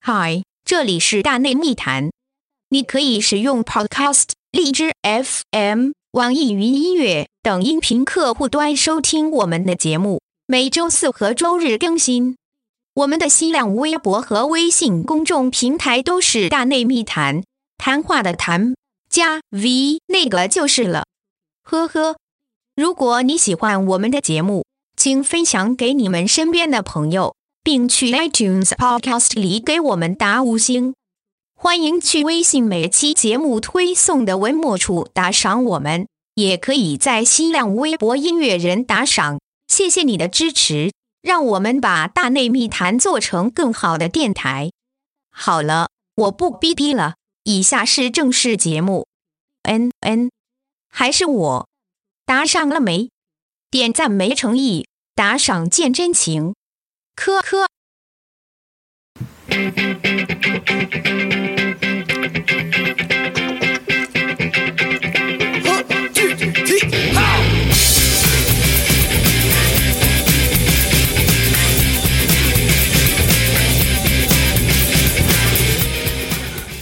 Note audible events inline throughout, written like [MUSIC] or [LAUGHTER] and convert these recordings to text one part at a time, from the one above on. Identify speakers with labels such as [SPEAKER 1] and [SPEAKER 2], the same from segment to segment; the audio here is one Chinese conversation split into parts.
[SPEAKER 1] 嗨，这里是大内密谈。你可以使用 Podcast、荔枝 FM、网易云音乐等音频客户端收听我们的节目，每周四和周日更新。我们的新浪微博和微信公众平台都是“大内密谈”，谈话的谈加 V 那个就是了。呵呵，如果你喜欢我们的节目，请分享给你们身边的朋友。并去 iTunes Podcast 里给我们打五星。欢迎去微信每期节目推送的文末处打赏我们，也可以在新浪微博音乐人打赏。谢谢你的支持，让我们把大内密谈做成更好的电台。好了，我不逼逼了，以下是正式节目。嗯嗯，还是我，打赏了没？点赞没诚意，打赏见真情。科科。
[SPEAKER 2] 和具体号。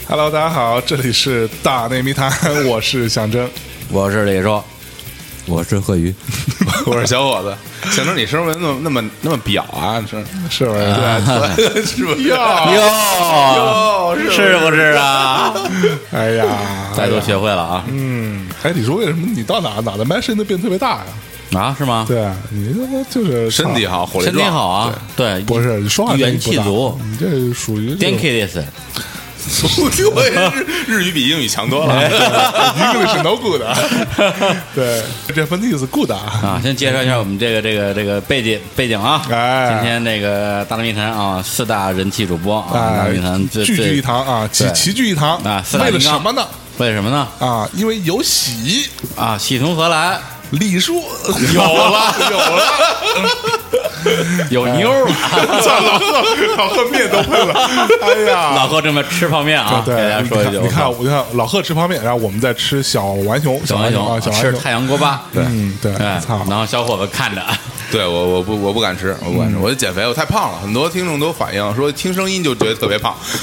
[SPEAKER 3] Hello，大家好，这里是大内密谈， [LAUGHS] 我是象征，
[SPEAKER 4] 我是李叔，
[SPEAKER 5] 我是贺鱼，
[SPEAKER 6] [LAUGHS] 我是小伙子，想着你声纹怎么那么那么表啊？是
[SPEAKER 3] 是不是？
[SPEAKER 4] 啊
[SPEAKER 6] 对，是不是？ [LAUGHS]
[SPEAKER 4] 哟，是不是啊？
[SPEAKER 3] [LAUGHS] 哎呀，
[SPEAKER 4] 大家都学会了啊
[SPEAKER 3] 嗯，哎，你说为什么你到哪脑袋麦声都变特别大呀？
[SPEAKER 4] 啊，是吗？
[SPEAKER 3] 对啊，你他妈就是
[SPEAKER 6] 身体，好，火力
[SPEAKER 4] 身
[SPEAKER 6] 壮
[SPEAKER 4] 体好啊，对，
[SPEAKER 3] 不是你说话
[SPEAKER 4] 元
[SPEAKER 3] 声音
[SPEAKER 4] 气
[SPEAKER 3] 不大
[SPEAKER 4] 足
[SPEAKER 3] 你这属于这
[SPEAKER 4] d a
[SPEAKER 3] 种
[SPEAKER 4] n k i this，
[SPEAKER 6] [LAUGHS] 我日日语比英语强多
[SPEAKER 4] 哎
[SPEAKER 6] 了。
[SPEAKER 3] English no good，对，Japanese good 啊。
[SPEAKER 4] 啊，先介绍一下我们这个这个这个背景背景啊。
[SPEAKER 3] 哎
[SPEAKER 4] 今天那个大内密谈啊，四大人气主播啊，大内
[SPEAKER 3] 哎
[SPEAKER 4] 密谈，最
[SPEAKER 3] 聚聚一
[SPEAKER 4] 最
[SPEAKER 3] 堂啊，齐
[SPEAKER 4] 对
[SPEAKER 3] 齐聚一堂
[SPEAKER 4] 啊，四大
[SPEAKER 3] 为
[SPEAKER 4] 金
[SPEAKER 3] 了
[SPEAKER 4] 刚
[SPEAKER 3] 什么呢？？
[SPEAKER 4] 为什么呢？
[SPEAKER 3] 啊，因为有喜，
[SPEAKER 4] 啊，喜从何来？
[SPEAKER 3] 李叔
[SPEAKER 4] 有
[SPEAKER 3] [LAUGHS]
[SPEAKER 4] 了，有了，有妞儿了。
[SPEAKER 3] 算了，老贺面都喷了，哎呀，
[SPEAKER 4] 老贺正在吃泡面啊，给
[SPEAKER 3] 对，
[SPEAKER 4] 大家说一
[SPEAKER 3] 你
[SPEAKER 4] 句，
[SPEAKER 3] 看，你看，我就看老贺吃泡面，然后我们在吃小浣熊，
[SPEAKER 4] 小
[SPEAKER 3] 浣
[SPEAKER 4] 浣
[SPEAKER 3] 熊啊，
[SPEAKER 4] 熊
[SPEAKER 3] 小浣
[SPEAKER 4] 吃
[SPEAKER 3] 熊，
[SPEAKER 4] 太阳锅巴，对
[SPEAKER 3] 嗯，对，
[SPEAKER 4] 哎
[SPEAKER 3] 操，嗯
[SPEAKER 4] 然后小伙子看着，
[SPEAKER 6] 对我，我不，我不敢吃，我不
[SPEAKER 4] 嗯
[SPEAKER 6] 敢吃，我就减肥，我太胖了。很多听众都反映说，听声音就觉得特别胖。 [LAUGHS]
[SPEAKER 3] [LAUGHS]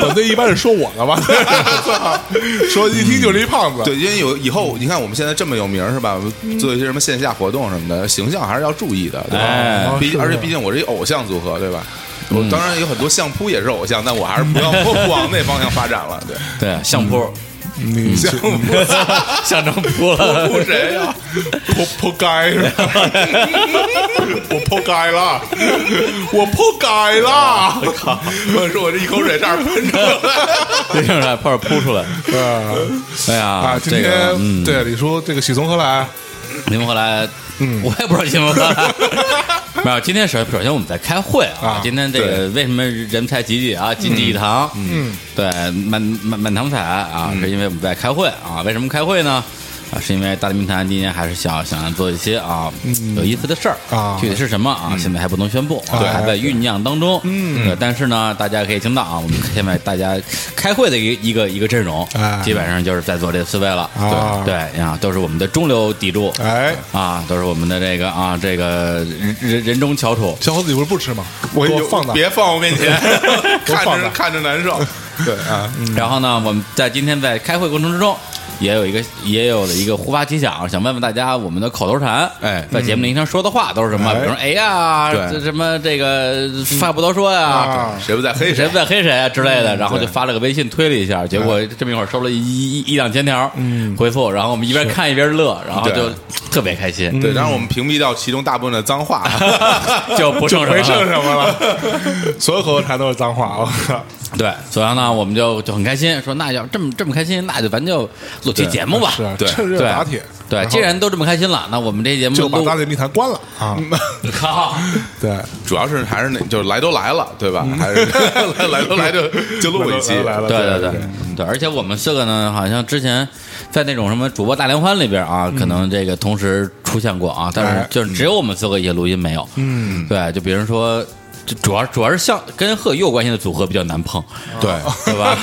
[SPEAKER 3] 我这一般是说我的吧，
[SPEAKER 4] [LAUGHS]
[SPEAKER 3] 说一听就是一胖子，
[SPEAKER 6] 对，因为有以后，你看我们现在这么有名儿是吧？做一些什么线下活动什么的，形象还是要注意的，对
[SPEAKER 4] 哎
[SPEAKER 6] 吧？毕
[SPEAKER 3] 是
[SPEAKER 6] 而且毕竟我是一偶像组合，对吧？我当然有很多相扑也是偶像，但我还是不要不往那方向发展了。对，
[SPEAKER 4] 对，相
[SPEAKER 3] 嗯
[SPEAKER 4] 扑，嗯
[SPEAKER 3] 你像
[SPEAKER 4] [LAUGHS] 相声扑了，
[SPEAKER 6] 不谁呀？
[SPEAKER 3] 破破街
[SPEAKER 6] [LAUGHS]
[SPEAKER 3] 是吧？我破街了，我破街了，
[SPEAKER 6] 我说我这一口水差点喷出来。
[SPEAKER 4] [LAUGHS] 对上来泡扑出来，哎呀，
[SPEAKER 3] 啊！今
[SPEAKER 4] 这个
[SPEAKER 3] 天
[SPEAKER 4] 嗯
[SPEAKER 3] 对李叔这个喜从何来？
[SPEAKER 4] [LAUGHS] 你们后来，
[SPEAKER 3] 嗯
[SPEAKER 4] 我也不知道你们
[SPEAKER 3] [LAUGHS]
[SPEAKER 4] 后来。没有，今天首首先我们在开会啊
[SPEAKER 3] 啊，
[SPEAKER 4] 今天这个为什么人才济济啊，济济一堂，嗯，对，满满满堂彩啊，
[SPEAKER 3] 嗯
[SPEAKER 4] 是因为我们在开会啊。为什么开会呢？啊，是因为大力密谈今年还是想想做一些啊有意思的事儿
[SPEAKER 3] 嗯啊
[SPEAKER 4] 具体是什么啊？现在还不能宣布，啊，还在酝酿当中。嗯，但是呢，大家可以听到啊，我们现在大家开会的一个一个一个阵容
[SPEAKER 3] 哎，
[SPEAKER 4] 基本上就是在做这四位了。
[SPEAKER 3] 啊
[SPEAKER 4] 对对呀，都是我们的中流砥柱。
[SPEAKER 3] 哎，
[SPEAKER 4] 啊，都是我们的这个啊，这个人人人中翘楚。
[SPEAKER 3] 小伙子，你不是不吃吗？
[SPEAKER 6] 我
[SPEAKER 3] 给放啊哪？
[SPEAKER 6] 别放我面前，看
[SPEAKER 3] 放
[SPEAKER 6] 着
[SPEAKER 3] 哪
[SPEAKER 6] 看着难受。对啊，
[SPEAKER 4] 然后呢，我们在今天在开会过程之中，也有一个也有了一个突发奇想，想问问大家我们的口头禅，
[SPEAKER 6] 哎
[SPEAKER 4] 在节目里经常说的话都是什么？
[SPEAKER 3] 哎
[SPEAKER 4] 比如说哎呀，
[SPEAKER 6] 对
[SPEAKER 4] 这什么这个话不多说呀。
[SPEAKER 3] 啊，
[SPEAKER 6] 嗯谁不在黑
[SPEAKER 4] 谁
[SPEAKER 6] 谁
[SPEAKER 4] 不？在黑谁啊之类的，然后就发了个微信推了一下，结果这么一会儿收了一一一两千条回复，然后我们一边看一边乐，然后就
[SPEAKER 6] 对
[SPEAKER 4] 特别开心，
[SPEAKER 6] 对，然后我们屏蔽掉其中大部分的脏话。
[SPEAKER 4] [LAUGHS]
[SPEAKER 6] 啊
[SPEAKER 4] 就不
[SPEAKER 3] 就
[SPEAKER 4] 剩什么
[SPEAKER 3] 没剩
[SPEAKER 4] 了。
[SPEAKER 3] 什么了，所有口头禅都是脏话，我啊靠！
[SPEAKER 4] 对，所以呢，我们就就很开心，说那要这么这么开心，那就咱就录期节目吧。
[SPEAKER 3] 是啊，
[SPEAKER 6] 对
[SPEAKER 3] 趁热
[SPEAKER 4] 对
[SPEAKER 3] 打铁。
[SPEAKER 4] 对，
[SPEAKER 3] 后
[SPEAKER 4] 既然嗯都这么开心了，那我们这节目
[SPEAKER 3] 就把
[SPEAKER 4] 录
[SPEAKER 3] 大内密谈关了啊！
[SPEAKER 4] 靠，啊
[SPEAKER 3] 对，
[SPEAKER 6] 主要是还是那，就是来都来了，对
[SPEAKER 4] 嗯
[SPEAKER 6] 吧？还是来来都来就就录一期。
[SPEAKER 3] 来了，
[SPEAKER 4] [LAUGHS] 对对
[SPEAKER 3] 对
[SPEAKER 4] 对对，而且我们四个呢，好像之前在那种什么主播大联欢里边啊，可能这个同时出现过啊，但
[SPEAKER 3] 嗯哎
[SPEAKER 4] 是就是只有我们四个一些录音没有。嗯，对，就比如说。就主要主要是像跟贺宇有关系的组合比较难碰，
[SPEAKER 6] 对
[SPEAKER 3] [LAUGHS]
[SPEAKER 4] 对吧？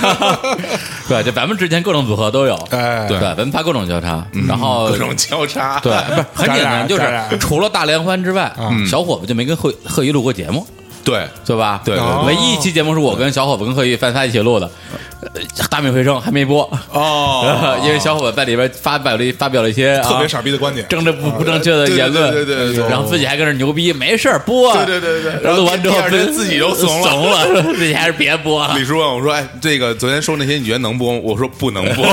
[SPEAKER 4] [LAUGHS] 对，就咱们之前各种组合都有，
[SPEAKER 3] 哎嗯
[SPEAKER 4] 对，咱们怕各种交叉，然后
[SPEAKER 6] 各种交叉。
[SPEAKER 4] [LAUGHS] 对，不是很
[SPEAKER 3] 当
[SPEAKER 4] 简
[SPEAKER 3] 然
[SPEAKER 4] 单，就是
[SPEAKER 3] 当然
[SPEAKER 6] 嗯
[SPEAKER 4] 除了大联欢之外，小伙子就没跟贺贺一录过节目。
[SPEAKER 6] 对，
[SPEAKER 4] 对吧？
[SPEAKER 6] 对对对
[SPEAKER 4] 唯一一期节目是我跟小伙子跟贺宇范仨一起录的，呃大米回声还没播，
[SPEAKER 6] 哦
[SPEAKER 4] [LAUGHS] 因为小伙子在里边发表了一发表了一些
[SPEAKER 3] 特别
[SPEAKER 4] 啊
[SPEAKER 3] 傻逼的观点，
[SPEAKER 4] 政治不不正确的言论，
[SPEAKER 6] 对对对对对
[SPEAKER 4] 然后自己还跟那牛逼，没事儿播，
[SPEAKER 6] 对对对对
[SPEAKER 4] 然后录完之后
[SPEAKER 6] 第二天自己就怂了
[SPEAKER 4] 怂了， [LAUGHS] 说自己还是别
[SPEAKER 6] [LAUGHS]
[SPEAKER 4] 播了
[SPEAKER 6] 李，叔问我说：“哎，这个昨天说那些，你觉得能播吗？”我说：“
[SPEAKER 4] [LAUGHS]
[SPEAKER 6] 不能播。，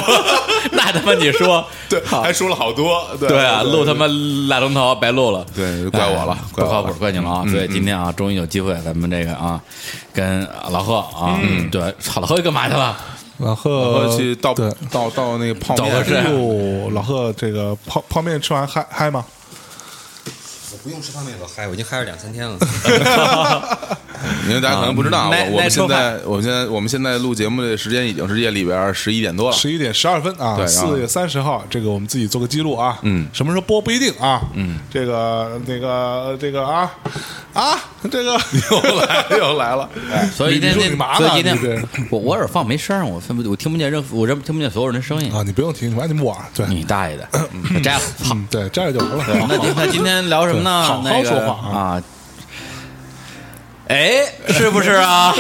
[SPEAKER 4] 那他妈你说
[SPEAKER 6] 对，还说了好多。对
[SPEAKER 4] 对啊，录他妈烂龙头白录了，
[SPEAKER 6] 对怪我了
[SPEAKER 4] 哎
[SPEAKER 6] 怪
[SPEAKER 4] 不
[SPEAKER 6] 我
[SPEAKER 4] 靠
[SPEAKER 6] 了
[SPEAKER 4] 谱，怪你了啊！
[SPEAKER 3] 嗯
[SPEAKER 4] 所以今天啊，终于有机会，咱们这个啊，跟老贺啊，
[SPEAKER 3] 嗯
[SPEAKER 4] 对，操，老贺干嘛去了？
[SPEAKER 5] 然
[SPEAKER 6] 我
[SPEAKER 5] 后
[SPEAKER 4] 呃
[SPEAKER 6] 去到
[SPEAKER 5] 对，
[SPEAKER 6] 到到那个泡
[SPEAKER 4] 找
[SPEAKER 6] 面
[SPEAKER 4] 个事
[SPEAKER 3] 哎呦，老贺，这个泡泡面吃完嗨嗨吗？
[SPEAKER 7] 我不用吃泡面我嗨，我已经嗨了两三天了。
[SPEAKER 6] 因为大家可能不知道，
[SPEAKER 4] 啊
[SPEAKER 6] 我我
[SPEAKER 4] Night-
[SPEAKER 6] 们现在我们现在我们现在录节目的时间已经是夜里边十一点多了。
[SPEAKER 3] 十一点十二分啊，
[SPEAKER 6] 对然后
[SPEAKER 3] 四月三十号，这个我们自己做个记录啊。
[SPEAKER 6] 嗯
[SPEAKER 3] 什么时候播不一定啊。嗯，这个那个这个啊啊，这个
[SPEAKER 6] 又来了又来了，哎
[SPEAKER 4] 所以
[SPEAKER 3] 你
[SPEAKER 4] 今
[SPEAKER 3] 你说
[SPEAKER 4] 天
[SPEAKER 3] 你麻
[SPEAKER 4] 所以
[SPEAKER 3] 烦
[SPEAKER 4] 今
[SPEAKER 3] 你
[SPEAKER 4] 天我我耳放没声儿，我分不我听不见任何我认听不见所有人的声音。
[SPEAKER 3] [LAUGHS] 啊，你不用听，反正你们玩儿对，
[SPEAKER 4] 你大
[SPEAKER 3] [COUGHS]
[SPEAKER 4] 爷的，摘了。操
[SPEAKER 3] 嗯对，这样就完了。
[SPEAKER 4] 那今那今天聊什么呢？
[SPEAKER 3] 好好
[SPEAKER 4] 那个
[SPEAKER 3] 说话啊
[SPEAKER 4] 啊！哎，是不
[SPEAKER 3] [LAUGHS]
[SPEAKER 4] 是啊？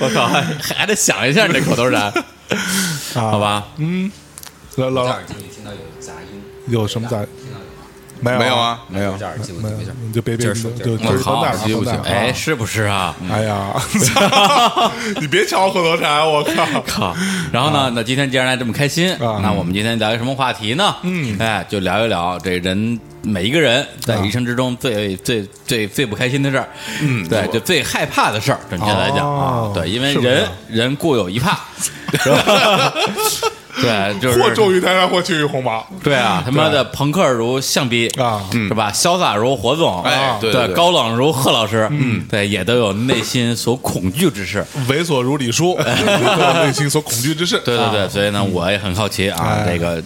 [SPEAKER 4] 我靠，还还得想一下你这口头
[SPEAKER 3] [LAUGHS]
[SPEAKER 4] 禅，
[SPEAKER 3] 啊
[SPEAKER 4] 好，吧？
[SPEAKER 3] 老
[SPEAKER 7] 我
[SPEAKER 3] 老
[SPEAKER 7] 耳机里听到有杂音，
[SPEAKER 3] 有什么在？
[SPEAKER 7] 听到
[SPEAKER 3] 没有
[SPEAKER 6] 没有？啊，没有
[SPEAKER 7] 有，这耳机我
[SPEAKER 3] 没嗯有
[SPEAKER 7] 没事儿，
[SPEAKER 3] 你就别别
[SPEAKER 7] 接
[SPEAKER 3] 就
[SPEAKER 7] 着说接着
[SPEAKER 3] 就
[SPEAKER 7] 说
[SPEAKER 3] 是
[SPEAKER 4] 好
[SPEAKER 3] 绷带了，
[SPEAKER 6] 耳机不
[SPEAKER 3] 绷带
[SPEAKER 6] 行
[SPEAKER 3] 了
[SPEAKER 4] 哎，
[SPEAKER 3] 啊
[SPEAKER 4] 是不是啊？
[SPEAKER 3] 哎呀， [LAUGHS] 你别抢我口头禅，我靠！
[SPEAKER 4] 靠！然后呢？那今天既然来这么开心，
[SPEAKER 3] 啊
[SPEAKER 4] 那我们今天聊一个什么话题呢？嗯，哎，就聊一聊这人每一个人在一生之中最、最最最不开心的事儿，嗯，对，就最害怕的事儿，准确来讲、
[SPEAKER 3] 哦
[SPEAKER 4] 啊，对，因为
[SPEAKER 3] 是不是
[SPEAKER 4] 人人固有
[SPEAKER 3] [LAUGHS]
[SPEAKER 4] 一怕，是吧对，就是
[SPEAKER 3] 或骤雨台山，或去雨鸿毛。
[SPEAKER 4] 对啊，他妈的朋克如象逼
[SPEAKER 3] 啊
[SPEAKER 4] 是吧？潇洒如火总，
[SPEAKER 6] 哎对对
[SPEAKER 4] 对，
[SPEAKER 6] 对
[SPEAKER 4] 高冷如贺老师，嗯，对，也都有内心所恐惧之事。
[SPEAKER 3] 猥琐如李
[SPEAKER 4] [LAUGHS]
[SPEAKER 3] 叔，我内心所恐惧之事。
[SPEAKER 4] 对对对，
[SPEAKER 3] 啊，
[SPEAKER 4] 所以呢，我也很好奇啊，
[SPEAKER 3] 哎
[SPEAKER 4] 这个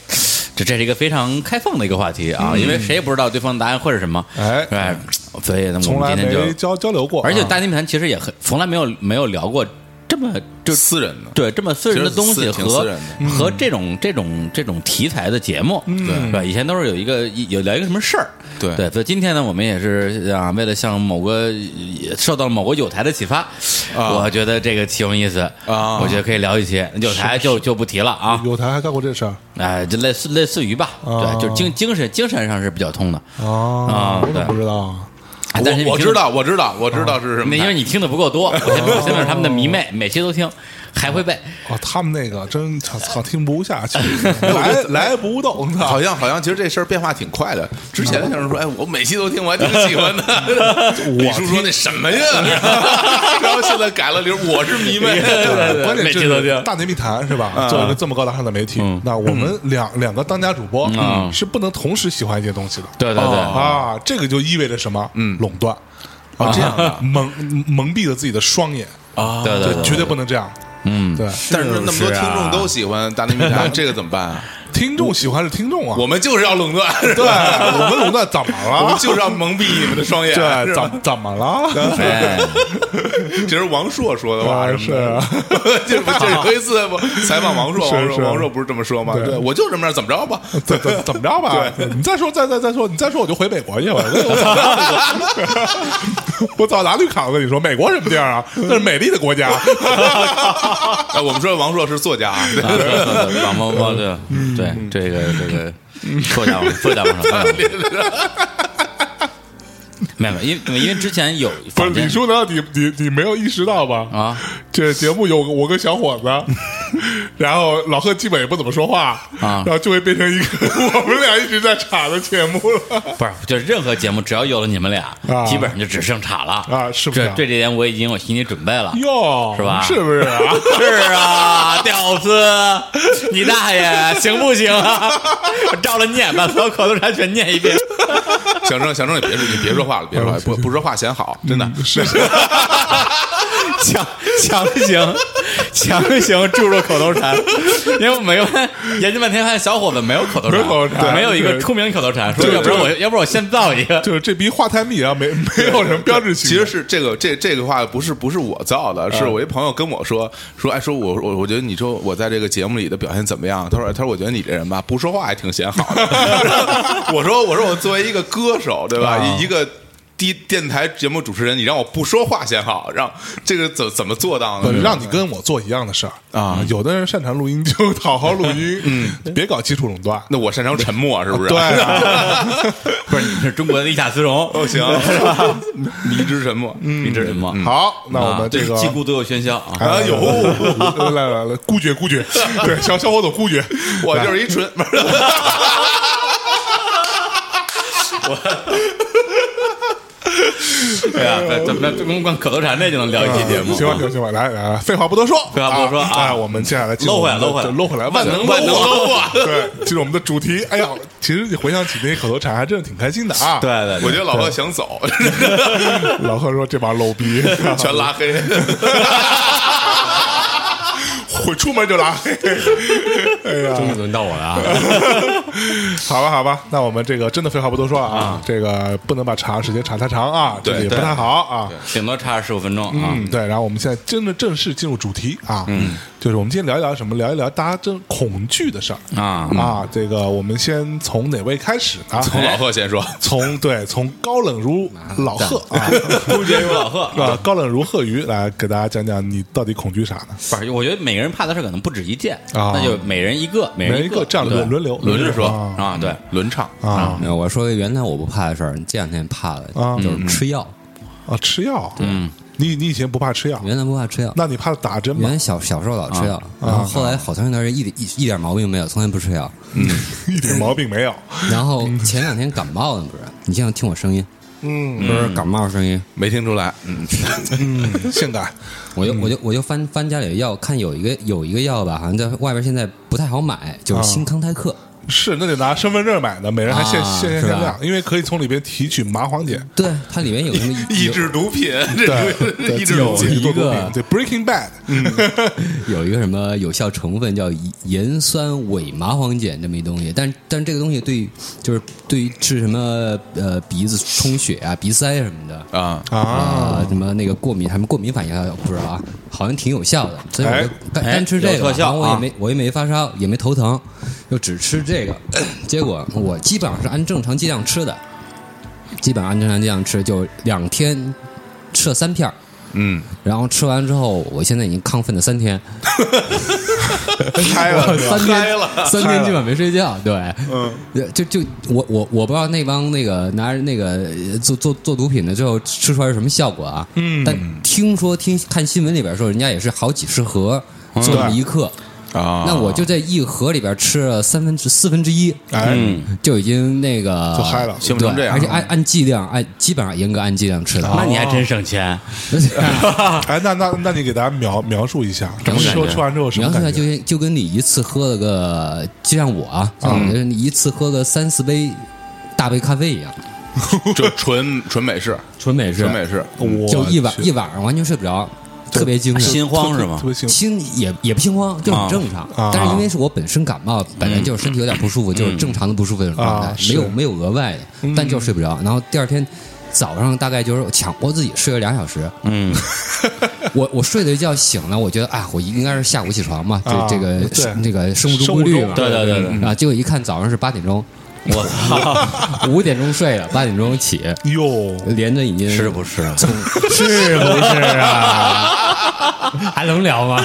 [SPEAKER 4] 这这是一个非常开放的一个话题啊，因为谁也不知道对方的答案会是什么，
[SPEAKER 3] 哎
[SPEAKER 4] 哎，所以呢，我
[SPEAKER 3] 从
[SPEAKER 4] 们
[SPEAKER 3] 来
[SPEAKER 4] 今天
[SPEAKER 3] 没
[SPEAKER 4] 就，
[SPEAKER 3] 交交流过啊，
[SPEAKER 4] 而且大内密谈其实也很从来没有没有聊过这么就
[SPEAKER 6] 就私人的。
[SPEAKER 4] 对这么私人的东
[SPEAKER 6] 其
[SPEAKER 4] 西
[SPEAKER 6] 实私挺私
[SPEAKER 4] 和嗯
[SPEAKER 6] 人的
[SPEAKER 4] 和这种这种这种题材的节目，
[SPEAKER 3] 嗯
[SPEAKER 4] 对吧？以前都是有一个一有聊一个什么事儿，
[SPEAKER 6] 对
[SPEAKER 4] 对。所以今天呢，我们也是啊，为了向某个也受到某个有台的启发，我觉得这个挺有意思
[SPEAKER 6] 啊
[SPEAKER 4] 我觉得可以聊一些。有台就就不提了啊，
[SPEAKER 3] 有台还干过这事儿
[SPEAKER 4] 哎，就类似类似于吧，
[SPEAKER 3] 啊
[SPEAKER 4] 对，就是精精神精神上是比较通的，
[SPEAKER 3] 啊
[SPEAKER 4] 啊
[SPEAKER 3] 我怎么
[SPEAKER 4] 对
[SPEAKER 3] 不知道啊？
[SPEAKER 4] 哎但是
[SPEAKER 6] 我
[SPEAKER 4] 你
[SPEAKER 6] 我
[SPEAKER 4] 听
[SPEAKER 6] 知。道，我知道，我知道是什么
[SPEAKER 4] 那
[SPEAKER 6] 台。
[SPEAKER 4] 因为你听的不够多，我先我先问他们的迷妹，每期都听，还会背。
[SPEAKER 3] 哦，他们那个真操操听不下
[SPEAKER 4] [LAUGHS]
[SPEAKER 3] 去，来来不动，操
[SPEAKER 6] 好像好像，其实这事儿变化挺快的。之前像是说，哎，我每期都听，我还挺喜欢的。李叔说那什么呀？然后现在改了，李叔我是迷妹。
[SPEAKER 3] 关键
[SPEAKER 4] 每
[SPEAKER 3] 就
[SPEAKER 4] 期都嗯
[SPEAKER 3] 是
[SPEAKER 4] 听
[SPEAKER 3] 大内密谈是吧？作为一个这么高大上的媒体，那我们两两个当家主播
[SPEAKER 4] 嗯
[SPEAKER 3] 是不能同时喜欢一些东西的。
[SPEAKER 4] 对对对，
[SPEAKER 3] 啊，这个就意味着什么？嗯，垄断啊，这样的
[SPEAKER 4] [LAUGHS]
[SPEAKER 3] 蒙蒙蔽了自己的双眼啊，
[SPEAKER 4] 对对对
[SPEAKER 3] 对，
[SPEAKER 4] 对
[SPEAKER 3] 绝对不能这样。
[SPEAKER 4] 嗯，
[SPEAKER 3] 对，
[SPEAKER 6] [LAUGHS] 但是那么多
[SPEAKER 4] 是啊
[SPEAKER 6] 听众都喜欢大内密谈，这个怎么办啊？
[SPEAKER 3] 听众喜欢是听众啊，
[SPEAKER 6] 我们就是要垄断，
[SPEAKER 3] 对，我们垄断怎么
[SPEAKER 6] [LAUGHS] 我们
[SPEAKER 3] 了？
[SPEAKER 6] 就是要蒙蔽你们的双
[SPEAKER 3] [LAUGHS]
[SPEAKER 6] 眼。
[SPEAKER 3] 对，啊
[SPEAKER 6] 是吧
[SPEAKER 3] 怎怎么了？
[SPEAKER 4] 哎，
[SPEAKER 6] 这是王朔说的话，
[SPEAKER 3] 啊
[SPEAKER 6] [LAUGHS] 什么的
[SPEAKER 3] 是啊
[SPEAKER 6] 这不这有一次我采访王朔，
[SPEAKER 3] 是
[SPEAKER 6] 王朔
[SPEAKER 3] 是
[SPEAKER 6] 王朔不是这么说吗？
[SPEAKER 3] 对
[SPEAKER 6] 对，我就这么样，怎么着吧？
[SPEAKER 3] 怎怎怎么着吧？你再说，再再再说，你再说我就回美国去了。我 [LAUGHS] 我早拿绿卡了，我跟你说，美国什么地儿啊？那是美丽的国家。
[SPEAKER 6] [LAUGHS] 哎，我们说王朔是作家啊，对
[SPEAKER 4] 啊对对对，王猫猫对
[SPEAKER 3] 嗯
[SPEAKER 4] 对，这个这个错讲了，错讲了，啊没有，没有因为因为之前有
[SPEAKER 3] [LAUGHS] 不是
[SPEAKER 4] 坊间
[SPEAKER 3] 李叔，难道你你你没有意识到吧？
[SPEAKER 4] 啊，
[SPEAKER 3] 这节目有我跟小 [LAUGHS] 伙子，然后老贺基本也不怎么说话
[SPEAKER 4] 啊
[SPEAKER 3] 然后就会变成一个 [LAUGHS] 我们俩一直在查的节目了。
[SPEAKER 4] 不是就是任何节目只要有了你们俩
[SPEAKER 3] 啊，
[SPEAKER 4] 基本上就只剩岔了
[SPEAKER 3] 啊是不是
[SPEAKER 4] 这对这点我已经有心理准备了。
[SPEAKER 3] 哟，
[SPEAKER 4] 是吧
[SPEAKER 3] 是不是啊？
[SPEAKER 4] 是啊，屌丝，你大爷行不行啊？我照着念，把所有口头禅全念一遍。
[SPEAKER 6] 小郑，小郑，你别说，你别说话了，别说话，不不说话显好，真的。
[SPEAKER 3] 嗯是 [LAUGHS]
[SPEAKER 4] [LAUGHS] 强强行强行注入口头禅，因为我没有研究半天，发现小伙子没有口头
[SPEAKER 3] 没有
[SPEAKER 4] 禅，
[SPEAKER 3] 口头禅
[SPEAKER 4] 对没有一个
[SPEAKER 3] 对
[SPEAKER 4] 出名口头禅，说
[SPEAKER 3] 对
[SPEAKER 4] 要不然我
[SPEAKER 3] 对
[SPEAKER 4] 要不然我先造一个，
[SPEAKER 3] 就是这逼话太密啊，没没有什么标志性
[SPEAKER 6] 其
[SPEAKER 3] 的。
[SPEAKER 6] 实是这个这这个话不是不是我造的，
[SPEAKER 3] 嗯
[SPEAKER 6] 是我一朋友跟我说说，哎，说我我我觉得你说我在这个节目里的表现怎么样？他说哎他说我觉得你这人吧，不 [LAUGHS]
[SPEAKER 3] 啊
[SPEAKER 6] 说话还挺显好的。我说我说我作为一个歌手，对吧？一一个。低电台节目主持人，你让我不说话先好，让这个怎怎么做到
[SPEAKER 3] 不
[SPEAKER 6] 呢？
[SPEAKER 3] 让你跟我做一样的事儿嗯啊！有的人擅长录音，就 [LAUGHS] 好好录音，嗯，别搞基础垄断。
[SPEAKER 6] 那我擅长沉默，是不是？
[SPEAKER 3] 对啊，
[SPEAKER 4] 不是你是中国的李甲丝绒，
[SPEAKER 3] 哦
[SPEAKER 6] 都 [LAUGHS] 行， [LAUGHS] 迷之沉默，
[SPEAKER 3] 嗯
[SPEAKER 4] 你这是什么？
[SPEAKER 3] [LAUGHS] 好，那我
[SPEAKER 4] 啊
[SPEAKER 3] 们
[SPEAKER 4] 这
[SPEAKER 3] 这
[SPEAKER 4] 是
[SPEAKER 3] 个
[SPEAKER 4] 既孤独又喧嚣啊！
[SPEAKER 3] 啊，有来来来来，孤绝孤 [LAUGHS] 绝，对，小小伙总孤 [LAUGHS] 绝，
[SPEAKER 6] 我
[SPEAKER 3] 来
[SPEAKER 6] 就是一纯，不是
[SPEAKER 4] 对啊，咱们咱们光口头禅这就能聊一期节目，
[SPEAKER 3] 嗯
[SPEAKER 4] 啊
[SPEAKER 3] 行吧行吧行吧，来来，来废话不多说，
[SPEAKER 4] 废话不多说啊
[SPEAKER 3] 哎我们接下来进入
[SPEAKER 4] 搂回来
[SPEAKER 3] 我们
[SPEAKER 4] 搂回来
[SPEAKER 3] 对搂回来，万能
[SPEAKER 4] 万能
[SPEAKER 3] 搂啊
[SPEAKER 4] 搂
[SPEAKER 3] 我
[SPEAKER 4] 我
[SPEAKER 3] 对，进入我们的主题。哎呀，其实你回想起那些口头禅，还真的挺开心的啊。
[SPEAKER 4] 对，对，
[SPEAKER 6] 我
[SPEAKER 4] 对
[SPEAKER 6] 觉得老贺想走，
[SPEAKER 3] [LAUGHS] 老贺说这帮 low [LAUGHS] 逼
[SPEAKER 6] 全拉黑。
[SPEAKER 3] 会出门就拉黑。哎呀，
[SPEAKER 5] 轮到我了啊！
[SPEAKER 3] [LAUGHS] 好吧好吧，那我们这个真的废话不多说啊，这个不能把长时间长太长啊，这个
[SPEAKER 6] 对
[SPEAKER 3] 也不太好啊。
[SPEAKER 4] 顶多差十五分钟啊。
[SPEAKER 3] 嗯，对，然后我们现在真的正式进入主题啊，嗯，就是我们今天聊一聊什么？聊一聊大家真恐惧的事儿
[SPEAKER 4] 啊
[SPEAKER 3] 啊，这个我们先从哪位开始呢？
[SPEAKER 6] 从老贺先说，
[SPEAKER 3] 从对从高冷如老贺 [LAUGHS] 啊，
[SPEAKER 4] 孤绝如老贺。
[SPEAKER 3] 啊高冷如贺鱼来给大家讲讲你到底恐惧啥呢？
[SPEAKER 4] 不是，我觉得每个人怕的事可能不止一件，
[SPEAKER 3] 啊
[SPEAKER 4] 那就每人一个，每
[SPEAKER 3] 每
[SPEAKER 4] 人
[SPEAKER 3] 一个这样
[SPEAKER 4] 对
[SPEAKER 3] 轮轮流
[SPEAKER 4] 轮着说
[SPEAKER 3] 啊
[SPEAKER 4] 啊，对，
[SPEAKER 6] 嗯轮唱
[SPEAKER 3] 啊
[SPEAKER 5] 那我说个原来我不怕的事儿，这两天怕了
[SPEAKER 3] 啊，
[SPEAKER 5] 就是吃药。
[SPEAKER 3] 啊，吃药，嗯，你你以前不怕吃药，
[SPEAKER 5] 原来不怕吃药，
[SPEAKER 3] 那你怕打针
[SPEAKER 5] 原
[SPEAKER 3] 吗？
[SPEAKER 5] 来小小时候老吃药，然后后来好长一段时间一点一一点毛病没有，从来不吃药。
[SPEAKER 3] [LAUGHS] 一点毛病没有，
[SPEAKER 5] 然后前两天感冒了，不是？你现在听我声音，嗯，不是感冒声音，
[SPEAKER 6] 没听出来，嗯，
[SPEAKER 3] 嗯性感
[SPEAKER 5] 我就我就我就翻翻家里的药，看有一个有一个药吧，好像在外边现在不太好买，就是新康泰克。
[SPEAKER 3] 是那得拿身份证买的，每人还限
[SPEAKER 5] 啊
[SPEAKER 3] 限限
[SPEAKER 5] 是吧
[SPEAKER 3] 限量，因为可以从里边提取麻黄碱。
[SPEAKER 5] 对，它里面有什么
[SPEAKER 6] 抑制毒品， [LAUGHS]
[SPEAKER 3] [LAUGHS]
[SPEAKER 6] 这抑制毒
[SPEAKER 5] 有
[SPEAKER 6] 品，
[SPEAKER 5] 一个
[SPEAKER 3] 对 Breaking Bad，
[SPEAKER 5] 嗯有一个什么有效成分叫盐酸伪麻黄碱这么一东西，但但这个东西对就是对于治什么呃鼻子充血啊、鼻塞什么的
[SPEAKER 6] 啊，
[SPEAKER 5] 啊、什么那个过敏，他们过敏反应啊不知道啊，好像挺有效的，所以我就
[SPEAKER 3] 哎
[SPEAKER 5] 干
[SPEAKER 4] 哎
[SPEAKER 5] 干吃这
[SPEAKER 4] 有
[SPEAKER 5] 个吧，
[SPEAKER 4] 特效
[SPEAKER 5] 然后我也
[SPEAKER 4] 啊
[SPEAKER 5] 没我也没发烧，也没头疼，就只吃这个，结果我基本上是按正常剂量吃的，基本上按正常剂量吃，就两天吃了三片儿
[SPEAKER 6] 嗯，
[SPEAKER 5] 然后吃完之后，我现在已经亢奋了三天。
[SPEAKER 3] 嗨了，
[SPEAKER 5] 三
[SPEAKER 6] 嗨
[SPEAKER 5] 天
[SPEAKER 6] 了
[SPEAKER 5] 三
[SPEAKER 3] 嗨
[SPEAKER 5] 天
[SPEAKER 3] 了
[SPEAKER 5] 基本没睡觉，对，嗯，就就我我我不知道那帮那个拿着那个呃做做做毒品的最后吃出来是什么效果啊，嗯，但听说听看新闻里边说，人家也是好几十盒做那么一克，
[SPEAKER 6] 啊
[SPEAKER 5] 那我就在一盒里边吃了三分之四分之一，
[SPEAKER 3] 哎，
[SPEAKER 4] 嗯
[SPEAKER 5] 就已经那个
[SPEAKER 3] 就嗨了
[SPEAKER 6] 兴奋成这
[SPEAKER 5] 对
[SPEAKER 6] 样
[SPEAKER 5] 而且按按剂量按基本上严格按剂量吃
[SPEAKER 4] [LAUGHS]
[SPEAKER 5] 的，
[SPEAKER 4] 那你还真省钱，
[SPEAKER 3] 哎，那那那你给大家描描述一下，怎么说吃完之后什
[SPEAKER 5] 你
[SPEAKER 3] 么
[SPEAKER 5] 要出来
[SPEAKER 3] 感
[SPEAKER 5] 就
[SPEAKER 3] 觉？
[SPEAKER 5] 跟就跟你一次喝了个，就像我啊，像我就是你一次喝个三四杯大杯咖啡一样，
[SPEAKER 6] 就纯纯美式，
[SPEAKER 5] 纯美式，
[SPEAKER 6] 纯美式，
[SPEAKER 3] 我
[SPEAKER 5] 嗯就一晚
[SPEAKER 3] 去
[SPEAKER 5] 一晚上完全睡不着，特别精神。
[SPEAKER 4] 心慌是吗
[SPEAKER 3] 特？别兴奋
[SPEAKER 5] 心也也不心慌，就很正常。
[SPEAKER 3] 啊
[SPEAKER 5] 但是因为是我本身感冒，本来就是身体有点不舒服，就是正常的不舒服的状态，
[SPEAKER 3] 啊
[SPEAKER 5] 没有
[SPEAKER 3] 是
[SPEAKER 5] 没有额外的，但就是睡不着。然后第二天早上大概就是我强迫自己睡了两小时，
[SPEAKER 4] 嗯，
[SPEAKER 5] 我我睡了一觉醒了，我觉得啊，我应该是下午起床嘛，这、
[SPEAKER 3] 啊
[SPEAKER 5] 这个
[SPEAKER 3] 对
[SPEAKER 5] 是那个生物
[SPEAKER 3] 生
[SPEAKER 5] 钟
[SPEAKER 3] 物
[SPEAKER 5] 规律
[SPEAKER 3] 钟
[SPEAKER 5] 嘛，
[SPEAKER 4] 对对对对
[SPEAKER 5] 啊，结果一看早上是八点钟，
[SPEAKER 4] 我操，
[SPEAKER 5] 五点钟睡的，八点钟起，
[SPEAKER 3] 哟，
[SPEAKER 5] [LAUGHS] 连着已经
[SPEAKER 4] 是不是？
[SPEAKER 5] 是不是啊？还能聊吗？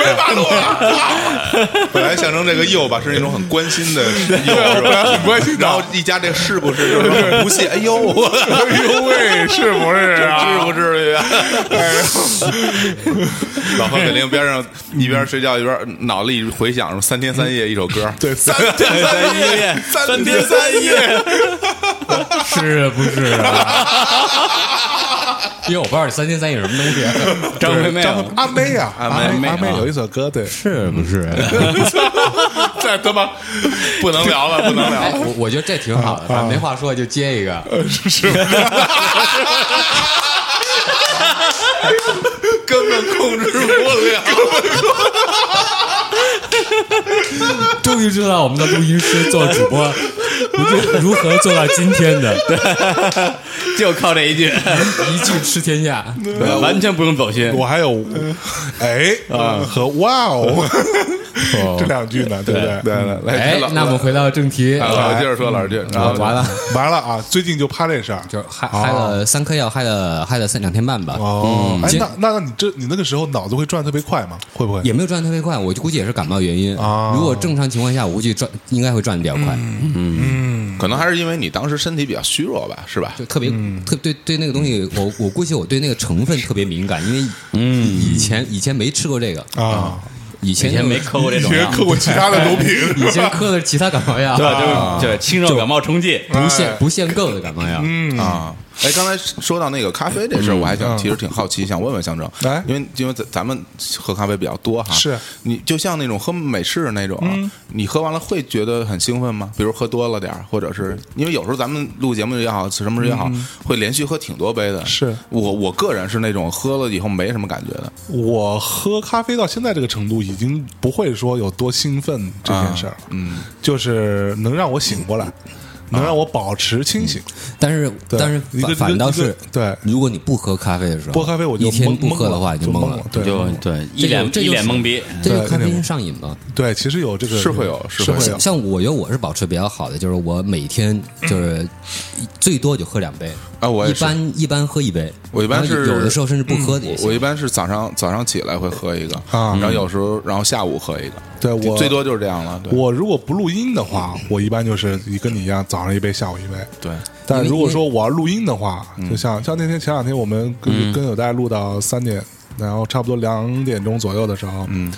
[SPEAKER 6] 本来象征这个又吧是那种很关心的 [LAUGHS] 又，是吧？很关心，然后一加这个是不是就是很不 [LAUGHS] 屑？哎呦，
[SPEAKER 3] 哎
[SPEAKER 6] [LAUGHS]
[SPEAKER 3] 呦喂，是不是啊？
[SPEAKER 6] 至不至于啊？ [LAUGHS] 老何肯定边上一边睡觉一边脑子里回想什么三天三夜一首歌，
[SPEAKER 3] 对，三
[SPEAKER 6] 天 [LAUGHS] 三
[SPEAKER 4] 夜
[SPEAKER 6] 三天三夜，
[SPEAKER 5] 是不是啊？ [LAUGHS] 因为我不知道这三天三夜什么东西，
[SPEAKER 4] 张惠妹
[SPEAKER 3] 张惠阿妹啊，
[SPEAKER 6] 阿妹
[SPEAKER 3] 阿妹
[SPEAKER 4] 阿
[SPEAKER 3] 阿
[SPEAKER 4] 妹
[SPEAKER 3] 妹
[SPEAKER 4] 啊
[SPEAKER 3] 有一首歌，对，
[SPEAKER 5] [LAUGHS] 是啊不是？
[SPEAKER 6] [LAUGHS] 这他妈不能聊了，不能聊
[SPEAKER 5] [LAUGHS]
[SPEAKER 6] [LAUGHS]
[SPEAKER 5] 哎，
[SPEAKER 6] 了。
[SPEAKER 5] 我我觉得这挺好的，反正没话说就接一个。
[SPEAKER 6] 根本控制不了。
[SPEAKER 5] [LAUGHS] 终于知道我们的录音师做主播如如何做到今天的，
[SPEAKER 4] 就靠这一句，
[SPEAKER 5] [LAUGHS] 一句吃天下。
[SPEAKER 4] 完全不用走心。
[SPEAKER 3] 我还有，哎啊和哇哦， [LAUGHS] 这两句呢，对不对？
[SPEAKER 6] 对对， [LAUGHS] 来
[SPEAKER 5] 哎，
[SPEAKER 6] 老
[SPEAKER 5] 那我们回到正题，
[SPEAKER 6] 啊老师接着说，老师接着
[SPEAKER 5] 啊
[SPEAKER 6] 说，
[SPEAKER 5] 完了，
[SPEAKER 3] 完了哦啊，最近就怕这事儿。
[SPEAKER 5] 就嗨嗨了三颗药，嗨了嗨了三两天半吧。嗯
[SPEAKER 3] 哦，哎，
[SPEAKER 5] 结
[SPEAKER 3] 那那那你这你那个时候脑子会转得特别快吗？会不会？
[SPEAKER 5] 也没有转得特别快，我就估计也是感冒原因。
[SPEAKER 3] 哦
[SPEAKER 5] 如果正常情况下，我估计转应该会转得比较快，
[SPEAKER 6] 可能还是因为你当时身体比较虚弱吧，是吧
[SPEAKER 5] 就？特别、
[SPEAKER 4] 嗯
[SPEAKER 5] 特对对那个东西，我我估计我对那个成分特别敏感，因为嗯以前以前没吃过这个，
[SPEAKER 3] 啊，
[SPEAKER 5] 以前
[SPEAKER 4] 以前没嗑过这
[SPEAKER 3] 以
[SPEAKER 4] 种啊
[SPEAKER 3] 前
[SPEAKER 4] 药，
[SPEAKER 3] 嗑过其他的毒品，
[SPEAKER 5] 以前嗑的是其他感冒药，
[SPEAKER 4] 对啊吧？就是对清热感冒冲剂，
[SPEAKER 5] 不
[SPEAKER 3] 哎
[SPEAKER 5] 限不限购的感冒药。
[SPEAKER 4] 嗯
[SPEAKER 6] 啊，哎，刚才说到那个咖啡这事儿，我还想其实挺好奇，想问问象征
[SPEAKER 3] 嗯来，
[SPEAKER 6] 因为因为咱咱们喝咖啡比较多哈，
[SPEAKER 3] 是嗯
[SPEAKER 6] 你就像那种喝美式那种啊，你喝完了会觉得很兴奋吗？比如喝多了点儿，或者是因为有时候咱们录节目也好，什么也好，会连续喝挺多杯的。
[SPEAKER 3] 嗯是
[SPEAKER 6] 我我个人是那种喝了以后没什么感觉的，
[SPEAKER 3] 我喝咖啡到现在这个程度，已经不会说有多兴奋这件事儿、嗯，就是能让我醒过来，能让我保持清醒。
[SPEAKER 5] 但是
[SPEAKER 3] 对
[SPEAKER 5] 但是
[SPEAKER 3] 一个
[SPEAKER 5] 反反倒
[SPEAKER 3] 一
[SPEAKER 5] 是
[SPEAKER 3] 个对
[SPEAKER 5] 如果你不喝咖啡的时候，
[SPEAKER 3] 不喝咖啡我就
[SPEAKER 5] 一天
[SPEAKER 3] 懵
[SPEAKER 5] 不喝的话，
[SPEAKER 3] 懵了
[SPEAKER 5] 你就懵
[SPEAKER 3] 就懵了
[SPEAKER 5] 了。
[SPEAKER 3] 对
[SPEAKER 4] 就
[SPEAKER 3] 懵了
[SPEAKER 4] 对
[SPEAKER 5] 这
[SPEAKER 4] 一脸
[SPEAKER 5] 就
[SPEAKER 4] 一脸懵逼，
[SPEAKER 5] 这就
[SPEAKER 3] 对
[SPEAKER 5] 是咖啡
[SPEAKER 3] 那种
[SPEAKER 5] 因上瘾嘛。
[SPEAKER 3] 对，其实有这个
[SPEAKER 6] 是会有
[SPEAKER 3] 是
[SPEAKER 6] 是会
[SPEAKER 3] 会有
[SPEAKER 5] 像像我觉得我是保持比较好的，就是我每天
[SPEAKER 4] 嗯
[SPEAKER 5] 就是一最多就喝两杯
[SPEAKER 6] 啊我也
[SPEAKER 5] 一
[SPEAKER 6] 是
[SPEAKER 5] 般一般喝一杯，
[SPEAKER 6] 我一般
[SPEAKER 5] 然后
[SPEAKER 6] 是
[SPEAKER 5] 有的时候甚至不
[SPEAKER 3] 嗯
[SPEAKER 5] 喝的也
[SPEAKER 6] 我
[SPEAKER 5] 行。
[SPEAKER 6] 一般是早上早上起来会喝一个，
[SPEAKER 3] 啊
[SPEAKER 6] 然后有时候然后下午喝一个，
[SPEAKER 3] 对
[SPEAKER 6] 就
[SPEAKER 3] 我
[SPEAKER 6] 最多就是这样了。对
[SPEAKER 3] 我如果不录音的 [LAUGHS] 话，我一般就是一跟你一样，早上一杯，下午一杯。
[SPEAKER 6] 对，
[SPEAKER 3] 但如果说我要录音的话，就像像那天前两天我们跟、跟有代录到三点，然后差不多两点钟左右的时候，嗯，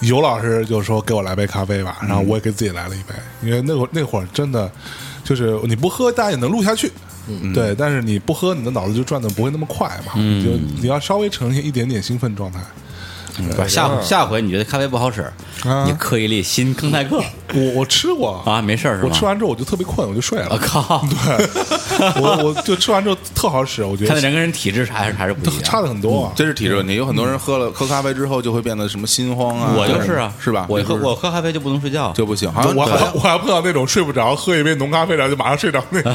[SPEAKER 3] 尤老师就说给我来杯咖啡吧，然后我也给自己来了一杯，因为那会儿那会儿真的就是你不喝，大家也能录下去。对，但是你不喝，你的脑子就转的不会那么快嘛，就你要稍微呈现一点点兴奋状态。
[SPEAKER 4] 不是下下回你觉得咖啡不好使，
[SPEAKER 3] 啊
[SPEAKER 4] 你嗑一粒新康泰克
[SPEAKER 3] 我我吃过啊
[SPEAKER 4] 啊，没事儿是吧？
[SPEAKER 3] 我吃完之后我就特别困，我就睡了。
[SPEAKER 4] 我靠，
[SPEAKER 3] [LAUGHS] 我我就吃完之后特好使，我觉
[SPEAKER 4] 看来
[SPEAKER 3] 得
[SPEAKER 4] 人跟人体质还是还是不一样。
[SPEAKER 3] 差的很多啊。
[SPEAKER 6] 嗯这是体质问题，有很多人喝了喝咖啡之后就会变得什么心慌啊，
[SPEAKER 4] 我就是啊，
[SPEAKER 6] 是吧？
[SPEAKER 4] 我
[SPEAKER 6] 你
[SPEAKER 4] 喝
[SPEAKER 6] 是
[SPEAKER 4] 我喝咖啡就不能睡觉，
[SPEAKER 6] 就不行，好像
[SPEAKER 3] 我
[SPEAKER 6] 对
[SPEAKER 3] 还我还碰到那种睡不着，喝一杯浓咖啡然后就马上睡着那
[SPEAKER 4] [LAUGHS]
[SPEAKER 3] 种，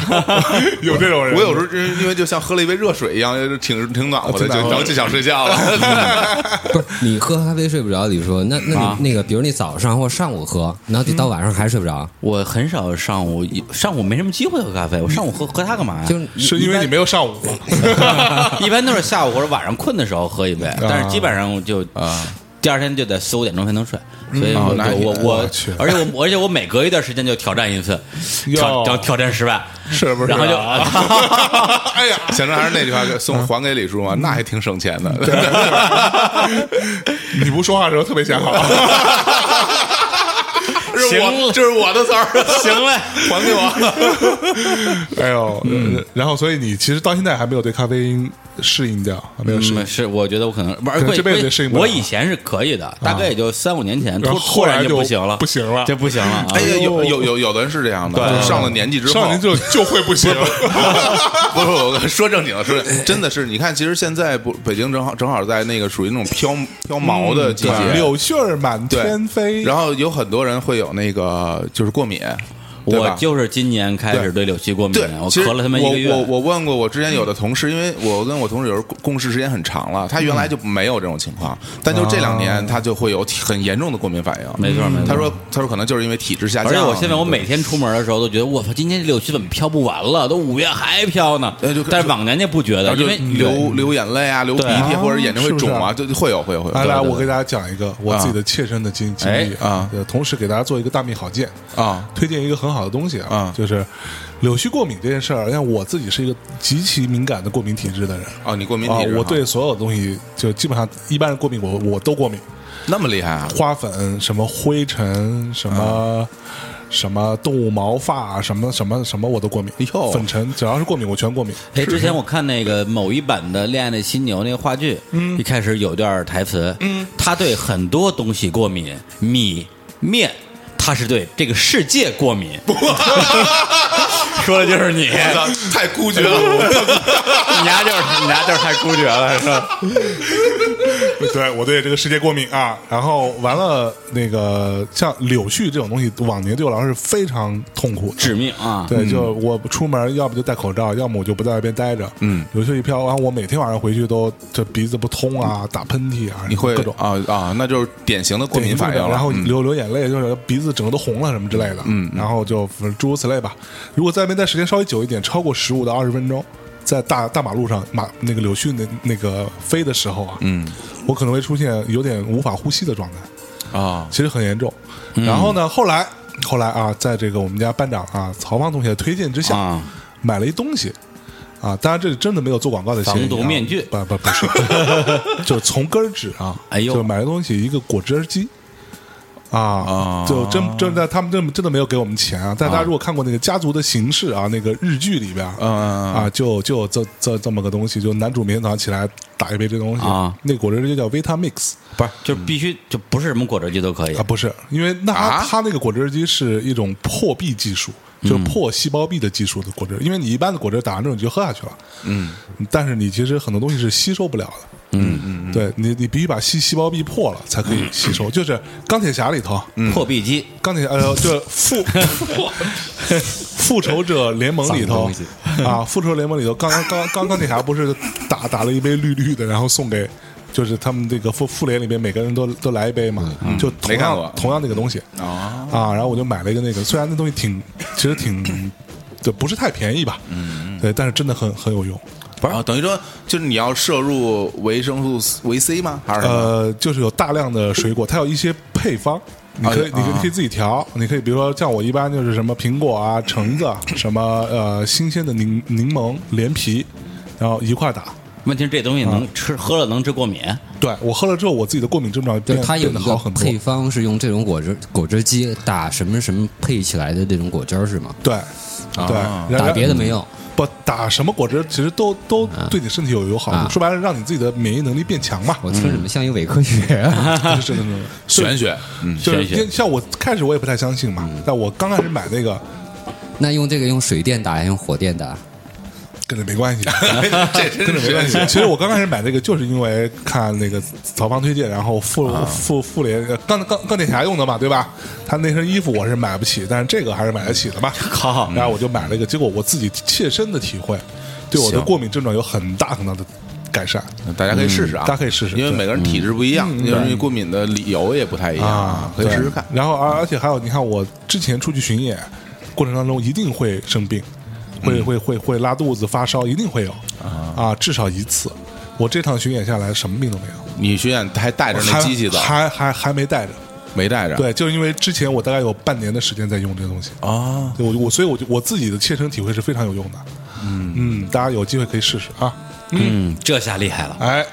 [SPEAKER 3] 有这种人。
[SPEAKER 6] 我有时候因为因为就像喝了一杯热水一样，就是挺挺暖和的，
[SPEAKER 3] 挺
[SPEAKER 6] 就
[SPEAKER 3] 暖和的
[SPEAKER 6] 然后就想睡 [LAUGHS] 觉了。
[SPEAKER 5] 不是你喝咖啡睡不着，你说那那你、那个，比如你早上或上午喝，然后你到晚上还睡不着，
[SPEAKER 4] 我很少上午上午没什么机会喝咖啡，我上午喝喝它干嘛呀？
[SPEAKER 5] 就是
[SPEAKER 3] 是因为你没有上午，
[SPEAKER 4] [LAUGHS] 一般都是下午或者晚上困的时候喝一杯，
[SPEAKER 3] 啊
[SPEAKER 4] 但是基本上我就
[SPEAKER 6] 啊
[SPEAKER 4] 第二天就得四五点钟才能睡，所
[SPEAKER 3] 嗯
[SPEAKER 4] 以我
[SPEAKER 6] 哦那也
[SPEAKER 4] 我
[SPEAKER 3] 我
[SPEAKER 4] 我
[SPEAKER 3] 去，
[SPEAKER 4] 而且我而且我每隔一段时间就挑战一次，挑
[SPEAKER 3] 哟
[SPEAKER 4] 挑挑战失败，
[SPEAKER 3] 是不是啊？
[SPEAKER 4] 然后就
[SPEAKER 6] [LAUGHS] 哎呀，嗯想着还是那句话，送还给李叔嘛，那还挺省钱的。
[SPEAKER 3] 你不说话的时候特别想
[SPEAKER 4] [LAUGHS]
[SPEAKER 3] 好，
[SPEAKER 6] 这 [LAUGHS] 是
[SPEAKER 4] 行
[SPEAKER 6] 我
[SPEAKER 4] 了
[SPEAKER 6] 这是我的词 [LAUGHS] 儿，
[SPEAKER 3] [LAUGHS]
[SPEAKER 4] 行嘞，
[SPEAKER 6] 还给我。
[SPEAKER 3] 哎呦，
[SPEAKER 4] 嗯
[SPEAKER 3] 然后所以你其实到现在还没有对咖啡因适应掉，还没有适应
[SPEAKER 4] 嗯，。是，我觉得我可能不
[SPEAKER 3] 可
[SPEAKER 4] 是，
[SPEAKER 3] 能这辈子
[SPEAKER 4] 我
[SPEAKER 3] 也适应不了
[SPEAKER 4] 我以前是可以的，大概也就三五年前，
[SPEAKER 3] 然
[SPEAKER 4] 突
[SPEAKER 3] 后
[SPEAKER 4] 突
[SPEAKER 3] 后来
[SPEAKER 4] 然
[SPEAKER 3] 就
[SPEAKER 4] 不行了，
[SPEAKER 3] 不行了
[SPEAKER 4] 这不嗯行了啊。
[SPEAKER 6] [LAUGHS] 哎呀，有有有有的人是这样的，就是上了年纪之后，
[SPEAKER 3] 上您就就会不
[SPEAKER 6] [LAUGHS]
[SPEAKER 3] 行，
[SPEAKER 6] 不 [LAUGHS] 不不，说正经的，说正经真的是，你看，其实现在不，北京正好正好在那个属于那种飘飘毛的
[SPEAKER 4] 嗯
[SPEAKER 6] 季节，
[SPEAKER 3] 嗯柳絮儿满
[SPEAKER 6] 对
[SPEAKER 3] 天飞。
[SPEAKER 6] 然后有很多人会有那个就是过敏，对
[SPEAKER 4] 我
[SPEAKER 6] 吧？
[SPEAKER 4] 就是今年开始对柳絮过敏
[SPEAKER 6] 对，，
[SPEAKER 4] 我
[SPEAKER 6] 其实
[SPEAKER 4] 咳了他妈一个月。
[SPEAKER 6] 我我我问过我之前有的同事，因为我跟我同事有时候共共事时间很长了，他原来就没有这种情况，但就这两年他就会有体很严重的过敏反应。
[SPEAKER 4] 没错没错
[SPEAKER 6] 他说他说可能就是因为体质下降，啊
[SPEAKER 4] 而且我现在我每天出门的时候都觉得，我操，今天这柳絮怎么飘不完了？都五月还飘呢
[SPEAKER 6] [LAUGHS] 哎就。
[SPEAKER 4] 但是往年就不觉
[SPEAKER 6] 然
[SPEAKER 4] 得，
[SPEAKER 6] 后就
[SPEAKER 4] 因为嗯
[SPEAKER 6] 流流眼泪啊，流鼻涕
[SPEAKER 3] 啊
[SPEAKER 6] 或者眼睛会肿啊，就会有会有会有。
[SPEAKER 3] 呃来来，
[SPEAKER 6] 对对啊
[SPEAKER 3] 我给大家讲一个我自己的切身的经经历
[SPEAKER 6] 哎啊
[SPEAKER 3] 呃同时给大家做一个大命好见
[SPEAKER 6] 啊
[SPEAKER 3] 推荐一个很好的东西啊
[SPEAKER 6] 啊，
[SPEAKER 3] 就是柳絮过敏这件事儿。像我自己是一个极其敏感的过敏体质的人
[SPEAKER 6] 哦，你过敏
[SPEAKER 3] 啊
[SPEAKER 6] 体质，
[SPEAKER 3] 我对所有东西就基本上一般人过敏我我都过敏，
[SPEAKER 6] 那么厉害啊！
[SPEAKER 3] 花粉、什么灰尘、什么什么动物毛发、啊什么什么什么我都过敏
[SPEAKER 6] 哟，
[SPEAKER 3] 粉尘只要是过敏我全过敏。
[SPEAKER 4] 哎，之前我看那个某一版的《恋爱的犀牛》那个话剧，嗯，一开始有段台词，嗯，他对很多东西过敏，米面，他是对这个世界过
[SPEAKER 6] [LAUGHS]
[SPEAKER 4] 敏，说的就是你，
[SPEAKER 6] 我操太
[SPEAKER 3] [LAUGHS]
[SPEAKER 6] 孤绝了， [LAUGHS]
[SPEAKER 4] 你家就是你家就是太孤绝了，是吧？
[SPEAKER 3] [LAUGHS] 对我对这个世界过敏啊。然后完了，那个像柳絮这种东西，往年对我来说是非常痛苦的。
[SPEAKER 4] 致命啊！
[SPEAKER 3] 对，就我出门，要不就戴口罩，要么我就不在外边待着。
[SPEAKER 6] 嗯，
[SPEAKER 3] 柳絮一飘，然后我每天晚上回去都这鼻子不通啊，打喷嚏啊，
[SPEAKER 6] 你会
[SPEAKER 3] 各种
[SPEAKER 6] 啊啊，那就是典型的过敏反应了。
[SPEAKER 3] 然后
[SPEAKER 6] 嗯
[SPEAKER 3] 流流眼泪，就是鼻子整个都红了什么之类的。嗯，然后就诸如此类吧。如果在那边待时间稍微久一点，超过十五到二十分钟，在大大马路上马那个柳絮那那个飞的时候啊，
[SPEAKER 6] 嗯
[SPEAKER 3] 我可能会出现有点无法呼吸的状态，
[SPEAKER 6] 啊，
[SPEAKER 3] 其实很严重。
[SPEAKER 4] 嗯
[SPEAKER 3] 然后呢，后来后来啊，在这个我们家班长啊曹芳同学推荐之下，
[SPEAKER 4] 啊
[SPEAKER 3] 买了一东西。啊，当然这里真的没有做广告的嫌疑、啊。
[SPEAKER 4] 防毒面具
[SPEAKER 3] 不不不是， [LAUGHS] 就是从根儿治啊。
[SPEAKER 4] 哎呦
[SPEAKER 3] 就买了东西一个果汁机。啊
[SPEAKER 6] 啊，
[SPEAKER 3] 就真真的，他们真真的没有给我们钱啊！但大家如果看过那个《家族的形式》啊，那个日剧里边，
[SPEAKER 6] 嗯
[SPEAKER 3] 啊，就就有这这这么个东西，就男主每天早上起来打一杯这东西
[SPEAKER 4] 啊，
[SPEAKER 3] 那果汁机叫 Vitamix
[SPEAKER 4] 不是，就必须就不是什么果汁机都可以
[SPEAKER 3] 啊，不是，因为那
[SPEAKER 6] 啊
[SPEAKER 3] 它那个果汁机是一种破壁技术，就是破细胞壁的技术的果汁，因为你一般的果汁打完之后你就喝下去了，嗯，但是你其实很多东西是吸收不了的，嗯嗯，对你你必须把细细胞壁破了才可以吸收，就是钢铁侠里头，
[SPEAKER 4] 破壁机。
[SPEAKER 3] 钢铁呃，这复复仇者联盟里头
[SPEAKER 5] 脏东西
[SPEAKER 3] 啊，复仇者联盟里头，刚刚刚刚钢铁侠不是打打了一杯绿绿的，然后送给就是他们这个复复联里边每个人都都来一杯嘛，就同
[SPEAKER 6] 没看
[SPEAKER 3] 样
[SPEAKER 6] 过
[SPEAKER 3] 同样那个东西啊然后我就买了一个那个，虽然那东西挺其实挺就不是太便宜吧，嗯，对，但是真的很很有用。
[SPEAKER 6] 不是、啊，等于说就是你要摄入维生素 C- 维 C 吗？啊还是什么？
[SPEAKER 3] 呃，就是有大量的水果，它有一些配方，你可以，你可以你可以自己
[SPEAKER 6] 啊
[SPEAKER 3] 调，你可以比如说像我一般就是什么苹果啊、橙子啊，什么呃新鲜的柠柠檬、连皮，然后一块儿打。
[SPEAKER 4] 问题是这东西能吃喝了能治过敏？
[SPEAKER 3] 对我喝了之后，我自己的过敏症状
[SPEAKER 5] 就
[SPEAKER 3] 变
[SPEAKER 5] 是它有
[SPEAKER 3] 变
[SPEAKER 5] 一
[SPEAKER 3] 得
[SPEAKER 5] 个
[SPEAKER 3] 好很多。
[SPEAKER 5] 配方是用这种果汁果汁机打什么什么配起来的这种果汁儿是吗？
[SPEAKER 3] 对，
[SPEAKER 6] 啊
[SPEAKER 3] 对，然
[SPEAKER 5] 打别的没用，
[SPEAKER 3] 不打什么果汁，其实都都对你身体有有好
[SPEAKER 5] 啊
[SPEAKER 3] 处。说白了，让你自己的免疫能力变强嘛。
[SPEAKER 5] 我听着怎么像一伪科学啊？
[SPEAKER 3] [LAUGHS] 是真的真的。
[SPEAKER 6] [LAUGHS] 玄学，嗯，
[SPEAKER 3] 就是
[SPEAKER 4] 玄学
[SPEAKER 3] 因为像我开始我也不太相信嘛，但我刚开始买那个
[SPEAKER 5] [LAUGHS] 那用这个用水电打还是用火电打？
[SPEAKER 3] 跟这没关 [LAUGHS] 系。
[SPEAKER 6] 这真
[SPEAKER 3] 跟着没关 [LAUGHS] 系。其实我刚开始买这个，就是因为看那个曹芳推荐，然后复复复联呃钢钢钢铁侠用的嘛，对吧？他那身衣服我是买不起，但是这个还是买得起的嘛。
[SPEAKER 6] 嗯
[SPEAKER 4] 靠
[SPEAKER 3] 然后我就买了一个，结果我自己切身的体会，对我的
[SPEAKER 6] 行
[SPEAKER 3] 过敏症状有很大很大的改善。
[SPEAKER 6] 大家可以试试啊，
[SPEAKER 3] 嗯大家可以试试
[SPEAKER 6] 因为每个人体质不一样，
[SPEAKER 3] 嗯
[SPEAKER 6] 因为过敏的理由也不太一样，啊可以
[SPEAKER 3] 啊对
[SPEAKER 6] 试试看。
[SPEAKER 3] 然后而而且还有，你看我之前出去巡演过程当中一定会生病，
[SPEAKER 6] 嗯
[SPEAKER 3] 会会会会拉肚子、发烧，一定会有啊，至少一次。我这趟巡演下来什么病都没有，
[SPEAKER 6] 你巡演还带着那
[SPEAKER 3] 还
[SPEAKER 6] 机器走，啊
[SPEAKER 3] 还还还没带着。
[SPEAKER 6] 没带着？
[SPEAKER 3] 对，就是因为之前我大概有半年的时间在用这个东西，
[SPEAKER 6] 啊，
[SPEAKER 3] 对我我所以我就我自己的切身体会是非常有用的。嗯嗯，大家有机会可以试试啊。
[SPEAKER 4] 嗯，这下厉害了。
[SPEAKER 6] [LAUGHS]
[SPEAKER 3] 哎，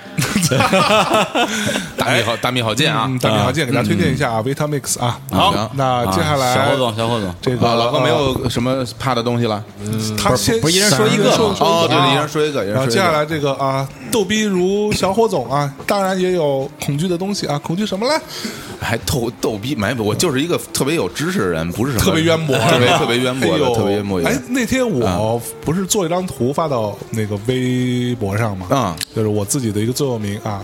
[SPEAKER 6] 大米好，大米好见啊
[SPEAKER 3] 嗯，！大米条件给大家推荐一下
[SPEAKER 6] 嗯
[SPEAKER 3] 啊，Vitamix 啊。
[SPEAKER 6] 行
[SPEAKER 3] 那接下来
[SPEAKER 4] 啊小侯总，小侯总，
[SPEAKER 3] 这个
[SPEAKER 6] 啊，老高没，有什么怕的东西了？
[SPEAKER 3] 呃他先
[SPEAKER 4] 嗯不是一人说一个嘛
[SPEAKER 6] 哦，对，
[SPEAKER 3] 啊
[SPEAKER 6] 一人说一个，一人
[SPEAKER 3] 然后
[SPEAKER 6] 说一个。
[SPEAKER 3] 接下来这个啊，逗逼如小火种啊，当然也有恐惧的东西啊，恐惧什么
[SPEAKER 6] [LAUGHS]
[SPEAKER 3] 嘞？
[SPEAKER 6] 还逗逗逼，没我就是一个特别有知识的人，不是什么
[SPEAKER 3] 特别渊博，
[SPEAKER 6] 特别
[SPEAKER 3] 是吧
[SPEAKER 6] 特别渊博
[SPEAKER 3] 哎
[SPEAKER 6] 的，
[SPEAKER 3] 呦
[SPEAKER 6] 特别渊博的。
[SPEAKER 3] 哎，那天我不是做一张图发到那个微博上嘛？
[SPEAKER 6] 嗯
[SPEAKER 3] 就是我自己的一个座右铭啊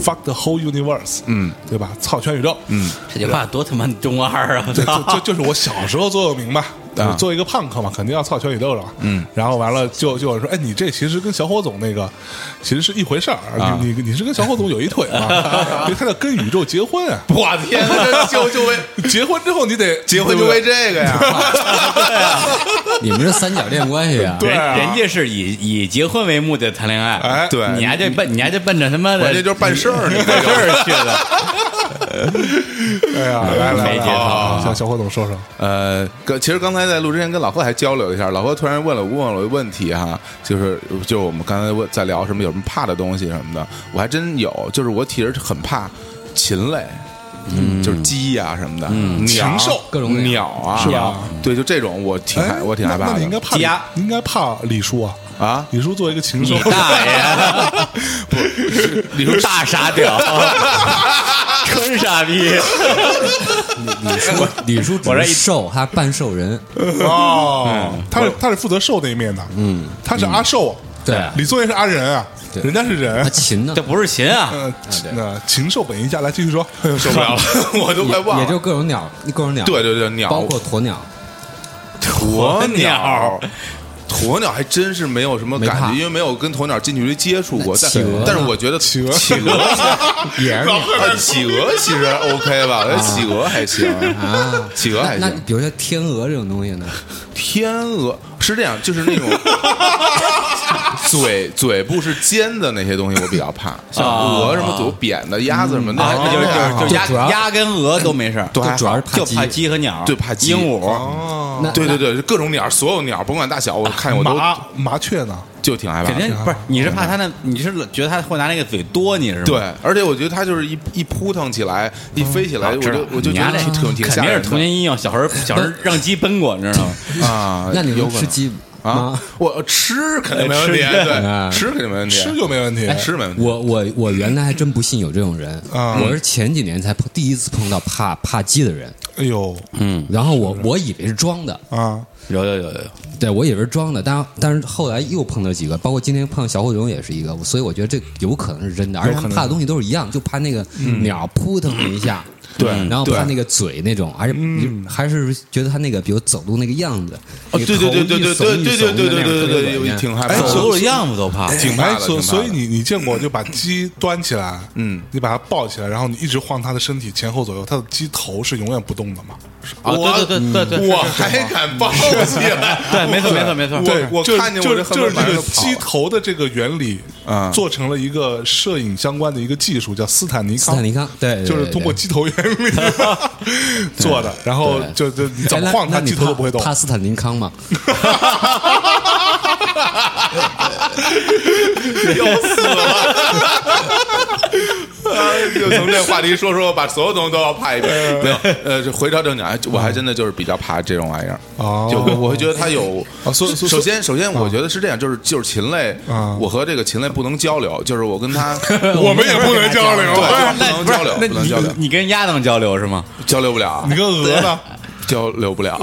[SPEAKER 3] ，fuck the whole universe，
[SPEAKER 6] 嗯，
[SPEAKER 3] 对吧？操全宇宙，嗯，
[SPEAKER 4] 这句话多他妈中二啊！
[SPEAKER 3] 对，
[SPEAKER 4] [LAUGHS]
[SPEAKER 3] 就就就是我小时候座右铭吧。
[SPEAKER 6] 啊
[SPEAKER 3] 作为一个胖克嘛，肯定要操全宇宙了。嗯，然后完了就就有人说，哎，你这其实跟小火总那个其实是一回事儿，啊你你你是跟小火总有一腿啊，因为他要跟宇宙结婚啊，
[SPEAKER 6] 我天哪，就就为
[SPEAKER 3] 结婚之后你得
[SPEAKER 6] [LAUGHS] 结婚就
[SPEAKER 3] 对不对
[SPEAKER 6] 为这个呀？
[SPEAKER 3] [LAUGHS]
[SPEAKER 5] 你们这三角恋关系啊？
[SPEAKER 3] 对
[SPEAKER 4] 人
[SPEAKER 3] 啊
[SPEAKER 4] 人家是以以结婚为目的谈恋爱，
[SPEAKER 3] 哎
[SPEAKER 6] 对
[SPEAKER 4] 你还这奔你还这奔着他妈的
[SPEAKER 6] 我这就是办事儿，你
[SPEAKER 4] 办事儿去了，
[SPEAKER 3] 哎呀，来来
[SPEAKER 4] 没
[SPEAKER 3] 来，
[SPEAKER 4] 节操
[SPEAKER 3] 好向小火总说说，
[SPEAKER 6] [LAUGHS] 呃，跟其实刚才在录之前跟老贺还交流一下，老贺突然问了问了问题哈，就是就是我们刚才问在聊什么有什么怕的东西什么的，我还真有，就是我体质很怕禽类。嗯，就是鸡呀、什么的，鸟
[SPEAKER 3] 禽兽
[SPEAKER 5] 各种
[SPEAKER 6] 鸟啊，
[SPEAKER 3] 是吧？
[SPEAKER 6] 对，就这种我挺害，
[SPEAKER 3] 哎
[SPEAKER 6] 我挺害怕
[SPEAKER 3] 那那
[SPEAKER 6] 的。
[SPEAKER 3] 你应该怕李
[SPEAKER 4] 鸡鸭
[SPEAKER 3] 你应该怕李叔啊！
[SPEAKER 6] 啊，
[SPEAKER 3] 李叔作为一个禽兽
[SPEAKER 4] 你，大
[SPEAKER 3] [LAUGHS]
[SPEAKER 4] 爷！ [LAUGHS]
[SPEAKER 6] 你说
[SPEAKER 4] 大傻屌，真傻逼！
[SPEAKER 5] 李叔，李叔只是兽，他半兽人，
[SPEAKER 3] 哦，他是他是负责瘦那一面的，嗯，他是阿瘦，
[SPEAKER 5] 对，
[SPEAKER 3] 李宗元是阿仁啊，
[SPEAKER 5] 对
[SPEAKER 3] 人家是
[SPEAKER 5] 他
[SPEAKER 3] 人。
[SPEAKER 5] 勤呢
[SPEAKER 4] [LAUGHS] 这，不是琴啊，
[SPEAKER 3] 嗯，那禽兽本一家来继续说，受不了了。
[SPEAKER 6] [LAUGHS] 我都快忘
[SPEAKER 5] 也
[SPEAKER 6] 了。
[SPEAKER 5] 就各种鸟，各种鸟，
[SPEAKER 6] 对对对，鸟
[SPEAKER 5] 包括鸵鸟，
[SPEAKER 6] 鸵
[SPEAKER 4] 鸟
[SPEAKER 6] 鸟，鸵鸟还真是没有什么
[SPEAKER 5] 没
[SPEAKER 6] 感
[SPEAKER 5] 怕
[SPEAKER 6] 觉，因为没有跟鸵鸟近距离接触过。但
[SPEAKER 5] 企鹅呢
[SPEAKER 6] 但是我觉得企鹅，企鹅，
[SPEAKER 5] [LAUGHS] 也是鸟
[SPEAKER 6] 啊企鹅其
[SPEAKER 5] [LAUGHS]
[SPEAKER 6] 实 OK 吧，我觉得企鹅还行啊，企鹅还
[SPEAKER 5] 那
[SPEAKER 6] 行。
[SPEAKER 5] 比如说天鹅这种东西呢，
[SPEAKER 6] 天鹅是这样，就是
[SPEAKER 5] [LAUGHS]
[SPEAKER 6] 那种嘴嘴部是尖的那些东西，我比较怕，像
[SPEAKER 5] 啊
[SPEAKER 6] 鹅什么嘴扁的，鸭子什么
[SPEAKER 5] 嗯
[SPEAKER 6] 的，
[SPEAKER 4] 啊，
[SPEAKER 6] 那
[SPEAKER 4] 那就是就是就是
[SPEAKER 5] 就
[SPEAKER 4] 鸭
[SPEAKER 5] 主要
[SPEAKER 4] 鸭跟鹅都没事儿，
[SPEAKER 6] 都还好
[SPEAKER 5] 就主要是怕
[SPEAKER 4] 就
[SPEAKER 5] 鸡
[SPEAKER 4] 怕鸡和鸟，
[SPEAKER 6] 对怕鸡啊
[SPEAKER 4] 鹦鹉，
[SPEAKER 3] [LAUGHS] 哦，
[SPEAKER 5] 那
[SPEAKER 6] 对对对，各种鸟，所有鸟，甭管大小，我看见我都
[SPEAKER 3] 麻麻雀呢？
[SPEAKER 6] 就挺害怕
[SPEAKER 4] 肯
[SPEAKER 6] 的。
[SPEAKER 4] 定不是，你是怕它那，你是觉得它会拿那个嘴多你是吗？
[SPEAKER 6] 对，而且我觉得它就是一一扑腾起来，一飞起来，
[SPEAKER 4] 啊，
[SPEAKER 6] 哎我
[SPEAKER 4] 知道
[SPEAKER 6] 就我就
[SPEAKER 4] 你
[SPEAKER 6] 觉
[SPEAKER 4] 丫
[SPEAKER 6] 得
[SPEAKER 4] 这
[SPEAKER 6] 挺挺挺
[SPEAKER 4] 肯
[SPEAKER 6] 吓
[SPEAKER 4] 定是
[SPEAKER 6] 人的
[SPEAKER 4] 童年阴影，小
[SPEAKER 6] [LAUGHS]
[SPEAKER 4] 时候小时候让鸡奔过，你知道吗？
[SPEAKER 6] 啊。
[SPEAKER 5] 那你
[SPEAKER 6] 有
[SPEAKER 5] 们
[SPEAKER 6] 可
[SPEAKER 5] 吃
[SPEAKER 6] 能
[SPEAKER 5] 鸡
[SPEAKER 6] 啊
[SPEAKER 5] 吗？？
[SPEAKER 6] 我吃肯定没问
[SPEAKER 4] 吃
[SPEAKER 6] 题，
[SPEAKER 4] 鸡
[SPEAKER 6] 对，哎
[SPEAKER 5] 啊
[SPEAKER 6] 吃肯定没问题，
[SPEAKER 3] 吃就没问题。
[SPEAKER 6] 吃没问题。
[SPEAKER 5] 我我我原来还真不信有这种人，
[SPEAKER 3] 嗯
[SPEAKER 5] 我是前几年才碰第一次碰到怕怕鸡的人，
[SPEAKER 3] 哎呦
[SPEAKER 5] 然后我我以为是装的，
[SPEAKER 3] 啊，
[SPEAKER 4] 有有有有有，
[SPEAKER 5] 对我以为是装的，但但是后来又碰到几个，包括今天碰到小火种也是一个，所以我觉得这有可能是真的，而且他们怕的东西都是一样，就怕那个鸟扑腾你一下，
[SPEAKER 6] 对
[SPEAKER 5] 然后怕
[SPEAKER 6] 对
[SPEAKER 5] 那个嘴那种，而且还是觉得他那个比如走路那个样子，
[SPEAKER 6] 哦，对对对对对对对对对对对对对对，有挺害怕
[SPEAKER 3] 哎
[SPEAKER 6] 的。
[SPEAKER 3] 所
[SPEAKER 4] 所有的样子都怕。
[SPEAKER 6] 挺怕
[SPEAKER 3] 哎，
[SPEAKER 6] 的，
[SPEAKER 3] 所
[SPEAKER 6] 挺怕
[SPEAKER 3] 所以
[SPEAKER 6] 的
[SPEAKER 3] 你你见过就把鸡端起来，嗯，你把它抱起来，然后你一直晃它的身体前后左右，它的鸡头是永远不动的嘛？
[SPEAKER 4] 啊，对对对对对，
[SPEAKER 6] 我还敢抱起来？
[SPEAKER 4] 啊对，没错没错没错，
[SPEAKER 6] 对我
[SPEAKER 3] 就
[SPEAKER 6] 看见我
[SPEAKER 3] 就
[SPEAKER 6] 这恨不
[SPEAKER 3] 就
[SPEAKER 6] 得
[SPEAKER 3] 是这
[SPEAKER 6] 马上
[SPEAKER 3] 个
[SPEAKER 6] 就跑了
[SPEAKER 3] 鸡头的这个原理
[SPEAKER 6] 啊
[SPEAKER 3] 做成了一个摄影相关的一个技术，叫斯坦尼
[SPEAKER 5] 斯坦尼康，对，对
[SPEAKER 3] 就是
[SPEAKER 5] 对
[SPEAKER 3] 通过
[SPEAKER 5] 对
[SPEAKER 3] 鸡头原理做的，然后就就你怎
[SPEAKER 5] 哎
[SPEAKER 3] 么
[SPEAKER 5] 那
[SPEAKER 3] 晃它
[SPEAKER 5] 那你
[SPEAKER 3] 鸡头都不会动
[SPEAKER 5] 怕。怕斯坦尼康吗？
[SPEAKER 3] [LAUGHS]
[SPEAKER 6] [LAUGHS] 哎就从这话题说说，把所有东西都要怕一遍。
[SPEAKER 3] 嗯
[SPEAKER 6] 没有，呃，这回到正讲，哎我还真的就是比较怕这种玩意儿。
[SPEAKER 3] 哦
[SPEAKER 6] 就我我会觉得它有
[SPEAKER 3] 啊所以所以
[SPEAKER 6] 首先，首先我觉得是这样，就是就是禽类
[SPEAKER 3] 啊，
[SPEAKER 6] 我和这个禽类不能交流，就是我跟它，
[SPEAKER 3] 我们也不能交流
[SPEAKER 6] 对
[SPEAKER 3] 啊，
[SPEAKER 6] 不能交流，
[SPEAKER 4] 那
[SPEAKER 6] 不能
[SPEAKER 4] 你
[SPEAKER 6] 交流，
[SPEAKER 4] 你跟鸭能交流是
[SPEAKER 6] [LAUGHS]
[SPEAKER 4] 吗？
[SPEAKER 6] 交流不了
[SPEAKER 3] [LAUGHS] 你，跟鹅呢？
[SPEAKER 6] 交流不了。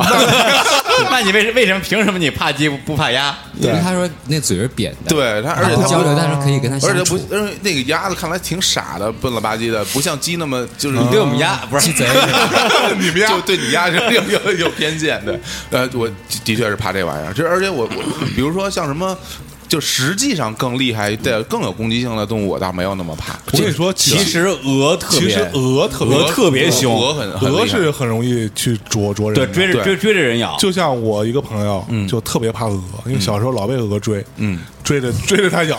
[SPEAKER 4] 那你为为什么凭什么你怕鸡不不怕鸭？
[SPEAKER 5] 因为他说那嘴是扁
[SPEAKER 6] [LAUGHS]
[SPEAKER 5] 的，
[SPEAKER 6] 对它，而且
[SPEAKER 5] 不
[SPEAKER 6] 它
[SPEAKER 5] 交流，但
[SPEAKER 6] 是。
[SPEAKER 5] 是可以跟他
[SPEAKER 6] 而且
[SPEAKER 5] 相
[SPEAKER 6] 不
[SPEAKER 5] 处。，
[SPEAKER 6] [LAUGHS] 而且那个鸭子看来挺傻的，笨了吧唧的，不像鸡那么就是
[SPEAKER 3] 嗯
[SPEAKER 4] 你对我们鸭不是鸡贼？
[SPEAKER 6] [LAUGHS] 你们就对你家是有有有偏见的。呃，我的确是怕这玩意儿，这而且我我比如说像什么。就实际上更厉害、对更有攻击性的动物，我倒没有那么怕。
[SPEAKER 3] 我跟你说，
[SPEAKER 4] [LAUGHS] 其实鹅特
[SPEAKER 3] 其
[SPEAKER 4] 别，
[SPEAKER 3] 实鹅特别
[SPEAKER 4] 鹅特别凶，
[SPEAKER 6] 鹅很很厉害
[SPEAKER 3] 鹅是很容易去啄啄人
[SPEAKER 4] 对
[SPEAKER 3] 的，
[SPEAKER 4] 追着
[SPEAKER 6] 对
[SPEAKER 4] 追追着人咬，
[SPEAKER 3] 就像我一个朋友，就特别怕鹅，因为小时候老被鹅追，嗯，追着追着它咬，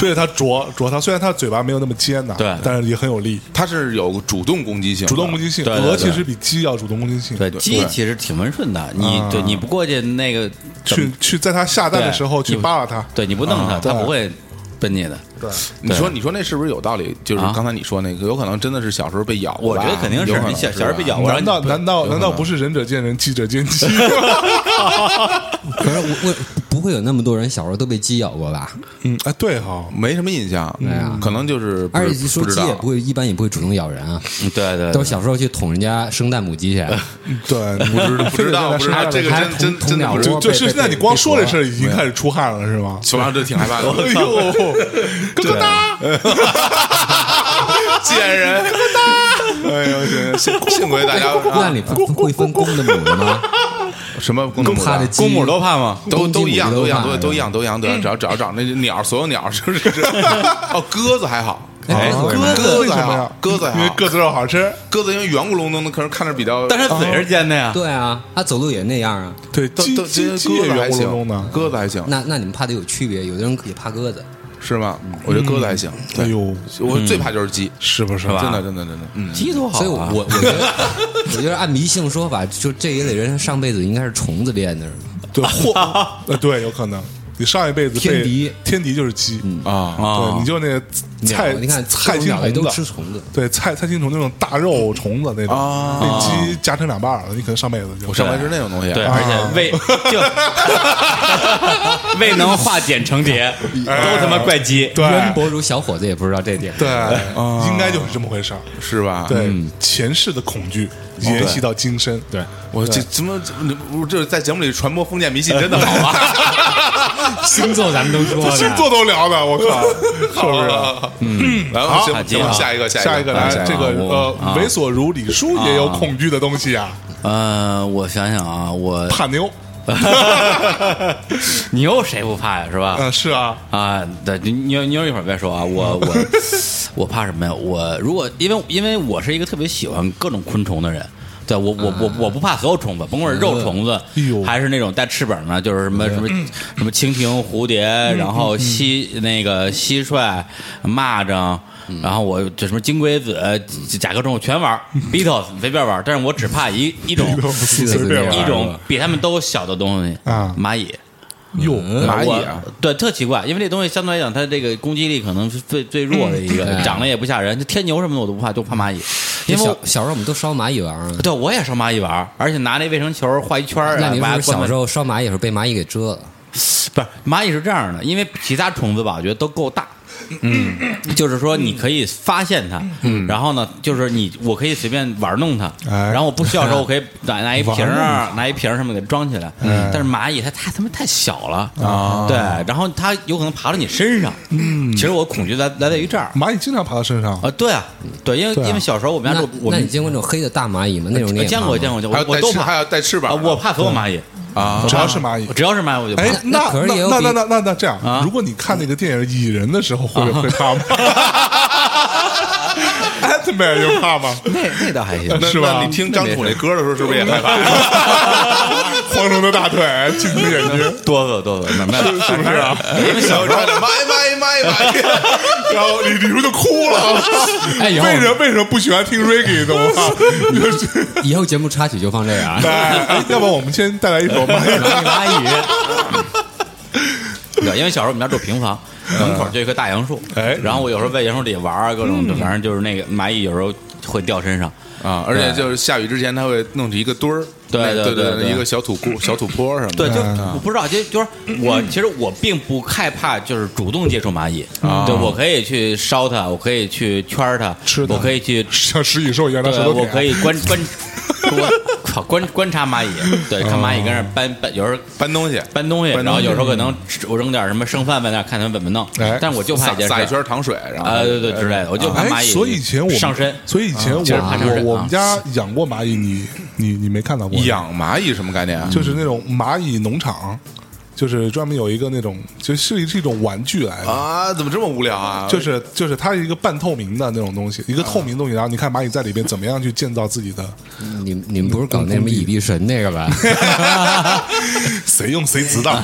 [SPEAKER 3] 追着它啄啄它。虽然它嘴巴没有那么尖呐，
[SPEAKER 4] 对
[SPEAKER 3] 但是也很有力，
[SPEAKER 6] 它是有主动攻击性的，
[SPEAKER 3] 主动攻击性。
[SPEAKER 4] 对对对
[SPEAKER 3] 鹅其实比鸡要主动攻击性。
[SPEAKER 4] 对
[SPEAKER 6] 对
[SPEAKER 4] 鸡
[SPEAKER 6] 对
[SPEAKER 4] 其实挺温顺的，你对你不过去那个怎
[SPEAKER 3] 去
[SPEAKER 4] 么
[SPEAKER 3] 去在它下蛋的时候
[SPEAKER 4] 对啊
[SPEAKER 3] 去扒拉它，
[SPEAKER 4] 对你不弄它，它不会奔你的。
[SPEAKER 6] 你说，你说那是不是有道理？就是
[SPEAKER 4] 啊
[SPEAKER 6] 刚才你说那个，有可能真的是小时候被咬过
[SPEAKER 4] 我
[SPEAKER 6] 吧。
[SPEAKER 4] 觉得肯定是
[SPEAKER 6] 有可能
[SPEAKER 4] 你小小时候被
[SPEAKER 6] 吧
[SPEAKER 4] 咬过，
[SPEAKER 3] 难道难道
[SPEAKER 6] 有可能
[SPEAKER 3] 难道不是仁者见仁，智者见智？
[SPEAKER 5] 可是我我不会有那么多人小时候都被鸡咬过吧？
[SPEAKER 3] 嗯，哎，对哈、
[SPEAKER 6] 没什么印象，
[SPEAKER 4] 啊
[SPEAKER 6] 可能就是不
[SPEAKER 5] 而且说
[SPEAKER 6] 不知
[SPEAKER 5] 鸡
[SPEAKER 6] 道
[SPEAKER 5] 也不会，一般也不会主动咬人啊，
[SPEAKER 4] 嗯对对
[SPEAKER 5] 都
[SPEAKER 4] 对
[SPEAKER 5] 是小时候去捅人家生蛋母鸡去，哎
[SPEAKER 3] 对，
[SPEAKER 6] 不知道不
[SPEAKER 3] 非得
[SPEAKER 6] 知道
[SPEAKER 3] 在那
[SPEAKER 6] 不知
[SPEAKER 3] 杀
[SPEAKER 6] 道
[SPEAKER 3] 了
[SPEAKER 6] 这个
[SPEAKER 5] 还
[SPEAKER 6] 真真
[SPEAKER 5] 捅捅
[SPEAKER 6] 真的
[SPEAKER 5] 鸟
[SPEAKER 6] 不
[SPEAKER 5] 窝
[SPEAKER 6] 知道
[SPEAKER 3] 就就是，
[SPEAKER 5] 被
[SPEAKER 3] 那你光说这事儿已经
[SPEAKER 6] 被
[SPEAKER 3] 开始出汗了是吗？
[SPEAKER 6] 说完这挺害怕 [LAUGHS] 的。
[SPEAKER 3] 哎呦，咯咯哒！
[SPEAKER 6] [LAUGHS] 贱人，哎呦，幸幸幸亏大家
[SPEAKER 5] 那你不会分公的母的吗？
[SPEAKER 6] 什么公母
[SPEAKER 5] 怕的
[SPEAKER 4] 公母
[SPEAKER 5] 鸡
[SPEAKER 4] 都怕吗？
[SPEAKER 6] 都
[SPEAKER 5] 公鸡
[SPEAKER 6] 都一样，
[SPEAKER 5] 母鸡
[SPEAKER 6] 都一样，
[SPEAKER 5] 都
[SPEAKER 6] 都都一样，都
[SPEAKER 5] 怕
[SPEAKER 6] 一样，都一样。只要只要找那鸟，所有鸟是不是？哦，鸽子还好，
[SPEAKER 5] 哎
[SPEAKER 6] 鸽
[SPEAKER 5] 鸽
[SPEAKER 6] 子
[SPEAKER 3] 为
[SPEAKER 6] 鸽子
[SPEAKER 3] 什
[SPEAKER 6] 还
[SPEAKER 3] 么
[SPEAKER 6] 好
[SPEAKER 3] 呀？，
[SPEAKER 6] 鸽子
[SPEAKER 3] 因
[SPEAKER 6] 还
[SPEAKER 3] 为
[SPEAKER 6] 好，
[SPEAKER 3] 鸽子肉好吃。
[SPEAKER 6] 鸽子因为圆咕隆咚的，可是看着比较，
[SPEAKER 4] 但是它嘴是尖的呀。
[SPEAKER 5] 对啊，它走路也那样啊。
[SPEAKER 3] 对，
[SPEAKER 6] 都
[SPEAKER 3] 鸡
[SPEAKER 6] 都
[SPEAKER 3] 鸡
[SPEAKER 6] 其实
[SPEAKER 3] 鸡也
[SPEAKER 6] 鸽子还
[SPEAKER 3] 圆咕隆
[SPEAKER 6] 行
[SPEAKER 3] 咚的，，
[SPEAKER 6] 鸽子还行，
[SPEAKER 5] 那那你们怕的有区别，有的人也怕鸽子，
[SPEAKER 6] 是吗？我觉得鸽子还行。
[SPEAKER 3] 哎
[SPEAKER 6] 对，
[SPEAKER 3] 呦，
[SPEAKER 6] 我最怕就是鸡，
[SPEAKER 3] 是不是？
[SPEAKER 6] 真的真的真的，嗯，
[SPEAKER 4] 鸡多好啊，
[SPEAKER 5] 所以我 [LAUGHS] 我我觉得，我觉得按迷信说法，就这一类人上辈子应该是虫子练的，是吗
[SPEAKER 3] [LAUGHS] 对，或呃，对，有可能你上一辈子被
[SPEAKER 5] 天敌
[SPEAKER 3] 天敌就是鸡，
[SPEAKER 6] 啊，
[SPEAKER 4] 啊
[SPEAKER 3] 对，你就那菜
[SPEAKER 5] 鸟你看
[SPEAKER 3] 菜
[SPEAKER 5] 各
[SPEAKER 3] 青
[SPEAKER 5] 种鸟类
[SPEAKER 3] 虫
[SPEAKER 5] 都
[SPEAKER 3] 子
[SPEAKER 5] 吃虫子，
[SPEAKER 3] 对菜菜青虫那种大肉虫子那种，
[SPEAKER 6] 啊
[SPEAKER 3] 那鸡夹成两半儿了，你可能上辈子就
[SPEAKER 6] 我上回是那种东西，
[SPEAKER 4] 对，
[SPEAKER 6] 啊
[SPEAKER 4] 而且未就未能化茧成蝶，都他妈怪鸡。
[SPEAKER 3] 对
[SPEAKER 5] 渊博如小伙子也不知道这 [LAUGHS] 点。
[SPEAKER 3] 对，应该就是这么回事儿。
[SPEAKER 6] 是吧？
[SPEAKER 3] 对，前世的恐惧沿袭到今生。对，
[SPEAKER 6] 我这怎么我这在节目里传播封建迷信真的好啊？
[SPEAKER 3] [LAUGHS]
[SPEAKER 6] [LAUGHS]
[SPEAKER 5] 星座咱们都说
[SPEAKER 3] 这星座都聊的，我靠，是啊不是？
[SPEAKER 6] 嗯，然后
[SPEAKER 4] 好
[SPEAKER 6] 行，行吧
[SPEAKER 4] 好
[SPEAKER 6] 下一个，
[SPEAKER 3] 啊
[SPEAKER 6] 嗯
[SPEAKER 3] 下
[SPEAKER 6] 一
[SPEAKER 3] 一个
[SPEAKER 6] 个，
[SPEAKER 4] 啊
[SPEAKER 3] 来
[SPEAKER 6] 下一
[SPEAKER 3] 这个
[SPEAKER 4] 我
[SPEAKER 3] 呃，猥琐如李叔也有恐惧的东西啊，
[SPEAKER 4] 呃，我想想啊，
[SPEAKER 3] [LAUGHS]
[SPEAKER 4] 我
[SPEAKER 3] 怕牛，
[SPEAKER 4] 你又谁不怕呀？是吧？
[SPEAKER 3] 嗯，是啊，
[SPEAKER 4] 啊，对，你你你一会儿再说啊，我
[SPEAKER 3] [LAUGHS]
[SPEAKER 4] 我我怕什么呀？我如果因为因为我是一个特别喜欢各种昆虫的人。对我我
[SPEAKER 3] 啊
[SPEAKER 4] 我我不怕所有虫子，甭管是肉虫子，
[SPEAKER 3] 哎
[SPEAKER 4] 还是那种带翅膀的，就是什么什么什么蜻蜓、蝴蝶，
[SPEAKER 3] 嗯
[SPEAKER 4] 然后蟋那个蟋蟀、蚂蚱，
[SPEAKER 3] 嗯
[SPEAKER 4] 然后我这什么金龟子、甲壳虫，我全玩儿，Beatles
[SPEAKER 3] 嗯
[SPEAKER 4] 随便玩儿，但是我只怕一一种
[SPEAKER 3] 随便玩
[SPEAKER 4] 一种比他们都小的东西
[SPEAKER 3] 啊
[SPEAKER 4] 蚂蚁。
[SPEAKER 3] 哟，
[SPEAKER 6] 蚂
[SPEAKER 4] 呃
[SPEAKER 6] 蚁
[SPEAKER 4] 我
[SPEAKER 6] 啊，
[SPEAKER 4] 对，特奇怪，因为这东西相对来讲，它这个攻击力可能是最最弱的一个，
[SPEAKER 5] 嗯
[SPEAKER 4] 长得也不吓人。就天牛什么的我都不怕，就怕蚂蚁，因为
[SPEAKER 5] 小
[SPEAKER 4] 我
[SPEAKER 5] 小时候我们都烧蚂蚁玩儿啊。
[SPEAKER 4] 对我也烧蚂蚁玩儿，而且拿那卫生球画一圈儿，啊
[SPEAKER 5] 那你是
[SPEAKER 4] 把
[SPEAKER 5] 不
[SPEAKER 4] 它
[SPEAKER 5] 是小
[SPEAKER 4] 关
[SPEAKER 5] 时
[SPEAKER 4] 门
[SPEAKER 5] 候烧蚂蚁的时候被蚂蚁给蛰了？
[SPEAKER 4] 不是蚂蚁是这样的，因为其他虫子吧，我觉得都够大。嗯，就是说你可以发现它，嗯，然后呢，就是你我可以随便玩弄它，
[SPEAKER 3] 哎
[SPEAKER 4] 然后我不需要的时候我可以拿拿一瓶儿，啊拿一瓶儿什么给它装起来。
[SPEAKER 3] 哎
[SPEAKER 4] 但是蚂蚁它太他妈太小了啊，对，然后它有可能爬到你身上。嗯，其实我恐惧来来在于这儿
[SPEAKER 3] 蚂蚁经常爬到身上，
[SPEAKER 4] 啊，对啊，对，因为
[SPEAKER 3] 嗯对啊
[SPEAKER 4] 因为小时候我们家
[SPEAKER 5] 那
[SPEAKER 4] 住我
[SPEAKER 5] 那你
[SPEAKER 4] 们
[SPEAKER 5] 见过那种黑的大蚂蚁吗？那种你也
[SPEAKER 4] 见
[SPEAKER 5] 怕
[SPEAKER 4] 过
[SPEAKER 5] 吗
[SPEAKER 4] 见过见
[SPEAKER 6] 还
[SPEAKER 4] 过，我我
[SPEAKER 6] 有带
[SPEAKER 4] 都
[SPEAKER 6] 翅
[SPEAKER 4] 怕
[SPEAKER 6] 还有带翅
[SPEAKER 4] 啊，
[SPEAKER 6] 膀的，
[SPEAKER 4] 我怕所有蚂蚁，
[SPEAKER 6] 啊
[SPEAKER 3] 只要是蚂蚁
[SPEAKER 4] 我。只要是蚂蚁我就怕 [LAUGHS]
[SPEAKER 3] 哎，
[SPEAKER 5] 那
[SPEAKER 3] 那
[SPEAKER 5] 可是也有
[SPEAKER 3] 那那
[SPEAKER 5] 比
[SPEAKER 3] 那那那这样
[SPEAKER 4] 啊，
[SPEAKER 3] 如果你看那个电影《蚁人》的时候，会会怕
[SPEAKER 4] [LAUGHS]
[SPEAKER 3] 吗？a n 曼又怕吗？
[SPEAKER 4] [LAUGHS] 那那倒还行
[SPEAKER 6] 那
[SPEAKER 3] 是吧
[SPEAKER 6] 那你听张楚那歌的时候，是不是也害怕？
[SPEAKER 3] [LAUGHS] 黄蓉的大腿，镜子眼睛，
[SPEAKER 4] 哆嗦哆嗦，那
[SPEAKER 3] 是是不是啊？
[SPEAKER 6] 小时候蚂蚁蚂蚁蚂蚁蚂蚁，
[SPEAKER 3] [LAUGHS] 然后李李叔就哭了。
[SPEAKER 6] [LAUGHS]
[SPEAKER 5] 哎，以后
[SPEAKER 3] 为什么为什么不喜欢听 reggae 的？我操！就是
[SPEAKER 5] 以后节目插曲就放这个
[SPEAKER 3] [LAUGHS]
[SPEAKER 5] 啊。
[SPEAKER 3] 哎，哎要不然我们先带来一首蚂蚁
[SPEAKER 4] 蚂蚁。 [LAUGHS] 对，因为小时候我们家住平房，门口就一棵大杨树，
[SPEAKER 3] 嗯哎
[SPEAKER 4] 然后我有时候在杨树里玩啊，各种，反正就是那个蚂蚁有时候会掉身上，
[SPEAKER 6] 啊，而且就是下雨之前，它会弄起一个堆儿，
[SPEAKER 4] 对
[SPEAKER 6] 那
[SPEAKER 4] 对
[SPEAKER 6] 对
[SPEAKER 4] 对对
[SPEAKER 6] 一个小土库、小土坡什么的。
[SPEAKER 4] 对，就
[SPEAKER 3] 嗯
[SPEAKER 4] 我不知道，就就是我其实我并不害怕，就是主动接触蚂蚁，
[SPEAKER 3] 啊
[SPEAKER 4] 对我可以去烧它，我可以去圈儿它，
[SPEAKER 3] 吃它
[SPEAKER 4] 我可以去
[SPEAKER 3] 像食蚁兽一样的舌
[SPEAKER 4] 对，
[SPEAKER 3] 头
[SPEAKER 4] 我
[SPEAKER 3] 舔。[LAUGHS]
[SPEAKER 4] 可以观观观靠观观察蚂蚁，对，看
[SPEAKER 3] 哦
[SPEAKER 4] 蚂蚁跟那儿搬搬，有时候
[SPEAKER 6] 搬东西，
[SPEAKER 4] 搬东西，
[SPEAKER 6] 搬
[SPEAKER 4] 然
[SPEAKER 6] 东
[SPEAKER 4] 后
[SPEAKER 6] 西
[SPEAKER 4] 有时候可能吃我扔点什么剩饭在那儿，看他们怎么弄
[SPEAKER 3] 嗯哎。
[SPEAKER 4] 但我就怕
[SPEAKER 6] 撒
[SPEAKER 4] 一件事
[SPEAKER 6] 撒一圈糖水，然后
[SPEAKER 4] 啊，对对之类的，我就怕蚂
[SPEAKER 3] 哎，
[SPEAKER 4] 蚁。
[SPEAKER 3] 所以以前我们
[SPEAKER 4] 上身，
[SPEAKER 3] 所以以前我
[SPEAKER 4] 其实爬上身
[SPEAKER 3] 我我
[SPEAKER 4] 啊
[SPEAKER 3] 们家养过蚂蚁，你你你没看到过？，
[SPEAKER 6] 养蚂蚁什么概念啊？
[SPEAKER 3] 就是那种蚂蚁农场，就是专门有一个那种，就是是一种玩具来的。
[SPEAKER 6] 啊，怎么这么无聊啊？
[SPEAKER 3] 就是就是它是一个半透明的那种东西，一个透明东西，然后你看蚂蚁在里边怎么样去建造自己的，
[SPEAKER 5] 你们你们不是搞那什么蚁力神那个吧？
[SPEAKER 3] 谁用谁知道。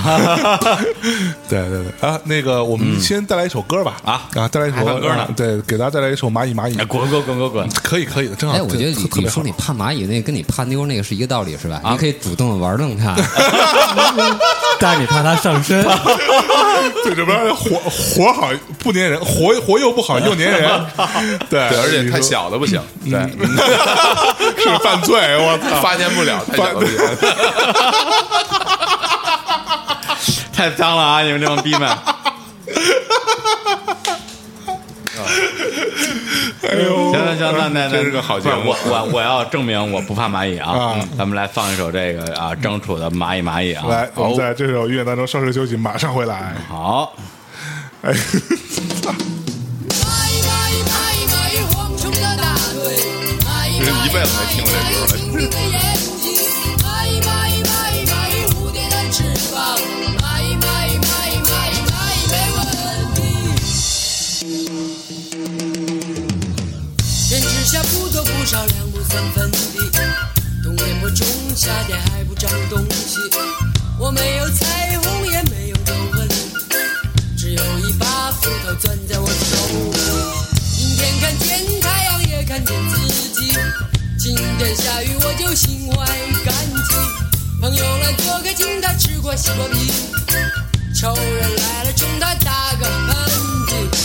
[SPEAKER 3] 对对对啊，那个我们先带来一首歌吧
[SPEAKER 4] 啊
[SPEAKER 3] 啊，带来一首
[SPEAKER 4] 还放歌呢
[SPEAKER 3] 啊对，给大家带来一首《蚂蚁蚂蚁
[SPEAKER 4] 哎》，滚滚滚滚滚！
[SPEAKER 3] 可以可以的，正好
[SPEAKER 5] 哎，我觉得
[SPEAKER 3] 特
[SPEAKER 5] 你
[SPEAKER 3] 特
[SPEAKER 5] 你
[SPEAKER 3] 别好
[SPEAKER 5] 说你怕蚂蚁那个跟你怕妞那个是一个道理是吧？你可以主动的玩弄它， [LAUGHS] 但是你怕它上身。
[SPEAKER 3] 对，这不然活活好不粘人，活活又不好又粘人，对，
[SPEAKER 6] 对，而且太
[SPEAKER 3] 小
[SPEAKER 6] 小的不行，对，
[SPEAKER 3] [LAUGHS] 是犯罪，我操！
[SPEAKER 6] 发现不了，太小的不行。
[SPEAKER 4] 太脏了啊！你们这帮逼
[SPEAKER 3] [LAUGHS]
[SPEAKER 4] 们，
[SPEAKER 3] 哎呦，
[SPEAKER 4] 行行行，那那
[SPEAKER 6] 真是个好节
[SPEAKER 4] 不
[SPEAKER 6] 目
[SPEAKER 4] 是我我我要证明我不怕蚂蚁啊
[SPEAKER 3] 啊！
[SPEAKER 4] 嗯咱们来放一首这个啊，张楚的《蚂蚁蚂蚁》啊，
[SPEAKER 3] 来，我
[SPEAKER 4] 好
[SPEAKER 3] 们在这首音乐当中稍事休息，马上回来。
[SPEAKER 4] 好，
[SPEAKER 3] 哎，
[SPEAKER 8] 蚂蚁蚂蚁蚂蚁蚂蚁，蝗虫的大腿，蚂蚁
[SPEAKER 6] 这
[SPEAKER 8] 蚂
[SPEAKER 6] 一
[SPEAKER 8] 蚁
[SPEAKER 6] 辈子没听过这歌了
[SPEAKER 8] 蚂蚁蜻蜓的眼睛，蚂蚁蚂蚁蚂蚁蚂蚁，蝴蝶的翅膀，蚂蚁蚂蚁蚂蚁蚂蚁蚂蚁没问题。人吃下不多不少，两不三分的。冬天播种，夏天还不长东西。我没有彩虹，也没有皱纹，只有一把斧头攥在我手。阴天看见太阳，也看见自己。今天下雨，我就心怀感激。朋友来做个请他吃过西瓜皮。仇人来了，冲他打个喷嚏。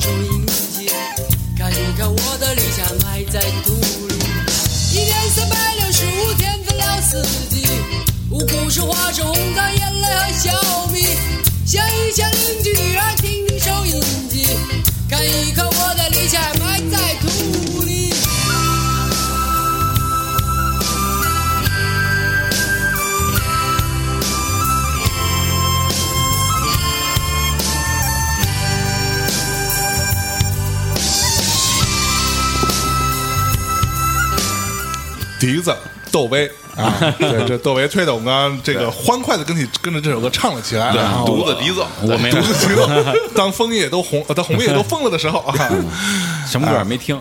[SPEAKER 8] 种印记。看一看我的理想埋在土里，一年三百六十五天分了四季，五谷是花生、红糖、眼泪和小米。想一想邻居女儿，听听收音机，看一看我的理想埋在土里。
[SPEAKER 3] 笛子窦唯啊，对，这窦唯崔董刚这个
[SPEAKER 6] 对
[SPEAKER 3] 欢快的跟你跟着这首歌唱了起来，
[SPEAKER 6] 对
[SPEAKER 3] 然，后
[SPEAKER 6] 犊子笛子，
[SPEAKER 4] 我
[SPEAKER 3] [LAUGHS]
[SPEAKER 4] 没有
[SPEAKER 3] 独自 [LAUGHS] 行动。当枫叶都红，呃当红叶都疯了的时候啊，
[SPEAKER 4] 什么歌儿
[SPEAKER 3] [LAUGHS]
[SPEAKER 4] 没听，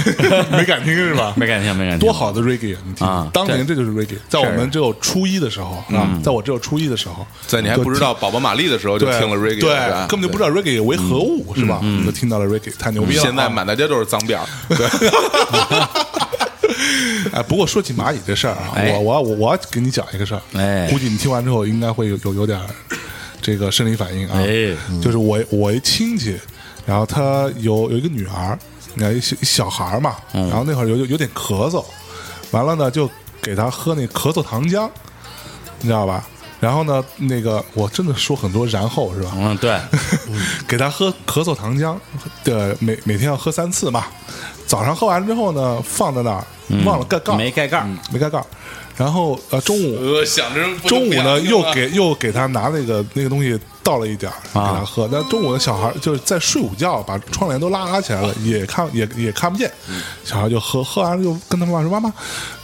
[SPEAKER 4] [LAUGHS]
[SPEAKER 3] 没敢听是吧？
[SPEAKER 4] 没敢听，没敢听，
[SPEAKER 3] 多好的 reggae，你听
[SPEAKER 4] 啊，
[SPEAKER 3] 当年
[SPEAKER 4] 对
[SPEAKER 3] 这就是 reggae，在我们只有初一的时候啊，在我只有初一的时候，
[SPEAKER 6] 在你还不知道宝宝玛丽的时候就
[SPEAKER 3] 对
[SPEAKER 6] 听了 reggae，
[SPEAKER 3] 对
[SPEAKER 6] 是吧，
[SPEAKER 3] 根本就不知道 reggae 为何物是吧？就听到了 reggae，太牛逼了啊。
[SPEAKER 6] 现在满大街都是脏辫儿，对， [LAUGHS]
[SPEAKER 3] [LAUGHS] 哎，不过说起蚂蚁这事儿啊，
[SPEAKER 4] 哎
[SPEAKER 3] 我我要我我要给你讲一个事儿，
[SPEAKER 4] 哎
[SPEAKER 3] 估计你听完之后应该会有有有点儿这个生理反应啊，
[SPEAKER 4] 哎
[SPEAKER 3] 就是我我一亲戚，然后他有有一个女儿，那一小一小孩儿嘛，
[SPEAKER 4] 嗯
[SPEAKER 3] 然后那会儿有有有点咳嗽，完了呢就给他喝那咳嗽糖浆，你知道吧？然后呢，那个我真的说很多然后是吧？
[SPEAKER 4] 嗯，对，
[SPEAKER 3] [LAUGHS] 给他喝咳嗽糖浆，对，每每天要喝三次嘛。早上喝完之后呢，放在那儿，忘了盖盖儿，
[SPEAKER 4] 没盖盖儿，嗯
[SPEAKER 3] 没盖盖儿。然后呃，中午
[SPEAKER 6] 呃，想着不
[SPEAKER 3] 中午呢，
[SPEAKER 6] 不
[SPEAKER 3] 又
[SPEAKER 6] 想听了
[SPEAKER 3] 给又给他拿那个那个东西倒了一点儿给
[SPEAKER 4] 啊
[SPEAKER 3] 他喝。那中午的小孩儿就是在睡午觉，把窗帘都拉起来了，也看也也看不见。小孩就喝喝完了就跟他妈妈说：“妈妈，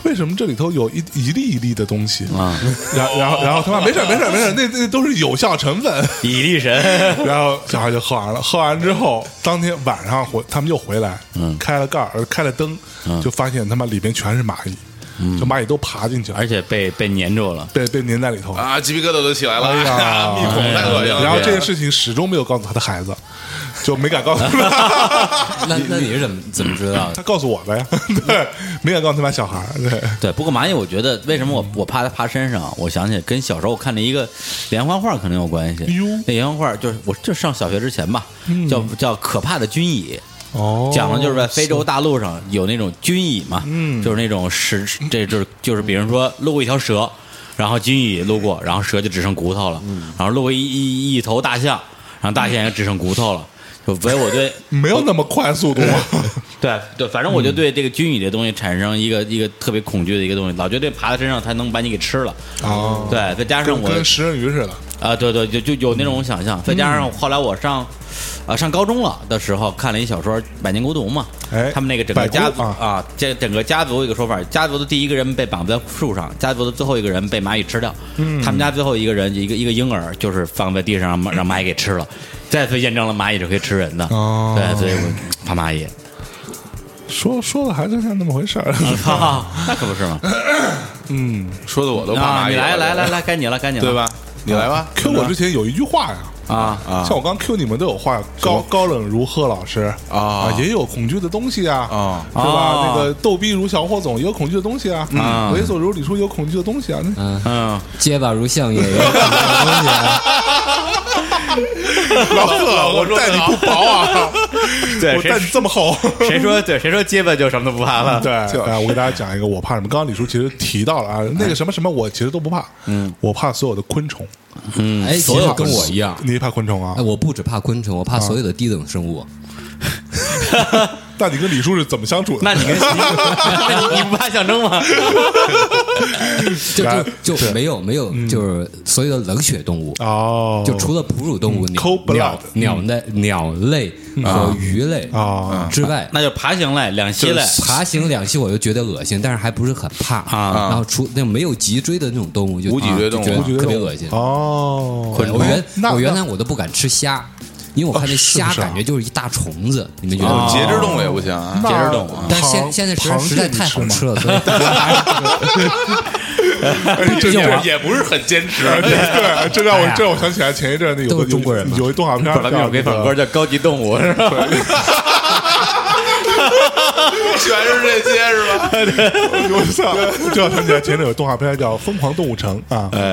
[SPEAKER 3] 为什么这里头有一一粒一粒的东西？”啊，然然后然后他妈没事儿没事儿没事儿，那那都是有效成分。
[SPEAKER 4] 比利神， [LAUGHS]
[SPEAKER 3] 然后小孩就喝完了，喝完之后，当天晚上回他们又回来，开了盖儿，呃开了灯，就发现他妈里边全是蚂蚁，就蚂蚁都爬进去了，
[SPEAKER 4] 而且被被粘住了，
[SPEAKER 3] 被被粘在里头。
[SPEAKER 6] [LAUGHS] 啊，鸡皮疙瘩都起来了，
[SPEAKER 3] 哎呀
[SPEAKER 6] 啊 [LAUGHS] 密孔太恶心了。
[SPEAKER 3] 然后这件事情始终没有告诉他的孩子，就没敢告诉他，[LAUGHS]
[SPEAKER 5] [LAUGHS] 那那你是怎么怎么知道的？
[SPEAKER 3] 他告诉我的呀， [LAUGHS] 对，没敢告诉他妈小孩儿，对，
[SPEAKER 4] 对，不过蚂蚁，我觉得为什么我我怕它爬身上啊，我想起来跟小时候我看的一个连环画可能有关系。
[SPEAKER 3] 呦
[SPEAKER 4] 那连环画就是我就上小学之前吧，叫叫可怕的军蚁。
[SPEAKER 3] 哦
[SPEAKER 4] 讲的嗯就是在非洲大陆上有那种军蚁嘛，嗯，就是那种食，这就是就是比如说路过一条蛇，然后军蚁路过，然后蛇就只剩骨头了，然后路过一一一头大象，然后大象也只剩骨头了，就唯我对
[SPEAKER 3] [LAUGHS] 没有那么快速度，
[SPEAKER 4] 对对，反正我
[SPEAKER 3] 嗯
[SPEAKER 4] 就对这个军蚁这东西产生一个一个特别恐惧的一个东西，老觉得爬在身上它能把你给吃了。
[SPEAKER 3] 哦
[SPEAKER 4] 对，再加上
[SPEAKER 3] 跟
[SPEAKER 4] 我
[SPEAKER 3] 跟食人鱼似的，
[SPEAKER 4] 啊，对对，就就有那种想象，再加
[SPEAKER 3] 嗯
[SPEAKER 4] 上后来我上。啊，上高中了的时候看了一小说《百年孤独》嘛，
[SPEAKER 3] 哎
[SPEAKER 4] 他们那个整
[SPEAKER 3] 百
[SPEAKER 4] 个
[SPEAKER 3] 孤
[SPEAKER 4] 家族
[SPEAKER 3] 啊
[SPEAKER 4] 啊，这整个家族有一个说法，家族的第一个人被绑在树上，家族的最后一个人被蚂蚁吃掉，
[SPEAKER 3] 嗯
[SPEAKER 4] 他们家最后一个人一个一个婴儿就是放在地上让蚂让蚂蚁给吃了，再次验证了蚂蚁是可以吃人的，
[SPEAKER 3] 哦
[SPEAKER 4] 对，所以我怕蚂蚁，
[SPEAKER 3] 说说的还真像那么回事儿， [LAUGHS]
[SPEAKER 4] [LAUGHS] 啊，那可不是嘛！
[SPEAKER 6] 说的我都怕
[SPEAKER 4] 啊，
[SPEAKER 6] 蚂蚁
[SPEAKER 4] 你
[SPEAKER 6] 了
[SPEAKER 4] 来来来，来，该你了，该你了，
[SPEAKER 6] 对？吧？你来吧
[SPEAKER 3] Q 我之前有一句话呀，
[SPEAKER 4] 啊
[SPEAKER 6] 啊
[SPEAKER 3] 像我刚 Q 你们都有话，高高冷如贺老师
[SPEAKER 6] 啊
[SPEAKER 3] 也有恐惧的东西啊，
[SPEAKER 6] [LAUGHS] 啊
[SPEAKER 3] 是吧？
[SPEAKER 4] 啊
[SPEAKER 3] 那个逗逼如小霍总也有恐惧的东西啊，
[SPEAKER 5] 嗯
[SPEAKER 4] 啊
[SPEAKER 3] 猥琐如李叔有恐惧的东西啊，那
[SPEAKER 4] 嗯，
[SPEAKER 5] 结巴如象也有什么东西啊？
[SPEAKER 3] 老贺，我待你不薄啊，我待你这么
[SPEAKER 5] [LAUGHS]
[SPEAKER 3] 厚。
[SPEAKER 4] 谁说对？谁说结巴就什么都不怕了？
[SPEAKER 3] 对，哎，我给大家讲一个，我怕什么？刚刚李叔其实提到了啊，
[SPEAKER 5] 嗯
[SPEAKER 3] 那个什么什么，我其实都不怕，嗯，我怕所有的昆虫。
[SPEAKER 5] 哎，其实跟我一样。
[SPEAKER 3] 你怕昆虫啊
[SPEAKER 5] 哎，？我不只怕昆虫，我怕所有的低等生物。
[SPEAKER 3] 那你跟李叔是怎么相处的？
[SPEAKER 4] 那你 [LAUGHS] 跟那你你不 [LAUGHS] 怕象征吗？
[SPEAKER 5] 就
[SPEAKER 3] 然
[SPEAKER 5] 就就没有没有，就是所有的冷血动物，
[SPEAKER 3] 哦，嗯
[SPEAKER 5] 就除了哺乳动物、
[SPEAKER 3] cold
[SPEAKER 5] 鸟
[SPEAKER 3] blood 嗯
[SPEAKER 5] 鸟鸟类、鸟类和鱼类
[SPEAKER 3] 啊
[SPEAKER 5] 之外，
[SPEAKER 4] 那就爬行类、两栖类，
[SPEAKER 5] 爬行两栖我就觉得恶心，但是还不是很怕
[SPEAKER 4] 啊
[SPEAKER 5] 然后除那种没有脊椎的那种动物就，
[SPEAKER 6] 无脊椎
[SPEAKER 5] 啊就
[SPEAKER 6] 动物
[SPEAKER 5] 觉得
[SPEAKER 6] 无脊
[SPEAKER 5] 特别恶心。
[SPEAKER 3] 哦，
[SPEAKER 5] 对我原
[SPEAKER 3] 那
[SPEAKER 5] 我原
[SPEAKER 3] 那
[SPEAKER 5] 来我都不敢吃虾，因为我看那
[SPEAKER 3] 啊是不
[SPEAKER 5] 虾
[SPEAKER 3] 是啊
[SPEAKER 5] 感觉就是一大虫子，你们觉得
[SPEAKER 6] 哦
[SPEAKER 5] 吗？
[SPEAKER 6] 节肢动物也不行啊 [LAUGHS]
[SPEAKER 3] 那，
[SPEAKER 4] 节肢动物
[SPEAKER 5] 但是
[SPEAKER 3] 螃
[SPEAKER 5] 现现在实在
[SPEAKER 3] 螃蟹
[SPEAKER 5] 实在太好
[SPEAKER 3] 你
[SPEAKER 5] 吃
[SPEAKER 3] 吃吗
[SPEAKER 5] 了，所以
[SPEAKER 3] [LAUGHS] 这
[SPEAKER 5] [LAUGHS] 就
[SPEAKER 3] 让
[SPEAKER 5] 我
[SPEAKER 3] 我
[SPEAKER 6] 也不是很坚持。
[SPEAKER 3] 对，这让我这让我想起来前一阵那有
[SPEAKER 5] 都
[SPEAKER 3] 个
[SPEAKER 5] 是中国人嘛
[SPEAKER 3] 有一动画片
[SPEAKER 4] 本来那
[SPEAKER 3] 叫
[SPEAKER 4] 首给
[SPEAKER 3] 那
[SPEAKER 4] 首
[SPEAKER 3] 个
[SPEAKER 4] 歌叫《高级动物》是吧？
[SPEAKER 6] 全是这些是吧？
[SPEAKER 3] 我操！就要想起来前阵有动画片叫《疯狂动物城》啊，
[SPEAKER 4] 哎，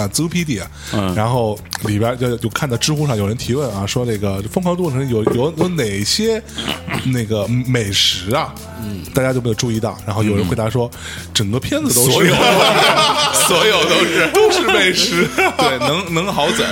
[SPEAKER 3] 啊 Zoopd，
[SPEAKER 4] 嗯
[SPEAKER 3] 然后里边就就看到知乎上有人提问啊，说这个疯狂动物城有有有哪些那个美食啊？嗯，大家就没有注意到。然后有人回答说，整个片子都是
[SPEAKER 6] 所有都是，所有都是
[SPEAKER 3] 都是美食，
[SPEAKER 6] [LAUGHS] 对，能能好 [LAUGHS] 怎？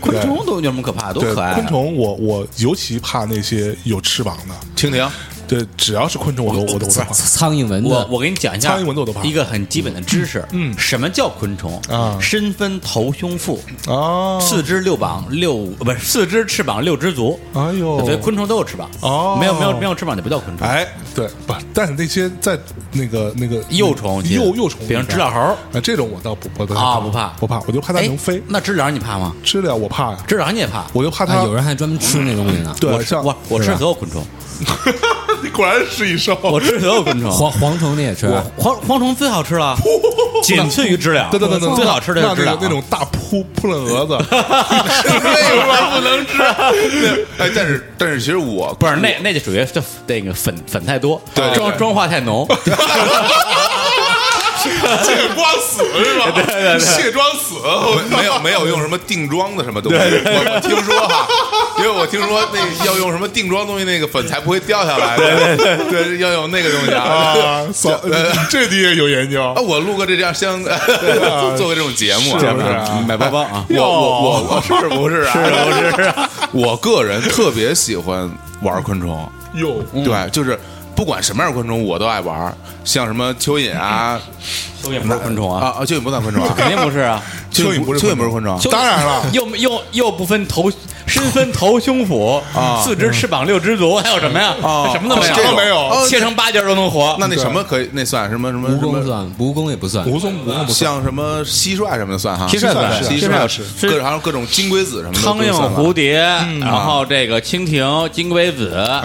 [SPEAKER 4] 昆虫都有什么可怕？多
[SPEAKER 3] 对
[SPEAKER 4] 可爱啊！
[SPEAKER 3] 昆虫我我尤其怕那些有翅膀的，
[SPEAKER 6] 蜻蜓，
[SPEAKER 3] 对，只要是昆虫我都我都我都怕。
[SPEAKER 5] 苍蝇蚊子，啊
[SPEAKER 4] 我我给你讲一下，
[SPEAKER 3] 苍蝇蚊子我都怕
[SPEAKER 4] 一个很基本的知识，嗯，什么叫昆虫
[SPEAKER 3] 啊
[SPEAKER 4] 身分头胸腹，
[SPEAKER 3] 啊，
[SPEAKER 4] 四肢六膀六呃不是四肢翅膀六只足，
[SPEAKER 3] 哎呦
[SPEAKER 4] 所以昆虫都有翅膀
[SPEAKER 3] 哦
[SPEAKER 4] 没有没有没有翅膀就不叫昆虫。
[SPEAKER 3] 哎，对，不，但是那些在那个那个
[SPEAKER 4] 幼虫
[SPEAKER 3] 幼幼虫里边，
[SPEAKER 4] 比如知了猴
[SPEAKER 3] 啊，这种我倒不不
[SPEAKER 4] 啊不怕
[SPEAKER 3] 不怕，我就怕它
[SPEAKER 4] 哎
[SPEAKER 3] 能飞。
[SPEAKER 4] 那知了你怕吗？
[SPEAKER 3] 知了我怕呀，
[SPEAKER 4] 知了你也怕？
[SPEAKER 3] 我就怕它。
[SPEAKER 5] 啊，有人还专门吃那东西呢，
[SPEAKER 3] 对，像
[SPEAKER 4] 哎我我
[SPEAKER 5] 是
[SPEAKER 4] 吃
[SPEAKER 5] 吧
[SPEAKER 4] 所有昆虫，
[SPEAKER 3] 你果然是一兽。
[SPEAKER 4] 我吃所有昆虫。
[SPEAKER 5] 蝗蝗虫你也吃？
[SPEAKER 4] 蝗蝗虫最好吃
[SPEAKER 3] [LAUGHS]
[SPEAKER 4] 了，仅次于知了。
[SPEAKER 3] 对对对对，
[SPEAKER 4] 最好吃的
[SPEAKER 3] 那
[SPEAKER 4] 是知
[SPEAKER 3] 那
[SPEAKER 4] 了
[SPEAKER 3] 个。那种大扑扑棱蛾子，
[SPEAKER 6] [LAUGHS] 那玩意儿不能 [LAUGHS] 吃。哎，但是但是，其实我
[SPEAKER 4] 不是那那就属于就那个粉粉太多，
[SPEAKER 6] 对对
[SPEAKER 4] 妆
[SPEAKER 6] 对
[SPEAKER 4] 妆化
[SPEAKER 3] [LAUGHS]
[SPEAKER 4] 太浓。
[SPEAKER 6] 卸妆死是吧？对对对，卸妆死，没有没有用什么定妆的什么东西，我我听说哈，因为我听说那要用什么定妆东西，那个粉才不会掉下来，对对对，要有那个东西
[SPEAKER 3] [LAUGHS]
[SPEAKER 6] 啊
[SPEAKER 3] 啊，。扫
[SPEAKER 4] 呃
[SPEAKER 3] 这你也有研究
[SPEAKER 6] 啊，？
[SPEAKER 4] 哦
[SPEAKER 6] 我录过这样相，做过这种节目啊，
[SPEAKER 3] 是不是啊
[SPEAKER 6] 买包包啊！我
[SPEAKER 3] 哟
[SPEAKER 6] 我我我是不是啊？是不是？我个人特别喜欢玩昆虫，
[SPEAKER 3] 哟，
[SPEAKER 6] 对，就是不管什么样的昆虫我都爱玩，像什么蚯蚓啊
[SPEAKER 4] 蚯蚓不是昆虫啊，
[SPEAKER 6] 啊啊，蚯蚓不算昆虫啊，
[SPEAKER 4] 肯定不是
[SPEAKER 3] [LAUGHS]
[SPEAKER 4] 啊。
[SPEAKER 3] 蚯蚓不是
[SPEAKER 6] 蚯蚓不是昆虫，
[SPEAKER 3] 当然了
[SPEAKER 4] 又又又不分头，身分头胸腹
[SPEAKER 6] 啊
[SPEAKER 4] 四肢翅膀六只足，还有什么呀？
[SPEAKER 6] 啊
[SPEAKER 4] 什么都没有，
[SPEAKER 6] 这种没有哦
[SPEAKER 4] 切成八节都能
[SPEAKER 3] 啊
[SPEAKER 4] 活。
[SPEAKER 6] 那那什么可以？那算什么什么
[SPEAKER 5] 蜈
[SPEAKER 6] 什
[SPEAKER 5] 蚣
[SPEAKER 6] 么？
[SPEAKER 5] 算，蜈蚣也不算，
[SPEAKER 3] 蜈蚣蜈蚣不算，
[SPEAKER 6] 像什么蟋蟀什么的算哈，
[SPEAKER 4] 蟋蟀算
[SPEAKER 6] 蟋
[SPEAKER 4] 蟋
[SPEAKER 6] 蟀
[SPEAKER 4] 蟀
[SPEAKER 6] 是
[SPEAKER 4] 是
[SPEAKER 6] 各还有各种金龟子什么的
[SPEAKER 4] 苍
[SPEAKER 6] 都
[SPEAKER 4] 蝇、
[SPEAKER 6] 算吧
[SPEAKER 4] 蝴蝶，然后这个蜻蜓、金龟子，
[SPEAKER 3] 嗯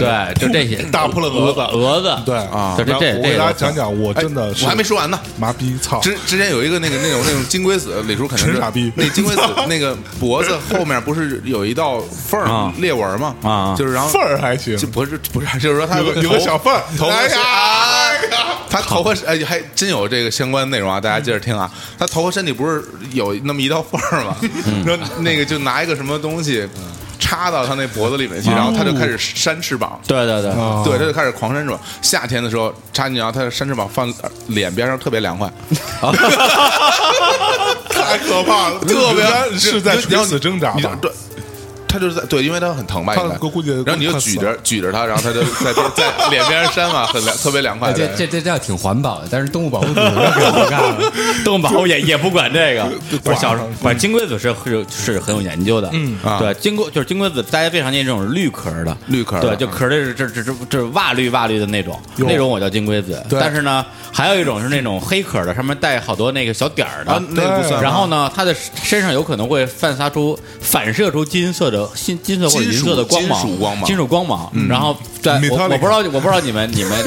[SPEAKER 4] 嗯
[SPEAKER 3] 哎
[SPEAKER 4] 对，就这些
[SPEAKER 3] [LAUGHS] 大扑棱蛾子
[SPEAKER 4] 蛾子，
[SPEAKER 3] 对
[SPEAKER 6] 啊
[SPEAKER 4] 就这这
[SPEAKER 3] 然后我给
[SPEAKER 4] 这
[SPEAKER 3] 大家
[SPEAKER 4] 个
[SPEAKER 3] 讲讲，我
[SPEAKER 6] 哎
[SPEAKER 3] 真的是
[SPEAKER 6] 我还没说完呢。
[SPEAKER 3] 麻痹操，
[SPEAKER 6] 之之前有一个那个那种那种金龟子，李叔肯定
[SPEAKER 3] 纯
[SPEAKER 6] 是
[SPEAKER 3] 傻逼
[SPEAKER 6] 那
[SPEAKER 3] [LAUGHS]
[SPEAKER 6] 金龟子那个脖子后面不是有一道缝儿
[SPEAKER 4] 啊
[SPEAKER 6] 裂纹吗？
[SPEAKER 4] 啊啊
[SPEAKER 6] 就是然后
[SPEAKER 3] 缝儿还行
[SPEAKER 6] 就，不是不是，就是说他
[SPEAKER 3] 有个有个小缝儿
[SPEAKER 6] 头发
[SPEAKER 3] 哎
[SPEAKER 6] 是
[SPEAKER 3] 呀
[SPEAKER 6] 哎呀，他头发是哎，还真有这个相关内容啊，大家接着听啊。他头发身体不是有那么一道缝儿吗？
[SPEAKER 3] 嗯
[SPEAKER 6] 然后那个就拿一个什么东西插到他那脖子里
[SPEAKER 3] 哦
[SPEAKER 6] 面去，然后他就开始扇翅膀。
[SPEAKER 4] 对对对，
[SPEAKER 3] 嗯
[SPEAKER 6] 对，他就开始狂扇翅膀。夏天的时候插进去，然后他的扇翅膀放脸边上，特别凉快，
[SPEAKER 3] 太可怕了，
[SPEAKER 6] 特别
[SPEAKER 3] 是在垂死挣扎
[SPEAKER 6] 你就
[SPEAKER 3] 吧？
[SPEAKER 6] 对，他就是在对，因为他很疼吧，
[SPEAKER 3] 他
[SPEAKER 6] 应该
[SPEAKER 3] 我估计
[SPEAKER 6] 然后你就
[SPEAKER 3] 快死
[SPEAKER 6] 举着举着他，然后他就在在脸边上扇嘛，很凉，特别凉快
[SPEAKER 5] 哎，这
[SPEAKER 6] 的。
[SPEAKER 5] 这这倒挺环保的，但是动物保护 [LAUGHS] 组织可不干了。
[SPEAKER 4] 动保也也不管这个。不是小时候
[SPEAKER 3] 嗯，
[SPEAKER 4] 反正金龟子是是是很有研究的。嗯
[SPEAKER 6] 啊
[SPEAKER 4] 对，金龟就是金龟子，大家最常见这种绿壳儿的，
[SPEAKER 6] 绿壳儿的
[SPEAKER 4] 对，
[SPEAKER 6] 嗯
[SPEAKER 4] 就壳儿的是这这这这哇绿哇绿的那种，
[SPEAKER 3] 哟
[SPEAKER 4] 那种我叫金龟子。
[SPEAKER 3] 对
[SPEAKER 4] 但是呢，还有一种是那种黑壳儿的，上面带好多那个小点儿的
[SPEAKER 6] 啊，。那个不算吗。
[SPEAKER 4] 然后呢，它的身上有可能会散发出、反射出金色的、金金色或者银色的光芒，
[SPEAKER 6] 金属光芒嗯
[SPEAKER 4] 金属光芒。然后，对，我
[SPEAKER 3] Metallic
[SPEAKER 4] 我不知道，我不知道你们，你们， [LAUGHS]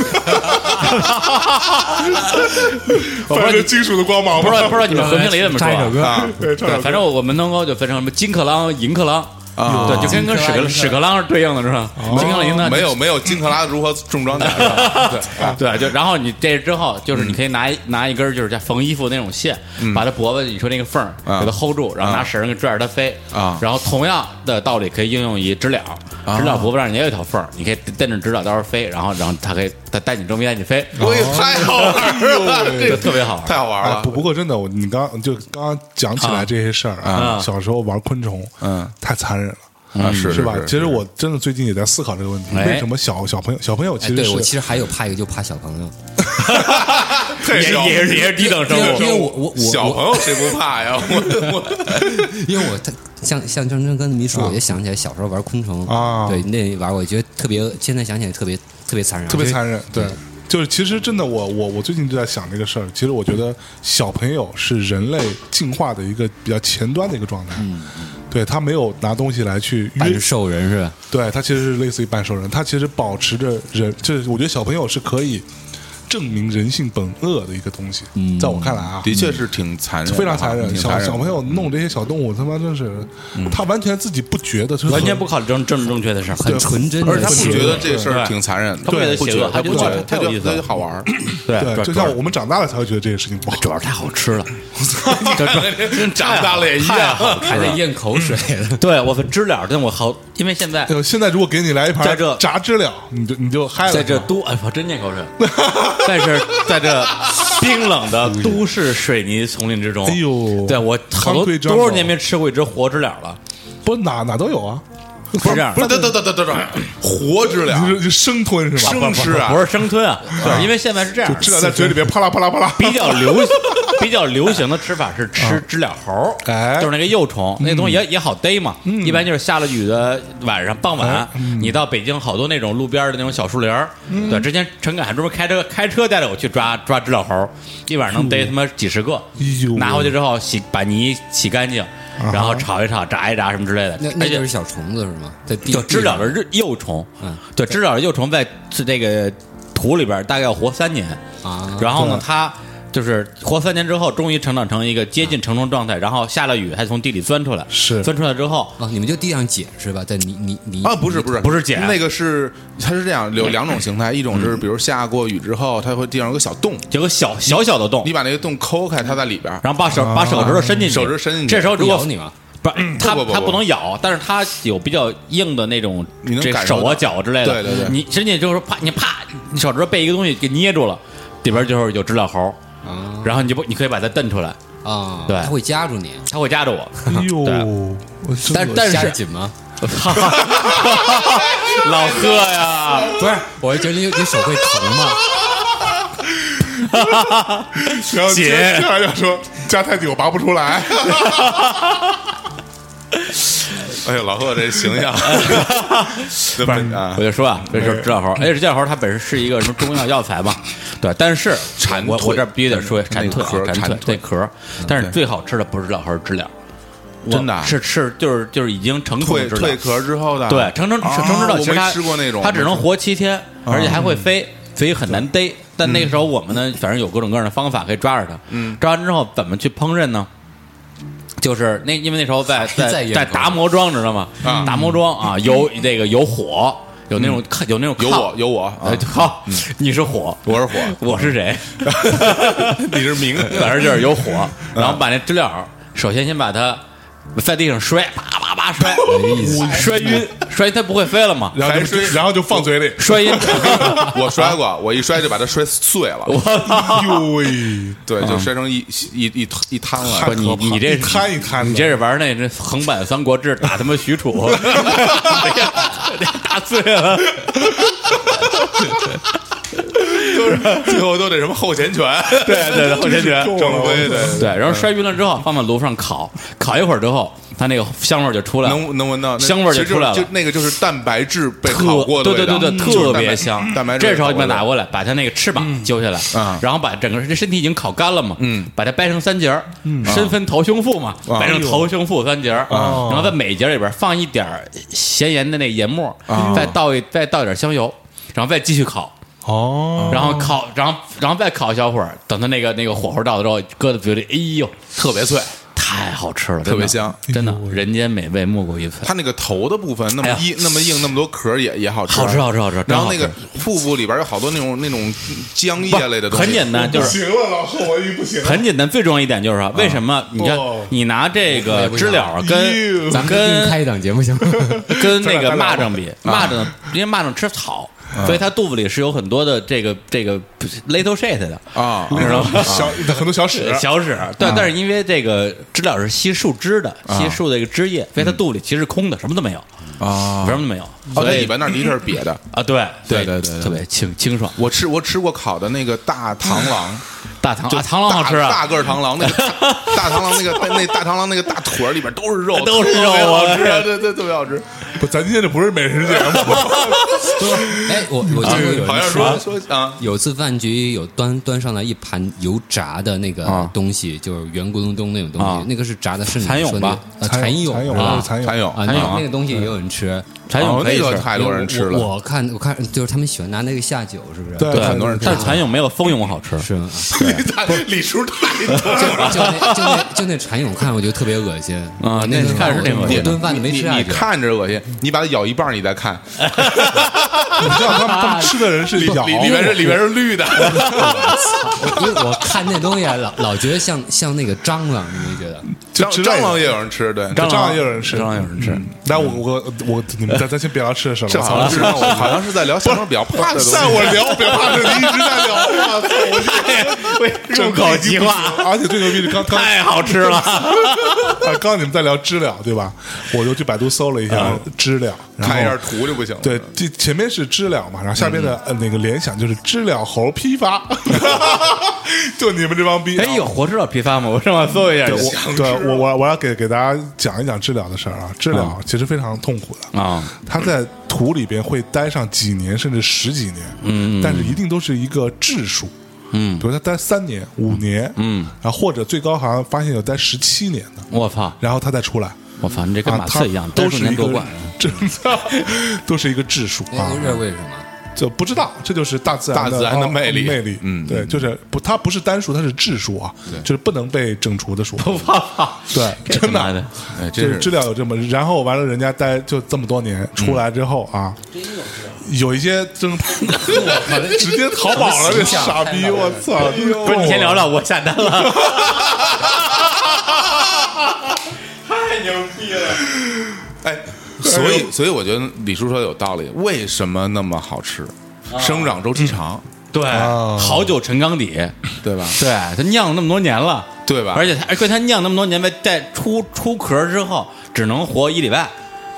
[SPEAKER 4] 我不知道
[SPEAKER 3] 反
[SPEAKER 4] 你
[SPEAKER 3] 正金属的光
[SPEAKER 4] 我
[SPEAKER 3] 芒吧，
[SPEAKER 4] 不知道不 [LAUGHS] 知道你们和平里怎么说、
[SPEAKER 5] 插 [LAUGHS]
[SPEAKER 4] 啊？
[SPEAKER 5] 一首歌，
[SPEAKER 6] 啊，
[SPEAKER 3] 对，唱
[SPEAKER 4] 对，
[SPEAKER 3] 首歌
[SPEAKER 4] 反正我们能够就分成什么金克朗、银克朗
[SPEAKER 6] 啊
[SPEAKER 4] 对，就跟跟屎壳
[SPEAKER 5] 金克朗
[SPEAKER 4] 屎壳郎是对应的，是吧？金克朗、银克朗
[SPEAKER 6] 没有没有金克拉如何重装甲是吧？对
[SPEAKER 4] 对，就然后你这之后，就是你可以拿一拿一根儿就是像缝衣服那种线，把它脖子你说那个缝儿
[SPEAKER 6] 啊
[SPEAKER 4] 给它 hold 住，然后拿
[SPEAKER 6] 啊
[SPEAKER 4] 绳儿给拽着它飞
[SPEAKER 6] 啊
[SPEAKER 4] 然后同样的道理可以应用于知了，知了脖子上也有一条缝儿，你可以蹬着知了到时候飞，然后然后它可以它带你周边带你飞，
[SPEAKER 6] 我也太好玩了，
[SPEAKER 4] 这个特别好玩
[SPEAKER 6] 太好玩
[SPEAKER 3] 啊，
[SPEAKER 6] 了
[SPEAKER 3] 不。不过真的，我你刚就刚刚讲起来这些事儿
[SPEAKER 4] 啊
[SPEAKER 3] 小时候玩昆虫，
[SPEAKER 6] 嗯，
[SPEAKER 3] 太残忍了。
[SPEAKER 6] 啊是
[SPEAKER 3] 是吧？
[SPEAKER 6] 是是
[SPEAKER 3] 其实我真的最近也在思考这个问题，
[SPEAKER 4] 哎
[SPEAKER 3] 为什么小小朋友小朋友
[SPEAKER 5] 哎，
[SPEAKER 3] 其实
[SPEAKER 5] 对我其
[SPEAKER 3] 是
[SPEAKER 5] 实还有怕一个，就怕小朋友，
[SPEAKER 4] 也也是也是低等生
[SPEAKER 5] 因为
[SPEAKER 4] 物
[SPEAKER 5] 因。为我我我
[SPEAKER 6] 小朋友谁不怕呀？我
[SPEAKER 5] 因为我他像像张真跟你们一说，我就想起来小时候玩昆虫
[SPEAKER 3] 啊
[SPEAKER 5] 对那玩意儿我觉得特别，现在想起来特别特别残忍，
[SPEAKER 3] 特别
[SPEAKER 5] 我觉得
[SPEAKER 3] 残忍。对，就是其实真的我，我我最近就在想这个事儿。其实我觉得小朋友是人类进化的一个比较前端的一个状态，对他没有拿东西来去约
[SPEAKER 5] 半兽人是吧？
[SPEAKER 3] 对，它其实是类似于半兽人，它其实保持着人，就是我觉得小朋友是可以证明人性本恶的一个东西。
[SPEAKER 4] 嗯
[SPEAKER 3] 在我看来啊，
[SPEAKER 6] 的确是挺残忍的啊，
[SPEAKER 3] 非常残忍。
[SPEAKER 6] 挺
[SPEAKER 3] 小
[SPEAKER 6] 残忍
[SPEAKER 3] 小
[SPEAKER 6] 的。
[SPEAKER 3] 朋友弄这些小动物，他妈真是，他完全自己不觉得，就是
[SPEAKER 4] 嗯完全不考虑政政治正确的事儿，
[SPEAKER 5] 很纯真的，
[SPEAKER 6] 而且他不觉得这个事儿
[SPEAKER 4] 对
[SPEAKER 6] 挺残忍的，
[SPEAKER 4] 他不觉得
[SPEAKER 6] 不
[SPEAKER 4] 邪
[SPEAKER 6] 觉
[SPEAKER 4] 恶
[SPEAKER 6] 得，
[SPEAKER 4] 他
[SPEAKER 6] 他不
[SPEAKER 4] 觉
[SPEAKER 6] 觉
[SPEAKER 4] 得
[SPEAKER 6] 得，他
[SPEAKER 4] 太有
[SPEAKER 6] 觉
[SPEAKER 4] 意
[SPEAKER 6] 得
[SPEAKER 4] 思了
[SPEAKER 6] 他就好玩儿。
[SPEAKER 4] 对
[SPEAKER 3] 对，就像我们长大了才会觉得这个事情不好。
[SPEAKER 4] 主要是太好吃了，这这
[SPEAKER 6] 长大了也一样
[SPEAKER 4] 太好
[SPEAKER 5] 还
[SPEAKER 4] 吃
[SPEAKER 5] 得
[SPEAKER 4] 了。
[SPEAKER 5] 咽口水了。
[SPEAKER 4] 对我知了，但我好，因为现在
[SPEAKER 3] 哎呦，现在如果给你来一盘
[SPEAKER 4] 在这
[SPEAKER 3] 炸知了，你就你就嗨了。
[SPEAKER 4] 在这都哎，我真咽口水。但是在这冰冷的都市水泥丛林之中，
[SPEAKER 3] 哎呦
[SPEAKER 4] 对我好多
[SPEAKER 3] concrete jungle
[SPEAKER 4] 多少年没吃过一只活知了了，
[SPEAKER 3] 不哪哪都有啊，
[SPEAKER 4] 是这样
[SPEAKER 6] [COUGHS] 不。是，等等等等等等，活知了
[SPEAKER 3] 你，是你生吞是吧？
[SPEAKER 6] 生吃啊
[SPEAKER 4] 不是啊生吞啊，对，因为现在是这样
[SPEAKER 3] 就，知了在嘴里边啪啦啪啦啪啦。
[SPEAKER 4] 比较流比较流行的吃法是
[SPEAKER 5] 嗯
[SPEAKER 4] 吃知了猴
[SPEAKER 5] 哦
[SPEAKER 4] 儿，
[SPEAKER 3] 哎
[SPEAKER 4] 就是那个幼虫，那东西也也好逮嘛。
[SPEAKER 5] 嗯
[SPEAKER 4] 一般就是下了雨的晚上傍
[SPEAKER 5] 哎
[SPEAKER 4] 晚，你到北京好多那种路边的那种小树林儿，
[SPEAKER 5] 嗯
[SPEAKER 4] 对，之前陈凯还专门开车开车带着我去抓抓知了猴儿，一晚上能逮他妈几十个
[SPEAKER 5] 哎
[SPEAKER 3] 呦，
[SPEAKER 4] 拿回去之后洗把泥洗干净，然后炒一炒、炸一炸什么之类的
[SPEAKER 5] 啊那，
[SPEAKER 4] 而
[SPEAKER 5] 那
[SPEAKER 4] 且
[SPEAKER 5] 就是小虫子是吗？在地
[SPEAKER 4] 就知了
[SPEAKER 5] 地
[SPEAKER 4] 的
[SPEAKER 5] 上
[SPEAKER 4] 日幼虫，
[SPEAKER 5] 嗯
[SPEAKER 4] 对，知了的幼虫在是这个土里边大概要活三年
[SPEAKER 5] 啊
[SPEAKER 4] 然后呢，它就是活三年之后，终于成长成一个接近成虫状态，然后下了雨，它从地里钻出来，
[SPEAKER 3] 是
[SPEAKER 4] 钻出来之后，
[SPEAKER 5] 哦，你们就地上捡是吧？在泥泥泥
[SPEAKER 6] 啊，不是不是嗯
[SPEAKER 4] 不是碱
[SPEAKER 6] 那个是它是这样，有两种形态，一种是比如下过雨之后，它会地上有个小洞，
[SPEAKER 4] 有个小小小的洞
[SPEAKER 6] 你，把那个洞抠开，它在里边 [LAUGHS] 儿。
[SPEAKER 4] 然后把
[SPEAKER 5] 啊
[SPEAKER 4] 手把手指头伸进去，
[SPEAKER 6] 手指伸进去
[SPEAKER 4] 这时候如
[SPEAKER 5] 不咬
[SPEAKER 4] 果
[SPEAKER 5] 你吗？
[SPEAKER 4] 不，它
[SPEAKER 6] 不不不
[SPEAKER 4] 它不能咬，但是它有比较硬的那种，
[SPEAKER 6] 你能
[SPEAKER 4] 这
[SPEAKER 6] 感受
[SPEAKER 4] 手
[SPEAKER 6] 到
[SPEAKER 4] 啊脚之类的。
[SPEAKER 6] 对对对
[SPEAKER 4] 你伸进去就是啪，你啪，你手指头被一个东西给捏住了，里边就是有知了猴，
[SPEAKER 5] 啊
[SPEAKER 4] 然后你就不你可以把它蹬出来，
[SPEAKER 5] 啊，
[SPEAKER 4] 对
[SPEAKER 5] 它会夹住你。
[SPEAKER 4] 它会夹着
[SPEAKER 6] [LAUGHS]
[SPEAKER 4] 我。
[SPEAKER 3] 哎呦
[SPEAKER 4] 对，
[SPEAKER 3] 我真
[SPEAKER 4] 但
[SPEAKER 3] 恶
[SPEAKER 4] 但
[SPEAKER 5] 夹
[SPEAKER 4] 是
[SPEAKER 5] 紧吗？
[SPEAKER 4] 老贺呀，
[SPEAKER 5] 不是，我是觉得你你手会疼吗？
[SPEAKER 3] 心然后接
[SPEAKER 4] 姐
[SPEAKER 3] 接下来就说加太久拔不出
[SPEAKER 6] [LAUGHS]
[SPEAKER 3] 来，
[SPEAKER 6] 哎呦，老贺这形 [LAUGHS] 象，对吧？啊嗯
[SPEAKER 4] 我，就说啊，这是知了猴，哎，知了猴它本身是一个什么中药药材
[SPEAKER 6] [LAUGHS]
[SPEAKER 4] 嘛，对，但是
[SPEAKER 6] 蝉
[SPEAKER 4] 我
[SPEAKER 6] 蜕
[SPEAKER 4] 我这必须得说蝉
[SPEAKER 6] 那
[SPEAKER 4] 蜕
[SPEAKER 6] 个壳
[SPEAKER 4] 啊，蝉
[SPEAKER 6] 蝉
[SPEAKER 4] 蜕
[SPEAKER 6] 蜕嗯
[SPEAKER 4] 对壳，但是最好吃的不是知了猴，是知了，我
[SPEAKER 6] 真的啊
[SPEAKER 4] 是是就是就是已经成虫的知
[SPEAKER 6] 蜕
[SPEAKER 4] 了
[SPEAKER 6] 蜕。壳之后的，
[SPEAKER 4] 对，成成
[SPEAKER 6] 啊
[SPEAKER 4] 成成知道，
[SPEAKER 6] 我
[SPEAKER 4] 其实它
[SPEAKER 6] 没吃过那种，嗯
[SPEAKER 4] 它只能活七天，而且还会飞，所以很难逮。但那个时候我们呢，反正有各种各样的方法可以抓着它。嗯，抓完之后怎么去烹饪呢？就是那，因为那时候在在
[SPEAKER 5] 在
[SPEAKER 4] 在
[SPEAKER 5] 研究
[SPEAKER 4] 达摩庄，知道吗？达摩庄啊，有这个有火，有那种炕有那种
[SPEAKER 6] 嗯有
[SPEAKER 4] 炕
[SPEAKER 6] 我有我啊
[SPEAKER 4] 哎，好，你是火，
[SPEAKER 6] [LAUGHS] 我是火，
[SPEAKER 4] [LAUGHS] 我是谁？
[SPEAKER 6] [LAUGHS] 你是嗯明，
[SPEAKER 4] [LAUGHS] 反正就是有火，然后把那知了，首先先把它在地上摔，啪啪啪摔，摔晕，摔晕它不会飞了嘛？
[SPEAKER 3] 然后
[SPEAKER 6] 还
[SPEAKER 3] 就是然后就放 [LAUGHS] 嘴里。
[SPEAKER 4] 摔晕，
[SPEAKER 6] [LAUGHS] 我摔过，我一摔就把它摔碎了，
[SPEAKER 3] 哎呦 [LAUGHS] 喂，
[SPEAKER 6] 对，
[SPEAKER 4] 啊
[SPEAKER 6] 就摔成一一一一滩了，
[SPEAKER 4] 不，你你这
[SPEAKER 3] 一摊一摊的
[SPEAKER 4] 你这是玩那这横版《三国志》打他妈许褚，
[SPEAKER 6] [LAUGHS]
[SPEAKER 4] [LAUGHS] 这打碎了。
[SPEAKER 6] 最后都得什么后前拳，
[SPEAKER 4] [LAUGHS] 对对对，后天拳
[SPEAKER 6] [LAUGHS] 正规的，
[SPEAKER 4] 对，然后摔晕了之后放在炉上烤，烤一会儿之后，它那个香味儿就出来了。
[SPEAKER 6] 能能闻到那
[SPEAKER 4] 香味儿就
[SPEAKER 6] 其实
[SPEAKER 4] 出来了
[SPEAKER 6] 就那个就是蛋白质被烤
[SPEAKER 4] 特
[SPEAKER 6] 过的
[SPEAKER 4] 对对
[SPEAKER 6] 味道，
[SPEAKER 4] 对对，
[SPEAKER 6] 就是
[SPEAKER 4] 特
[SPEAKER 6] 蛋白
[SPEAKER 4] 别香。
[SPEAKER 6] 蛋白质
[SPEAKER 4] 这时候你
[SPEAKER 6] 烤过
[SPEAKER 4] 把
[SPEAKER 6] 的
[SPEAKER 4] 拿过来，把它那个翅膀揪下来，
[SPEAKER 6] 啊
[SPEAKER 4] 然后把整个这身体已经烤干了嘛，
[SPEAKER 6] 嗯
[SPEAKER 4] 把它掰成三节儿，身分头胸腹嘛，
[SPEAKER 6] 啊
[SPEAKER 4] 掰成头胸腹三节儿，
[SPEAKER 6] 嗯
[SPEAKER 4] 然后在每节里边放一点儿咸盐的那盐末，
[SPEAKER 6] 嗯
[SPEAKER 4] 再倒一再倒一点香油，然后再继续烤。
[SPEAKER 3] 哦，
[SPEAKER 4] 然后烤，然后然后再烤一小会儿，等它那个那个火候到了之后，搁在嘴里，哎呦，特别脆，太好吃了，真的
[SPEAKER 6] 特别香，
[SPEAKER 4] 真的，人间美味莫过于此。
[SPEAKER 6] 它那个头的部分那么
[SPEAKER 4] 哎呀
[SPEAKER 6] 硬、那么硬，那么多壳儿也也好吃，啊
[SPEAKER 4] 好吃好吃好吃真
[SPEAKER 6] 然
[SPEAKER 4] 好
[SPEAKER 6] 后那
[SPEAKER 4] 吃
[SPEAKER 6] 个腹部里边有好多那种那种浆
[SPEAKER 4] 不
[SPEAKER 6] 液类的东西，嗯
[SPEAKER 4] 很简单，就是
[SPEAKER 3] 行了，老贺，我已不行
[SPEAKER 4] [LAUGHS]
[SPEAKER 3] 了。
[SPEAKER 4] 很简单，最重要一点就是说，为什么你看
[SPEAKER 3] 哦
[SPEAKER 4] 你拿这个知了跟
[SPEAKER 5] 咱们另
[SPEAKER 4] 跟
[SPEAKER 5] 开一档节目行吗？
[SPEAKER 4] 跟那个蚂蚱
[SPEAKER 6] 啊
[SPEAKER 4] 比，蚂蚱因为蚂蚱吃草，所以它肚子里是有很多的这个这个 little shit 的
[SPEAKER 6] 啊
[SPEAKER 4] 你知道吗？
[SPEAKER 3] 小很多小屎，
[SPEAKER 4] 小屎，对，但是因为这个知了是吸树枝的，吸树的一个枝叶，所以它肚里其实是空的，什么都没有，
[SPEAKER 6] 嗯啊
[SPEAKER 4] 什么都没有，
[SPEAKER 6] 哦，
[SPEAKER 4] 所
[SPEAKER 6] 在
[SPEAKER 4] 以
[SPEAKER 6] 尾巴那儿的确是瘪的。
[SPEAKER 4] 啊，对
[SPEAKER 6] 对
[SPEAKER 4] 对
[SPEAKER 6] 对对对
[SPEAKER 4] 特别清清爽。
[SPEAKER 6] 我吃我吃过烤的那个
[SPEAKER 4] [LAUGHS]
[SPEAKER 6] 大螳螂，
[SPEAKER 4] 大螳
[SPEAKER 6] 就
[SPEAKER 4] 啊，螳螂好吃
[SPEAKER 6] 大
[SPEAKER 4] 啊
[SPEAKER 6] 大，个儿螳螂，那个大大螳螂那个那大螳螂那个大腿儿里边都是肉，
[SPEAKER 4] 都是肉
[SPEAKER 6] 特别好吃，啊
[SPEAKER 4] 我
[SPEAKER 6] 对对，特别好吃。
[SPEAKER 3] 不，咱今天这不是美食节目，
[SPEAKER 4] [LAUGHS]
[SPEAKER 5] [LAUGHS] 哎，我我记得有
[SPEAKER 6] 啊好
[SPEAKER 5] 人
[SPEAKER 6] 像说说啊，
[SPEAKER 5] 有次饭局有端端上来一盘油炸的那个
[SPEAKER 6] 啊
[SPEAKER 5] 东西，就是圆咕隆咚那种东西
[SPEAKER 4] 啊，
[SPEAKER 5] 西那个是炸的，是你
[SPEAKER 4] 蚕蛹
[SPEAKER 5] 说那
[SPEAKER 4] 吧
[SPEAKER 5] 个呃蚕蛹
[SPEAKER 3] 蚕
[SPEAKER 5] 是
[SPEAKER 3] 蛹
[SPEAKER 5] 吧？
[SPEAKER 3] 蚕
[SPEAKER 6] 蚕
[SPEAKER 3] 蛹，
[SPEAKER 6] 蛹
[SPEAKER 5] 啊，那个那个东西也有人吃，
[SPEAKER 4] 蚕蛹
[SPEAKER 6] 哦
[SPEAKER 4] 可以
[SPEAKER 6] 那个
[SPEAKER 4] 吃
[SPEAKER 6] 太多人吃了，
[SPEAKER 5] 我我看我看就是他们喜欢拿那个下酒，是不是？
[SPEAKER 3] 对
[SPEAKER 4] 对，
[SPEAKER 6] 很多人吃
[SPEAKER 4] 但是蚕蛹没有蜂蛹好吃。
[SPEAKER 5] 是吗。
[SPEAKER 6] [LAUGHS] 李叔太多
[SPEAKER 5] 就就那就那就那蚕蛹看我就特别恶心
[SPEAKER 4] 啊
[SPEAKER 5] 那
[SPEAKER 4] 那看着是挺恶心的
[SPEAKER 5] 我顿饭都没
[SPEAKER 6] 你
[SPEAKER 5] 吃啊下
[SPEAKER 6] 你
[SPEAKER 5] 去。
[SPEAKER 6] 看着恶心，你把它咬一半，你再看，
[SPEAKER 3] 你知道他们他们吃的人是咬，
[SPEAKER 6] 里里边是里边是绿的，
[SPEAKER 5] 因为我看那东西啊老老觉得像像那个蟑螂，你没觉得？
[SPEAKER 6] 蟑
[SPEAKER 3] 之类的
[SPEAKER 6] 蟑螂也有人吃，对，
[SPEAKER 3] 蟑螂也有人吃，
[SPEAKER 4] 蟑螂也有人吃
[SPEAKER 3] 嗯。但我我我，你们咱咱先别聊吃的事了，
[SPEAKER 6] 这好像是让我好像是在聊相声比较怕 [LAUGHS] 的东西。
[SPEAKER 3] 在我聊别怕是你一直在聊，我操！ [LAUGHS]
[SPEAKER 4] 入口即化，
[SPEAKER 3] 而且最牛逼是刚刚
[SPEAKER 4] 太好吃了。
[SPEAKER 3] [LAUGHS] 刚刚你们在聊知了对吧？我就去百度搜了一下知了，然后
[SPEAKER 6] 看一下图就不行了。
[SPEAKER 3] 对，这前面是知了嘛，然后下边的呃那个联想就是知了猴批发，就你们这帮逼。
[SPEAKER 4] [LAUGHS] 哎，有活知道批发吗？我上网搜一下
[SPEAKER 3] 对，
[SPEAKER 4] 就行。
[SPEAKER 3] 我对我我我要给给大家讲一讲治疗的事儿啊，治疗其实非常痛苦的
[SPEAKER 4] 啊，
[SPEAKER 3] 它在土里边会待上几年甚至十几年，嗯，但是一定都是一个质数，嗯，比如它待三年、五年，嗯，然后或者最高好像发现有待十七年的，
[SPEAKER 4] 我操！
[SPEAKER 3] 然后它再出来，
[SPEAKER 4] 我操！你这跟
[SPEAKER 3] 啊
[SPEAKER 4] 马
[SPEAKER 3] 它
[SPEAKER 4] 刺一样，
[SPEAKER 3] 都
[SPEAKER 4] 单数
[SPEAKER 3] 是
[SPEAKER 4] 年
[SPEAKER 3] 一
[SPEAKER 4] 夺
[SPEAKER 3] 个
[SPEAKER 4] 冠。
[SPEAKER 3] 真的 [LAUGHS] 都是一个质数啊
[SPEAKER 5] 哎，这是为什么？
[SPEAKER 3] 就不知道，这就是大自然
[SPEAKER 6] 大自然的
[SPEAKER 3] 哦
[SPEAKER 6] 魅力
[SPEAKER 3] 魅力，
[SPEAKER 6] 嗯
[SPEAKER 3] 对，就是不，它不是单数，它是质数啊，就是不能被整除的
[SPEAKER 6] [LAUGHS]
[SPEAKER 3] 数，对，
[SPEAKER 4] 这
[SPEAKER 3] 真
[SPEAKER 4] 他妈
[SPEAKER 3] 的
[SPEAKER 4] 的。
[SPEAKER 6] 哎，
[SPEAKER 3] 就
[SPEAKER 6] 真
[SPEAKER 3] 是
[SPEAKER 6] 是
[SPEAKER 3] 知了有这么，然后完了，人家待就这么多年，出来之后啊，有一些真
[SPEAKER 6] [LAUGHS]
[SPEAKER 3] 直接淘宝了，这傻逼，我操！
[SPEAKER 4] 不是你先聊聊，我下单了。
[SPEAKER 3] 哦
[SPEAKER 6] 哎，所以所以我觉得李叔说的有道理，为什么那么好吃？生长周期长，
[SPEAKER 4] [LAUGHS] 对，
[SPEAKER 3] 哦
[SPEAKER 4] 好酒沉缸底，
[SPEAKER 6] 对吧？
[SPEAKER 4] 对，它酿了那么多年了，
[SPEAKER 6] 嗯对吧
[SPEAKER 4] 而且它，而且它酿那么多年呗，在出出壳之后，只能活一礼拜。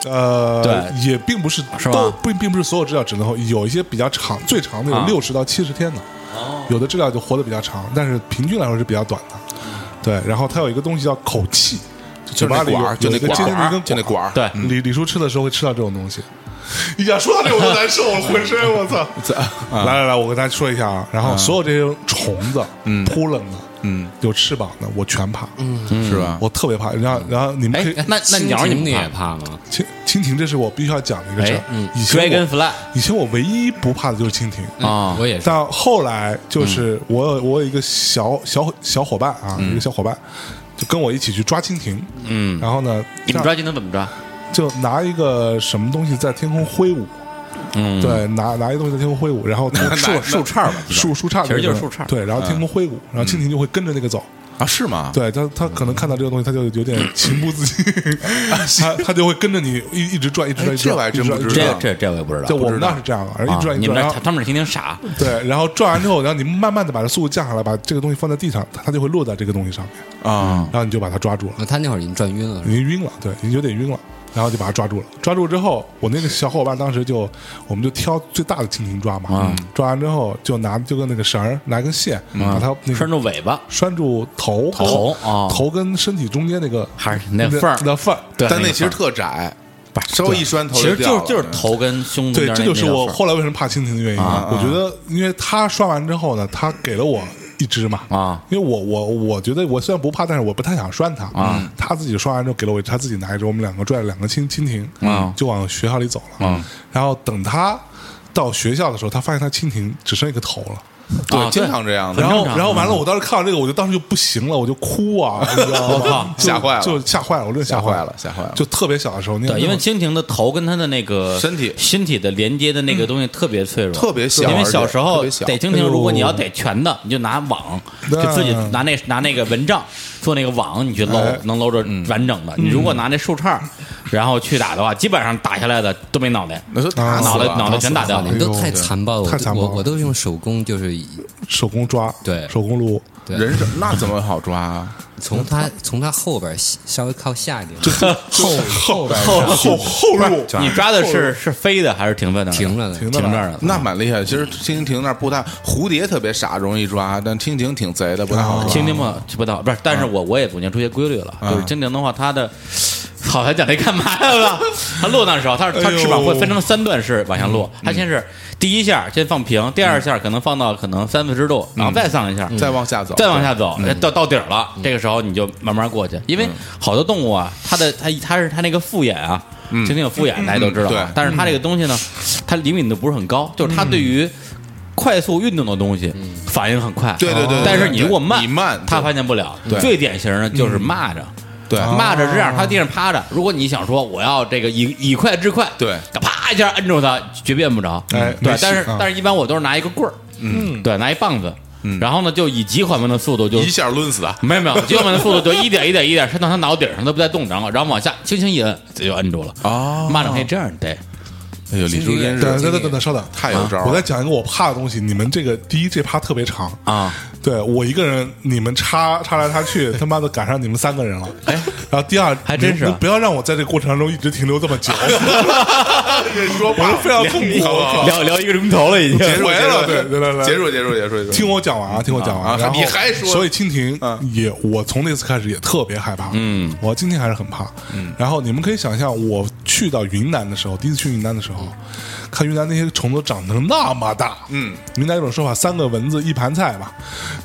[SPEAKER 3] 呃，
[SPEAKER 4] 对
[SPEAKER 3] 也并不是
[SPEAKER 4] 是吧
[SPEAKER 3] 都并并不是所有知了只能活，有一些比较长，最长的有
[SPEAKER 4] 啊
[SPEAKER 3] 六十到七十天的，有的知了就活得比较长，但是平均来说是比较短的。对，然后它有一个东西叫口气，
[SPEAKER 6] 就
[SPEAKER 3] 嘴
[SPEAKER 6] 那
[SPEAKER 3] 巴里
[SPEAKER 6] 管
[SPEAKER 3] 有
[SPEAKER 6] 儿，就
[SPEAKER 3] 有
[SPEAKER 6] 那
[SPEAKER 3] 一个
[SPEAKER 6] 管
[SPEAKER 3] 接近一
[SPEAKER 6] 儿，
[SPEAKER 3] 根
[SPEAKER 6] 就那管儿。
[SPEAKER 4] 对，
[SPEAKER 3] 李李叔吃的时候会吃到这种东西，一想说到这我都难受了，浑身我
[SPEAKER 6] [LAUGHS]
[SPEAKER 3] 操！
[SPEAKER 6] 啊
[SPEAKER 3] 来来来，我跟大家说一下啊，然后所有这些虫子、扑棱的、
[SPEAKER 6] 嗯，
[SPEAKER 3] 有翅膀的，我全怕，
[SPEAKER 6] 是吧？
[SPEAKER 3] 我特别怕。然后然后你们
[SPEAKER 4] 哎
[SPEAKER 3] 可以，
[SPEAKER 4] 那那鸟你
[SPEAKER 5] 蜻蜓你
[SPEAKER 4] 们
[SPEAKER 5] 也怕吗？
[SPEAKER 3] 蜻蜻蜓，这是我必须要讲的一个事儿
[SPEAKER 4] 哎。
[SPEAKER 3] 以前我嗯
[SPEAKER 4] Dragonfly
[SPEAKER 3] 以前我唯一不怕的就是蜻蜓，
[SPEAKER 4] 啊
[SPEAKER 5] 我也是。
[SPEAKER 3] 但后来
[SPEAKER 4] 嗯
[SPEAKER 3] 就是我有我有一个小小小伙伴啊，一个小伙伴就跟我一起去抓蜻蜓，
[SPEAKER 4] 嗯，
[SPEAKER 3] 然后呢，
[SPEAKER 4] 你
[SPEAKER 3] 这
[SPEAKER 4] 们
[SPEAKER 3] 样
[SPEAKER 4] 抓蜻蜓怎么抓？
[SPEAKER 3] 就拿一个什么东西在天空挥舞。
[SPEAKER 4] 嗯，
[SPEAKER 3] 对，拿拿一东西在天空挥舞，然
[SPEAKER 4] [LAUGHS]
[SPEAKER 3] 后
[SPEAKER 4] 树树杈吧，
[SPEAKER 3] 树树杈，
[SPEAKER 4] 其实就是树杈
[SPEAKER 3] 对，然后天空挥舞，然后蜻蜓就会跟着那个走。
[SPEAKER 4] 嗯
[SPEAKER 6] 啊，是吗？
[SPEAKER 3] 对它，它可能看到这个东西，它就有点情不自禁，
[SPEAKER 4] [LAUGHS]
[SPEAKER 3] [LAUGHS] 它它就会跟着你一一直转，一直转，
[SPEAKER 6] 哎
[SPEAKER 3] 一直
[SPEAKER 6] 这我还
[SPEAKER 3] 转，
[SPEAKER 6] 真
[SPEAKER 3] 一直转
[SPEAKER 6] 不知
[SPEAKER 4] 这
[SPEAKER 6] 道
[SPEAKER 4] 个这这我也不知道。
[SPEAKER 3] 就我们那是这样的，而一
[SPEAKER 4] 啊
[SPEAKER 3] 转一
[SPEAKER 4] 你们
[SPEAKER 3] 转，然
[SPEAKER 4] 那
[SPEAKER 3] 后
[SPEAKER 4] 他们那蜻蜓傻，
[SPEAKER 3] 对，然后转完之后，然后你慢慢的把它速度降下来，把这个东西放在地上，它它就会落在这个东西上面，
[SPEAKER 6] 啊，
[SPEAKER 3] 然后你就把它抓住了。
[SPEAKER 5] 啊他那会儿已经转晕了，
[SPEAKER 3] 已经晕了，对，已经有点晕了，然后就把它抓住了。抓住之后，我那个小伙伴当时就，我们就挑最大的蜻蜓抓嘛，
[SPEAKER 4] 啊
[SPEAKER 3] 抓完之后就拿就跟那个绳儿，拿根线，把它那
[SPEAKER 4] 嗯拴
[SPEAKER 3] 个
[SPEAKER 4] 住尾巴，
[SPEAKER 3] 拴住头
[SPEAKER 4] 头哦
[SPEAKER 3] 头跟身体中间那个
[SPEAKER 4] 还是那缝儿
[SPEAKER 3] 那缝儿。
[SPEAKER 4] 对，
[SPEAKER 6] 但那
[SPEAKER 4] 个
[SPEAKER 6] 其实
[SPEAKER 4] 缝儿
[SPEAKER 6] 特窄，稍微一拴头
[SPEAKER 4] 其实就
[SPEAKER 6] 掉了
[SPEAKER 4] 是就是头跟胸中
[SPEAKER 3] 对，
[SPEAKER 4] 间
[SPEAKER 3] 这
[SPEAKER 4] 那
[SPEAKER 3] 就是
[SPEAKER 4] 那个
[SPEAKER 3] 我
[SPEAKER 4] 缝儿
[SPEAKER 3] 后来为什么怕蜻蜓的原因。啊我觉得，因为他刷完之后呢，他给了我一只嘛，
[SPEAKER 4] 啊，
[SPEAKER 3] 因为我我我觉得我虽然不怕，但是我不太想拴它啊。他自己刷完之后给了我，他自己拿一只，我们两个拽了两个蜻蜻蜓
[SPEAKER 4] 啊
[SPEAKER 3] 就往学校里走了啊。然后等他到学校的时候，他发现他蜻蜓只剩一个头了。
[SPEAKER 6] 对，
[SPEAKER 4] 啊
[SPEAKER 6] 经常这样的。
[SPEAKER 3] 然后，
[SPEAKER 4] 常
[SPEAKER 3] 然后完了，我当时看到这个，我就当时就不行了，我就哭啊，你知道吗？就
[SPEAKER 6] 吓坏了
[SPEAKER 3] 就吓坏了，我真的吓
[SPEAKER 6] 吓坏
[SPEAKER 3] 坏
[SPEAKER 6] 了吓坏了
[SPEAKER 3] 就特别小的时候，
[SPEAKER 4] 对，因为蜻蜓的头跟它的那个
[SPEAKER 6] 身体
[SPEAKER 4] 身体的连接的那个东西特别脆弱，
[SPEAKER 6] 特别小
[SPEAKER 4] 因为
[SPEAKER 6] 而且
[SPEAKER 4] 小时
[SPEAKER 6] 特
[SPEAKER 4] 候
[SPEAKER 6] 别小
[SPEAKER 4] 逮蜻
[SPEAKER 3] 哎
[SPEAKER 4] 蜓，
[SPEAKER 3] 呦
[SPEAKER 4] 如果你要逮全的，你就拿网，
[SPEAKER 3] 那
[SPEAKER 4] 就自己拿那拿那个蚊帐做那个网，你去搂
[SPEAKER 3] 哎，
[SPEAKER 4] 能搂着完整的。你如果拿那树杈，然后去打的话，基本上打下来的都没脑袋，
[SPEAKER 6] 那说打
[SPEAKER 3] 啊
[SPEAKER 6] 死
[SPEAKER 4] 脑袋
[SPEAKER 6] 了
[SPEAKER 4] 脑袋全打掉
[SPEAKER 5] 哇
[SPEAKER 4] 了
[SPEAKER 5] 你。都
[SPEAKER 3] 哎呦
[SPEAKER 5] 太残暴了，
[SPEAKER 3] 太残暴
[SPEAKER 5] 我
[SPEAKER 3] 了
[SPEAKER 5] 我都用手工，就是以
[SPEAKER 3] 手工抓，
[SPEAKER 5] 对
[SPEAKER 3] 手工撸，
[SPEAKER 5] 对
[SPEAKER 6] 人手那怎么好抓啊？
[SPEAKER 5] 从他从他后边稍微靠下一点，后后边
[SPEAKER 3] 后后后入，
[SPEAKER 4] 你抓的是是飞的还是停在那儿的？
[SPEAKER 5] 停着呢，
[SPEAKER 3] 停
[SPEAKER 4] 停
[SPEAKER 3] 着
[SPEAKER 4] 这
[SPEAKER 3] 呢
[SPEAKER 4] 儿的。
[SPEAKER 6] 那蛮厉害的，其实蜻蜓那儿不太，蝴蝶特别傻，容易抓，但蜻蜓挺贼的，不太好
[SPEAKER 3] 啊
[SPEAKER 6] 抓。
[SPEAKER 4] 哦蜻蜓嘛，不到不是，但是我我也总结出一些规律了，就是蜻蜓的话，它的，好，咱讲这干嘛来了？它落那时候，它是它
[SPEAKER 3] 哎呦嗯
[SPEAKER 4] 翅膀会分成三段式往下落，它先是第一下先放平，第二下可能放到可能三四十度，
[SPEAKER 3] 嗯
[SPEAKER 4] 然后再上一下，
[SPEAKER 6] 再往下走，嗯
[SPEAKER 4] 再往下走，到到底儿了，这个时候你就慢慢过去，因为好多动物啊，它的它它是它那个复眼啊，
[SPEAKER 6] 嗯
[SPEAKER 4] 听听有复眼，大家都知道
[SPEAKER 6] 对嗯
[SPEAKER 4] 啊。但是它这个东西呢，它灵敏度不是很高，就是它对于快速运动的东西反应很快，
[SPEAKER 6] 嗯对对对对
[SPEAKER 4] 但是你如果慢，
[SPEAKER 6] 你慢
[SPEAKER 4] 它
[SPEAKER 6] 对
[SPEAKER 4] 发现不了。
[SPEAKER 6] 对嗯
[SPEAKER 4] 最典型的就是蚂蚱。
[SPEAKER 6] 对
[SPEAKER 4] 蚂蚱是这样，它地
[SPEAKER 3] 哦
[SPEAKER 4] 上趴着。如果你想说我要这个以以快制快，
[SPEAKER 6] 对
[SPEAKER 4] 啪一下摁住它，绝变不着。
[SPEAKER 3] 哎
[SPEAKER 4] 对
[SPEAKER 3] 没，戏
[SPEAKER 4] 但是
[SPEAKER 3] 啊
[SPEAKER 4] 但是一般我都是拿一个棍儿，嗯，对，拿一棒子，
[SPEAKER 6] 嗯
[SPEAKER 4] 然后呢就以极缓慢的速度就
[SPEAKER 6] 一下抡死他，
[SPEAKER 4] 没有没有，极缓慢的速度就一点一点一点伸到它脑顶上都不带动，然后然后往下轻轻一摁就摁住了。
[SPEAKER 6] 哦
[SPEAKER 4] 蚂蚱可以这样逮，
[SPEAKER 6] 哎呦，李叔真
[SPEAKER 3] 等
[SPEAKER 6] 是
[SPEAKER 3] 等等等等，稍等，
[SPEAKER 6] 太有招儿了
[SPEAKER 3] 我再讲一个我怕的东西。你们这个第一这趴特别长
[SPEAKER 4] 啊，
[SPEAKER 3] 对我一个人，你们插插来插去，他妈的赶上你们三个人了。哎，然后第二
[SPEAKER 4] 还真是啊
[SPEAKER 3] 你们不要让我在这个过程中一直停留这么久，
[SPEAKER 6] [LAUGHS]
[SPEAKER 3] 说我是非常痛苦。我靠
[SPEAKER 4] 聊聊一个钟头了已经
[SPEAKER 6] 结束
[SPEAKER 3] 回
[SPEAKER 6] 结
[SPEAKER 3] 哦了
[SPEAKER 6] 束
[SPEAKER 3] 对对对对
[SPEAKER 6] 结束结束结束，结束
[SPEAKER 3] 听我讲完啊，听我讲
[SPEAKER 6] 啊啊
[SPEAKER 3] 完。然后
[SPEAKER 6] 你还说
[SPEAKER 3] 所以蜻蜓
[SPEAKER 6] 啊
[SPEAKER 3] 也，我从那次开始也特别害怕。
[SPEAKER 4] 嗯，
[SPEAKER 3] 我今天还是很怕。嗯，然后你们可以想象，我去到云南的时候，第一次去云南的时
[SPEAKER 4] 嗯
[SPEAKER 3] 候，看云南那些虫子长成那么大。
[SPEAKER 6] 嗯，
[SPEAKER 3] 云南有种说法，三个蚊子一盘菜
[SPEAKER 4] [LAUGHS]
[SPEAKER 3] 吧。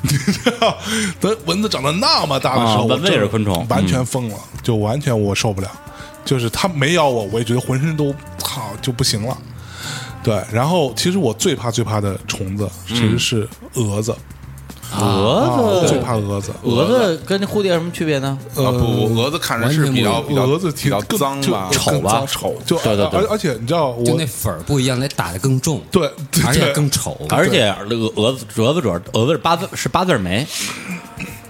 [SPEAKER 3] 你知道，等蚊子长得那么大的时
[SPEAKER 4] 啊
[SPEAKER 3] 候，
[SPEAKER 4] 蚊子
[SPEAKER 3] 我真
[SPEAKER 4] 也是昆虫嗯
[SPEAKER 3] 完全疯了，就完全我受不了。就是它没咬我，我也觉得浑身都操就不行了。对，然后其实我最怕最怕的虫子其实
[SPEAKER 4] 嗯
[SPEAKER 3] 是蛾子，
[SPEAKER 4] 蛾
[SPEAKER 3] 啊
[SPEAKER 4] 子
[SPEAKER 3] 最怕蛾子。
[SPEAKER 6] 嗯
[SPEAKER 4] 蛾子跟蝴蝶有什么区别呢？
[SPEAKER 3] 呃
[SPEAKER 6] 啊不，蛾子看着是比较比较
[SPEAKER 3] 蛾子
[SPEAKER 6] 比
[SPEAKER 3] 挺
[SPEAKER 6] 较
[SPEAKER 3] 更
[SPEAKER 6] 脏
[SPEAKER 3] 就
[SPEAKER 6] 吧，
[SPEAKER 3] 就
[SPEAKER 4] 丑
[SPEAKER 3] 更
[SPEAKER 4] 吧
[SPEAKER 3] 脏丑就
[SPEAKER 4] 对对对
[SPEAKER 3] 而而且你知道
[SPEAKER 5] 就
[SPEAKER 3] 我
[SPEAKER 5] 那粉儿不一样，得打得更重，
[SPEAKER 3] 对对
[SPEAKER 5] 而且
[SPEAKER 3] 对
[SPEAKER 5] 更丑。
[SPEAKER 4] 而且蛾蛾子蛾子主要蛾子是八字是八字眉，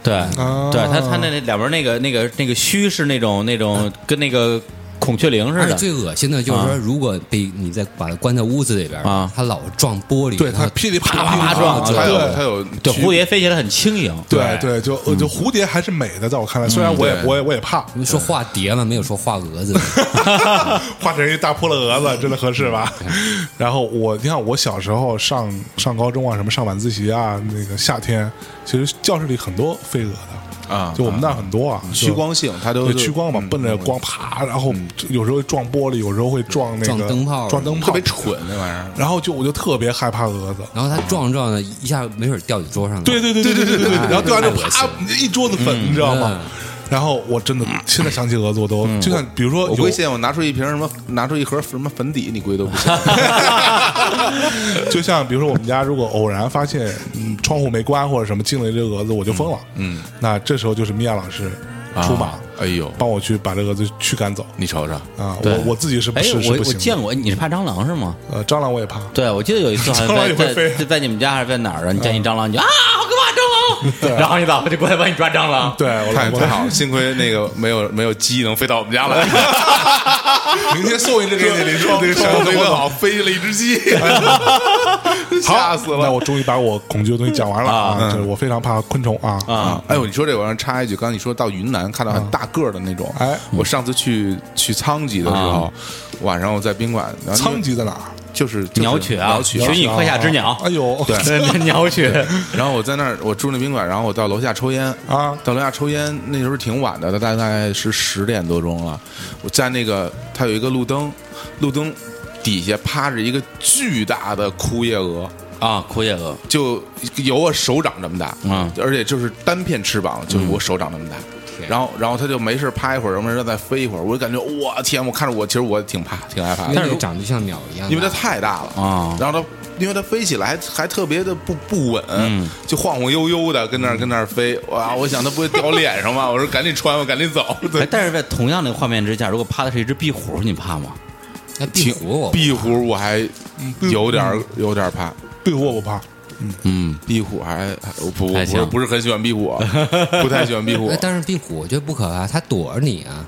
[SPEAKER 4] 对、
[SPEAKER 3] 啊
[SPEAKER 4] 对，它它那那两边那个那个那个须是那种那
[SPEAKER 3] 啊
[SPEAKER 4] 种跟那个孔雀翎似
[SPEAKER 5] 而且
[SPEAKER 4] 的。
[SPEAKER 5] 最恶心的就是说，
[SPEAKER 4] 啊
[SPEAKER 5] 如果被你再把它关在屋子里边
[SPEAKER 4] 啊
[SPEAKER 5] 它老撞玻璃，
[SPEAKER 3] 对它
[SPEAKER 5] 它
[SPEAKER 3] 噼里啪
[SPEAKER 4] 啪
[SPEAKER 3] 啦
[SPEAKER 4] 啪啪撞
[SPEAKER 3] 对
[SPEAKER 6] 啊它有
[SPEAKER 3] 对
[SPEAKER 6] 它有
[SPEAKER 4] 对，
[SPEAKER 6] 区
[SPEAKER 4] 蝴蝶飞起来很轻盈。
[SPEAKER 3] 对对，就呃就蝴蝶还是美的，在我看来，虽然我也
[SPEAKER 6] 嗯对
[SPEAKER 3] 我也我也怕，
[SPEAKER 5] 你说画蝶嘛，没有说画蛾子。
[SPEAKER 3] [LAUGHS] 画成一大扑了蛾子，真的合适吧？ [LAUGHS] 然后我，你看我小时候上上高中啊，什么上晚自习啊，那个夏天，其实教室里很多飞蛾的
[SPEAKER 6] 啊
[SPEAKER 3] 就我们那儿很多啊，
[SPEAKER 6] 趋光性，它都嗯
[SPEAKER 3] 对趋光嘛，奔着光啪，然后有时候撞玻璃，有时候会撞那个
[SPEAKER 5] 撞灯泡
[SPEAKER 3] 撞灯泡，
[SPEAKER 6] 特别蠢那玩意儿。
[SPEAKER 3] 然后就我就特别害怕蛾子。
[SPEAKER 5] 然后它撞撞的一下，没准掉你桌上了。
[SPEAKER 3] 对对对对对对对对，
[SPEAKER 5] 哎
[SPEAKER 3] 然后对完之后
[SPEAKER 5] 太恶
[SPEAKER 3] 啪
[SPEAKER 5] 心了
[SPEAKER 3] 一桌子粉，你知道吗
[SPEAKER 5] 嗯？
[SPEAKER 3] 然后我真的现在想起蛾子，我都就像比如说
[SPEAKER 6] 我
[SPEAKER 3] 有
[SPEAKER 6] 估计现在我拿出一瓶什么，拿出一盒什么粉底，你估计都不行。
[SPEAKER 3] 就像比如说我们家如果偶然发现嗯窗户没关或者什么进了一只蛾子，我就疯了。嗯，那这时候就是米娅老师出马，
[SPEAKER 6] 哎呦，
[SPEAKER 3] 帮我去把这蛾子驱赶走
[SPEAKER 6] 你瞅瞅，
[SPEAKER 3] 啊！
[SPEAKER 4] 对
[SPEAKER 3] 我我自己是不
[SPEAKER 4] 哎，
[SPEAKER 3] 是是
[SPEAKER 4] 我
[SPEAKER 3] 不
[SPEAKER 4] 我
[SPEAKER 3] 行的。
[SPEAKER 4] 见过，哎你是怕蟑螂是吗？
[SPEAKER 3] 呃蟑螂我也怕，
[SPEAKER 4] 对，我记得有一次好像
[SPEAKER 3] 蟑螂
[SPEAKER 4] 在
[SPEAKER 3] 也会
[SPEAKER 4] 在
[SPEAKER 3] 飞
[SPEAKER 4] 在在你们家还是在哪儿啊？你
[SPEAKER 3] 嗯
[SPEAKER 4] 见一蟑螂，你就啊，好可怕蟑螂！然后你老婆就过来帮你抓蟑螂。 [LAUGHS]
[SPEAKER 3] 对，我
[SPEAKER 6] 太
[SPEAKER 3] 我
[SPEAKER 6] 太好了，幸亏那个没有没有鸡能飞到我们
[SPEAKER 3] [LAUGHS]
[SPEAKER 6] 家来。
[SPEAKER 3] 明天送一只给你，
[SPEAKER 6] [LAUGHS]
[SPEAKER 3] 林叔，这个
[SPEAKER 6] 上
[SPEAKER 3] 小
[SPEAKER 6] 回
[SPEAKER 3] 飞
[SPEAKER 6] 我
[SPEAKER 3] 蛾
[SPEAKER 6] 好飞了一
[SPEAKER 3] [LAUGHS]
[SPEAKER 6] 只鸡， [LAUGHS] 吓死
[SPEAKER 3] 那
[SPEAKER 6] 了。
[SPEAKER 3] 我终于把我恐惧的东西讲完了啊！
[SPEAKER 6] 嗯
[SPEAKER 3] 就是我非常怕昆虫啊
[SPEAKER 6] 啊！哎呦，你说这个我让插一句，刚才你说到云南看到很大个儿的那种，
[SPEAKER 3] 哎啊
[SPEAKER 6] 我上次去去仓吉的时候，晚上我在宾馆，然后
[SPEAKER 3] 苍棘在哪儿？
[SPEAKER 6] 就是就是
[SPEAKER 4] 鸟雀啊，
[SPEAKER 6] 鸟
[SPEAKER 4] 寻
[SPEAKER 6] 曲
[SPEAKER 4] 你快下之鸟。
[SPEAKER 3] 哎呦，
[SPEAKER 6] 对
[SPEAKER 4] 鸟雀。
[SPEAKER 6] 然后我在那儿，我住那宾馆，然后我到楼下抽烟
[SPEAKER 3] 啊
[SPEAKER 6] 到楼下抽烟，那时候挺晚的，大概大概是十点多钟了。我在那个它有一个路灯，路灯底下趴着一个巨大的枯叶蛾，
[SPEAKER 4] 啊，枯叶蛾，
[SPEAKER 6] 就有我手掌这么大，
[SPEAKER 4] 嗯
[SPEAKER 6] 而且就是单片翅膀，就是我手掌这么大。然后，然后它就没事趴一会儿，没事再飞一会儿，我就感觉我天，我看着我，其实我挺怕，挺害怕的。
[SPEAKER 5] 因为那个长得就像鸟一样的，
[SPEAKER 6] 因为它太大了
[SPEAKER 4] 啊
[SPEAKER 6] 然后它因为它飞起来还还特别的不不稳，
[SPEAKER 4] 嗯
[SPEAKER 6] 就晃晃悠悠的跟那儿跟那儿飞，哇！我想它不会掉脸
[SPEAKER 4] [LAUGHS]
[SPEAKER 6] 上吧？我说赶紧穿吧，赶紧走。
[SPEAKER 4] 哎
[SPEAKER 6] 对，
[SPEAKER 4] 但是在同样的画面之下，如果趴的是一只壁虎，你怕吗？
[SPEAKER 5] 那壁虎我
[SPEAKER 6] 壁虎我还有点儿有点儿怕，
[SPEAKER 3] 对我不怕，
[SPEAKER 4] 嗯，
[SPEAKER 6] 壁虎还还我不
[SPEAKER 4] 还
[SPEAKER 6] 我
[SPEAKER 4] 行
[SPEAKER 6] 不是很喜欢壁虎，啊不太喜欢壁虎啊
[SPEAKER 5] 哎，。但是壁虎我觉得不可怕，它躲着你啊。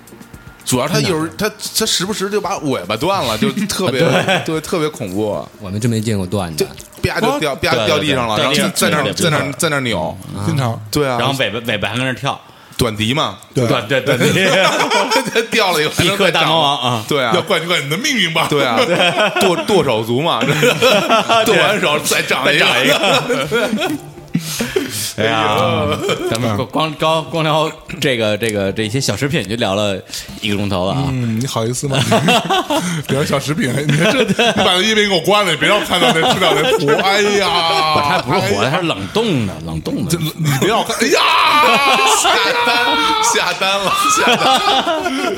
[SPEAKER 6] 主要它有时它它时不时就把尾巴
[SPEAKER 4] [LAUGHS]
[SPEAKER 6] 断了，就特别对特别恐怖，
[SPEAKER 5] 我们真没见过啊断
[SPEAKER 6] 就
[SPEAKER 5] 的，
[SPEAKER 6] 啪就掉啪
[SPEAKER 4] 对对
[SPEAKER 6] 掉地上了，
[SPEAKER 4] 对
[SPEAKER 6] 然后
[SPEAKER 4] 对
[SPEAKER 6] 在那
[SPEAKER 4] 对对
[SPEAKER 6] 儿
[SPEAKER 4] 嗯
[SPEAKER 6] 在那儿在那儿扭，
[SPEAKER 3] 经常
[SPEAKER 6] 对啊，
[SPEAKER 4] 然后尾巴尾巴还跟那跳，
[SPEAKER 6] 短笛
[SPEAKER 4] [LAUGHS]
[SPEAKER 6] 嘛，
[SPEAKER 3] 对
[SPEAKER 4] 对对对 [LAUGHS] 对，
[SPEAKER 6] 掉了以后还
[SPEAKER 4] 匹
[SPEAKER 6] 能
[SPEAKER 4] 克
[SPEAKER 6] 再
[SPEAKER 4] 大
[SPEAKER 6] 长
[SPEAKER 4] 魔王啊，
[SPEAKER 6] 对啊，
[SPEAKER 3] 要怪就怪你的命运吧。
[SPEAKER 6] 对
[SPEAKER 4] [LAUGHS]
[SPEAKER 6] 啊，剁剁手族嘛，这个剁完手再长 [LAUGHS]
[SPEAKER 4] 再
[SPEAKER 6] 一个
[SPEAKER 4] 长一个。哎呀， [LAUGHS] 咱们光光光聊这个这个这些小食品就聊了一个钟头了啊！
[SPEAKER 3] 嗯，你好意思吗？ [LAUGHS] 聊小食品， [LAUGHS] 你看这你把那页面给我关了，你别让我看到那吃到那
[SPEAKER 4] [LAUGHS]
[SPEAKER 3] 图。哎
[SPEAKER 4] 不，
[SPEAKER 3] 呀，
[SPEAKER 4] 它不是活的，
[SPEAKER 3] 哎
[SPEAKER 4] 它是冷冻的，冷冻的
[SPEAKER 3] 这。你别让我看，哎呀，
[SPEAKER 6] 下单下单了，下单
[SPEAKER 4] [LAUGHS]
[SPEAKER 6] 了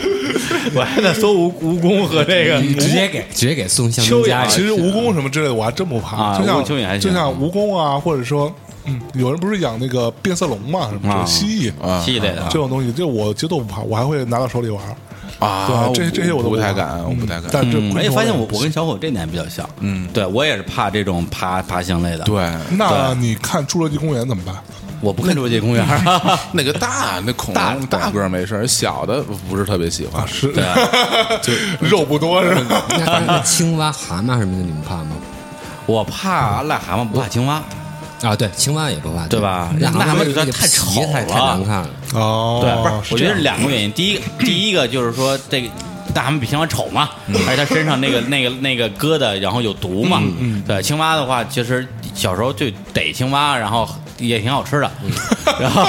[SPEAKER 4] 我还在说蜈蜈蚣和这个
[SPEAKER 5] 你直接给直接给送香
[SPEAKER 4] 蚯
[SPEAKER 5] 农
[SPEAKER 4] 蚓
[SPEAKER 5] 家
[SPEAKER 4] 啊
[SPEAKER 5] 里
[SPEAKER 3] 哎其实蜈蚣什么之类的我还真不
[SPEAKER 4] 啊
[SPEAKER 3] 怕，就像
[SPEAKER 4] 蜈蚣蚯蚓还行
[SPEAKER 3] 就像蜈蚣啊，或者说，嗯，有人不是养那个变色龙嘛，什
[SPEAKER 4] 啊
[SPEAKER 3] 么蜥蜴
[SPEAKER 6] 啊
[SPEAKER 4] 系列的啊
[SPEAKER 3] 这，种东西，这我绝对不怕，我还会拿到手里玩。
[SPEAKER 6] 啊！
[SPEAKER 3] 对，这这些我都
[SPEAKER 6] 不
[SPEAKER 3] 怕
[SPEAKER 6] 太敢，我不
[SPEAKER 3] 嗯
[SPEAKER 6] 太敢。
[SPEAKER 3] 但这昆
[SPEAKER 4] 嗯
[SPEAKER 3] 虫
[SPEAKER 4] 而且发现我
[SPEAKER 3] 不
[SPEAKER 4] 我跟小伙这点比较像，嗯，对我也是怕这种爬爬行类的，，
[SPEAKER 6] 对，
[SPEAKER 3] 那你看《侏罗纪公园》怎么办？
[SPEAKER 4] 我不看侏罗纪公园， [LAUGHS]
[SPEAKER 6] 那个大那恐
[SPEAKER 4] 大
[SPEAKER 6] 龙大个儿没事儿，小的不是特别喜欢。
[SPEAKER 3] 啊是， [LAUGHS] 肉不多是吧？
[SPEAKER 5] 那那青蛙、蛤蟆什么的，你们怕吗？
[SPEAKER 4] 我怕癞蛤蟆，不怕青蛙，
[SPEAKER 5] 啊，对，青蛙也不怕，
[SPEAKER 4] 对吧
[SPEAKER 5] 癞
[SPEAKER 4] 癞蛤
[SPEAKER 5] 蛤
[SPEAKER 4] 蟆
[SPEAKER 5] 蟆
[SPEAKER 4] 觉得
[SPEAKER 5] 那个
[SPEAKER 4] 太丑
[SPEAKER 5] 皮太
[SPEAKER 4] 了
[SPEAKER 5] 太难看了，
[SPEAKER 3] 哦，
[SPEAKER 4] 对，不是，我觉得
[SPEAKER 3] 这样
[SPEAKER 4] 是两个原因。第一，第一个就是说这个。大蛤蟆比青蛙丑嘛，而且它身上那个那个那个疙瘩，然后有毒嘛。对，青蛙的话，其实小时候就逮青蛙，然后也挺好吃的。然后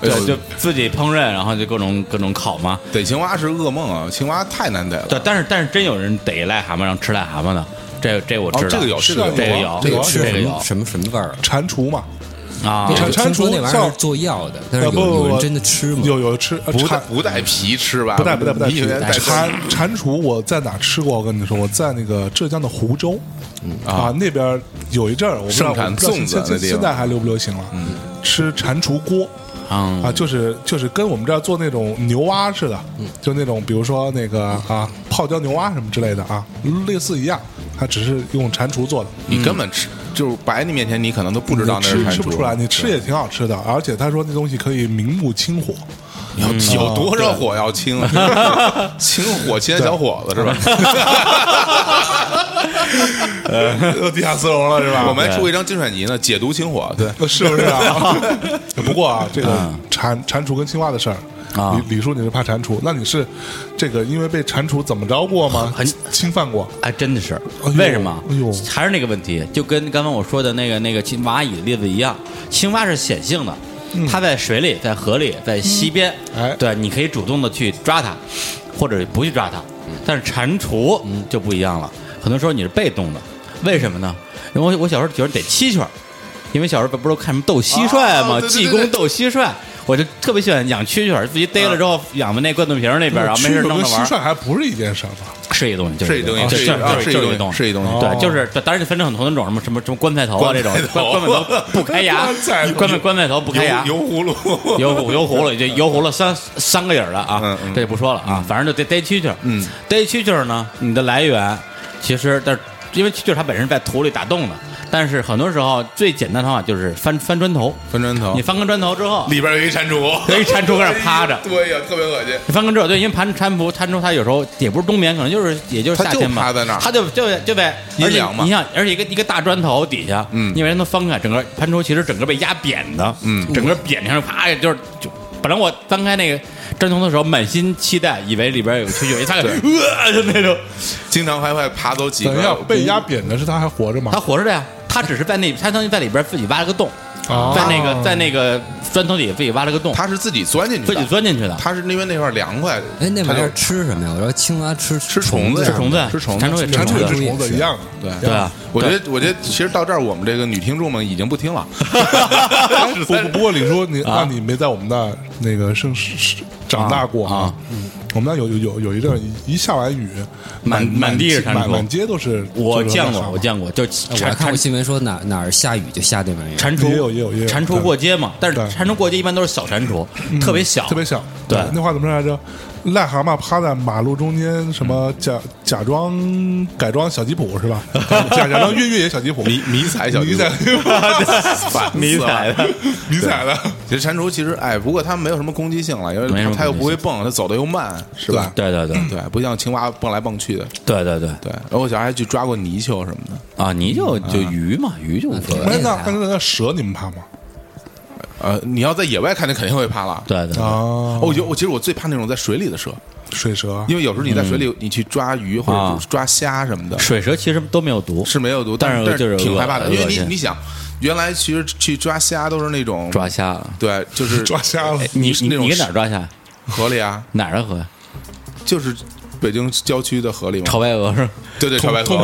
[SPEAKER 6] 哎呦
[SPEAKER 4] 对，就自己烹饪，然后就各种各种烤嘛。
[SPEAKER 6] 逮嗯青蛙是噩梦啊，青蛙太难逮了。
[SPEAKER 4] 对，但是但是真有人逮癞蛤蟆，让吃癞蛤蟆的，这这我知道。
[SPEAKER 6] 哦，这个有，这
[SPEAKER 3] 是
[SPEAKER 6] 个
[SPEAKER 3] 啊
[SPEAKER 6] 有，
[SPEAKER 4] 这个有，
[SPEAKER 3] 这个有
[SPEAKER 4] 这个
[SPEAKER 5] 什
[SPEAKER 4] 有
[SPEAKER 5] 么什么什么味儿啊？
[SPEAKER 3] 蟾蜍嘛，
[SPEAKER 4] 啊
[SPEAKER 5] 那
[SPEAKER 3] 蟾
[SPEAKER 5] 个
[SPEAKER 3] 蟾
[SPEAKER 5] 听说
[SPEAKER 3] 蜍
[SPEAKER 5] 那玩意儿
[SPEAKER 3] 像
[SPEAKER 5] 是做药的，但
[SPEAKER 3] 呃
[SPEAKER 5] 是
[SPEAKER 3] 不
[SPEAKER 5] 有有
[SPEAKER 3] 不不
[SPEAKER 5] 人真的吃吗？
[SPEAKER 3] 有有吃呃
[SPEAKER 6] 不带
[SPEAKER 3] 蟾
[SPEAKER 6] 不带皮吃吧？
[SPEAKER 3] 不带不带不带
[SPEAKER 6] 啊你以为带
[SPEAKER 3] 蟾蟾蜍，我在哪吃过？我跟你说，我在那个浙江的湖州啊，那边有一阵儿，我不知道
[SPEAKER 6] 嗯盛产
[SPEAKER 3] 我不知道
[SPEAKER 6] 粽子啊
[SPEAKER 3] 现现
[SPEAKER 6] 那地方嗯
[SPEAKER 3] 现在还流不流行了？吃蟾蜍锅。
[SPEAKER 4] 嗯
[SPEAKER 3] 啊，就是就是跟我们这儿做那种牛蛙似的，
[SPEAKER 6] 嗯
[SPEAKER 3] 就那种比如说那个啊泡椒牛蛙什么之类的啊，类似一样，它只是用蟾蜍做的，
[SPEAKER 4] 嗯
[SPEAKER 6] 你根本吃，就是摆你面前，你可能都不知道那
[SPEAKER 3] 吃
[SPEAKER 6] 是蟾
[SPEAKER 3] 吃不
[SPEAKER 6] 蜍啊
[SPEAKER 3] 出来，你吃也挺好吃的，而且他说那东西可以明目清火，
[SPEAKER 6] 有有多少火要清啊？
[SPEAKER 4] [LAUGHS]
[SPEAKER 6] 清火切小伙子是吧？
[SPEAKER 3] [LAUGHS] 呃，地下丝绒了是吧？
[SPEAKER 6] 我们还出过一张金水泥呢，解毒清火。对，
[SPEAKER 3] [LAUGHS] 是不是
[SPEAKER 4] [LAUGHS]
[SPEAKER 3] 啊？不过啊，这个蟾蟾蜍跟青蛙的事儿。
[SPEAKER 4] 嗯啊
[SPEAKER 3] 李李叔，你是怕蟾蜍？那你是这个因为被蟾蜍怎么着过吗？
[SPEAKER 4] [LAUGHS] 很
[SPEAKER 3] 侵犯过？
[SPEAKER 4] 还真的是
[SPEAKER 3] 哎呦，
[SPEAKER 4] 为什么
[SPEAKER 3] 哎呦？
[SPEAKER 4] 还是那个问题，就跟刚刚我说的那个那个青蚂蚁的例子一样，青蛙是显性的，它在水里、在河里、在溪边，
[SPEAKER 3] 嗯哎
[SPEAKER 4] 对，你可以主动的去抓它，或者不去抓它。
[SPEAKER 3] 嗯
[SPEAKER 4] 但是蟾蜍嗯就不一样了，很多时候你是被动的，为什么呢？因为我我小时候觉得逮�蛐蛐儿，因为小时候不是都看什么斗蟋蟀
[SPEAKER 3] 啊
[SPEAKER 4] 吗？
[SPEAKER 6] 对对对
[SPEAKER 4] 济公斗蟋蟀。我就特别喜欢养蛐蛐儿，自己逮了之
[SPEAKER 3] 啊
[SPEAKER 4] 后养在那罐头瓶儿那边，然啊后没事
[SPEAKER 3] 蛆
[SPEAKER 4] 弄
[SPEAKER 3] 跟
[SPEAKER 4] 着玩
[SPEAKER 3] 蟋
[SPEAKER 4] 儿。
[SPEAKER 3] 蟀还不是一件事儿吧？
[SPEAKER 4] 是一东西，
[SPEAKER 6] 是一东西
[SPEAKER 4] 就是
[SPEAKER 6] 一东西
[SPEAKER 4] 就是
[SPEAKER 6] 是一
[SPEAKER 4] 就是
[SPEAKER 6] 东
[SPEAKER 4] 东哦
[SPEAKER 6] 西是一东西
[SPEAKER 4] 对，就是当然分成很多种，什么什么什么棺材头啊这种，棺材头不开牙
[SPEAKER 3] 棺材，头
[SPEAKER 4] 棺材棺材头不开牙，
[SPEAKER 6] 油葫
[SPEAKER 4] [LAUGHS]
[SPEAKER 6] 芦。
[SPEAKER 4] 油葫油葫芦就油葫芦三三个影儿了啊
[SPEAKER 6] 嗯嗯，
[SPEAKER 4] 这就不说了啊，反正就逮逮蛐蛐，
[SPEAKER 6] 嗯，
[SPEAKER 4] 逮蛐蛐呢，你的来源其实但是因为蛐蛐它本身在土里打洞的，但是很多时候最简单的方法就是翻翻砖头，
[SPEAKER 6] 翻砖头
[SPEAKER 4] 你，翻个砖头之后，
[SPEAKER 6] 里边有一蟾蜍，
[SPEAKER 4] 有一蟾蜍搁那儿趴着
[SPEAKER 6] 对呀，特别恶心。
[SPEAKER 4] 你翻跟这对，因为盘蟾蜍蟾蜍它有时候也不是冬眠，可能就是也就是夏天嘛，
[SPEAKER 6] 它就趴在那儿
[SPEAKER 4] 它就就就在
[SPEAKER 6] 阴凉
[SPEAKER 4] 而且
[SPEAKER 6] 嘛
[SPEAKER 4] 你想，而且一个一个大砖头底下，
[SPEAKER 6] 嗯
[SPEAKER 4] 你把它翻开，整个蟾蜍其实整个被压扁的，
[SPEAKER 6] 嗯
[SPEAKER 4] 整个扁上啪就是就。本来我翻开那个砖头的时候，满心期待，以为里边有蛐蛐，一看，呃，就那种，
[SPEAKER 6] 经常还会爬走几
[SPEAKER 3] 等一下
[SPEAKER 6] 个，
[SPEAKER 3] 被压扁的是它还活着吗
[SPEAKER 4] [CLEARS THROAT] 它？活着的呀，它只是在那，它相当于在里边自己挖了个洞，
[SPEAKER 3] 啊
[SPEAKER 5] 哦
[SPEAKER 4] 在那个在那个砖头底下自己挖了个洞，
[SPEAKER 6] 它是自己钻进去
[SPEAKER 4] 自己
[SPEAKER 6] 的，
[SPEAKER 4] 钻进去的，
[SPEAKER 6] 它是因为那块儿凉快。
[SPEAKER 5] 哎，那
[SPEAKER 6] 它
[SPEAKER 5] 玩意
[SPEAKER 6] 就
[SPEAKER 5] 儿吃什么呀？我说青蛙吃
[SPEAKER 6] 吃虫子呀，
[SPEAKER 4] 吃虫子，
[SPEAKER 6] 吃虫
[SPEAKER 4] 蟾蜍也
[SPEAKER 6] 子。
[SPEAKER 4] 吃
[SPEAKER 3] 蟾蜍
[SPEAKER 4] 虫
[SPEAKER 3] 也是
[SPEAKER 4] 子，
[SPEAKER 3] 虫子一样的，
[SPEAKER 6] 对
[SPEAKER 4] 对啊，
[SPEAKER 6] 我觉得，我觉得其实到这儿，我们这个女听众们已经不听了。
[SPEAKER 3] 哎不不不过李叔，你
[SPEAKER 4] 啊
[SPEAKER 3] 那你没在我们那儿那个生生长大过
[SPEAKER 4] 啊？
[SPEAKER 3] 我们那儿有有有有一阵儿一一下完雨，
[SPEAKER 4] 满满
[SPEAKER 3] 满
[SPEAKER 4] 地是
[SPEAKER 3] 街
[SPEAKER 4] 蟾
[SPEAKER 3] 满
[SPEAKER 4] 蜍
[SPEAKER 3] 满街都是。
[SPEAKER 4] 我
[SPEAKER 3] 就是
[SPEAKER 4] 见
[SPEAKER 3] 癞蛤
[SPEAKER 4] 过，
[SPEAKER 3] 蟆
[SPEAKER 4] 我见过，就
[SPEAKER 5] 哎我还
[SPEAKER 4] 蟾
[SPEAKER 5] 看过
[SPEAKER 4] 蟾
[SPEAKER 5] 新闻说哪哪儿下雨就下那玩意儿，
[SPEAKER 4] 蟾蜍
[SPEAKER 3] 也有也有也有
[SPEAKER 4] 蟾蜍
[SPEAKER 3] 对
[SPEAKER 4] 过街嘛，但是
[SPEAKER 3] 对
[SPEAKER 4] 蟾蜍过街一般都是小蟾蜍，特别小，
[SPEAKER 3] 特别小。啊
[SPEAKER 4] 对
[SPEAKER 3] 那话怎么说来着？癞蛤蟆趴在马路中间，什么
[SPEAKER 6] 嗯
[SPEAKER 3] 假假装改装小吉普
[SPEAKER 6] [LAUGHS]
[SPEAKER 3] 是吧？假假装越越野小吉普，
[SPEAKER 6] 迷迷彩小
[SPEAKER 3] 迷彩
[SPEAKER 6] 烦死了
[SPEAKER 4] 迷彩的。
[SPEAKER 3] 迷彩的。
[SPEAKER 6] 其实蟾蜍其实，哎，不过它没有什么攻击性了，因
[SPEAKER 4] 没什么
[SPEAKER 6] 为它又
[SPEAKER 4] 攻击性
[SPEAKER 6] 不会蹦，它走的又慢，是吧？
[SPEAKER 4] 对对对
[SPEAKER 6] 对，不像青蛙蹦来蹦去的。
[SPEAKER 4] 对对对
[SPEAKER 6] 对，然后我小时候还去抓过泥鳅什么的。
[SPEAKER 4] 啊！你就就鱼嘛，鱼就无所谓。
[SPEAKER 3] 哎，那那那那蛇你们怕吗？
[SPEAKER 6] 呃，你要在野外看，你肯定会怕了。
[SPEAKER 4] 对对对
[SPEAKER 3] 啊
[SPEAKER 6] 哦，，我觉得我其实我最怕那种在水里的蛇，
[SPEAKER 3] 水蛇
[SPEAKER 6] 因为有时候你在水里，你去抓鱼或
[SPEAKER 4] 啊
[SPEAKER 6] 者抓虾什么的，
[SPEAKER 4] 水蛇其实都没有毒，
[SPEAKER 6] 是没有毒，
[SPEAKER 4] 但
[SPEAKER 6] 但
[SPEAKER 4] 是就是
[SPEAKER 6] 挺害怕的，
[SPEAKER 4] 恶
[SPEAKER 6] 因为
[SPEAKER 4] 恶
[SPEAKER 6] 你
[SPEAKER 4] 心
[SPEAKER 6] 你想，原来其实去抓虾都是那种
[SPEAKER 4] 抓，瞎了。
[SPEAKER 6] 对，就是
[SPEAKER 3] [LAUGHS] 抓瞎了
[SPEAKER 6] 哎
[SPEAKER 4] 你
[SPEAKER 6] 是
[SPEAKER 4] 你
[SPEAKER 6] 那种
[SPEAKER 4] 你给哪儿抓瞎？
[SPEAKER 6] 河里啊，
[SPEAKER 4] 哪儿的河？
[SPEAKER 6] 就是北京郊区的河里嘛
[SPEAKER 4] 潮。白鹅是吧？
[SPEAKER 6] 对对，潮白河，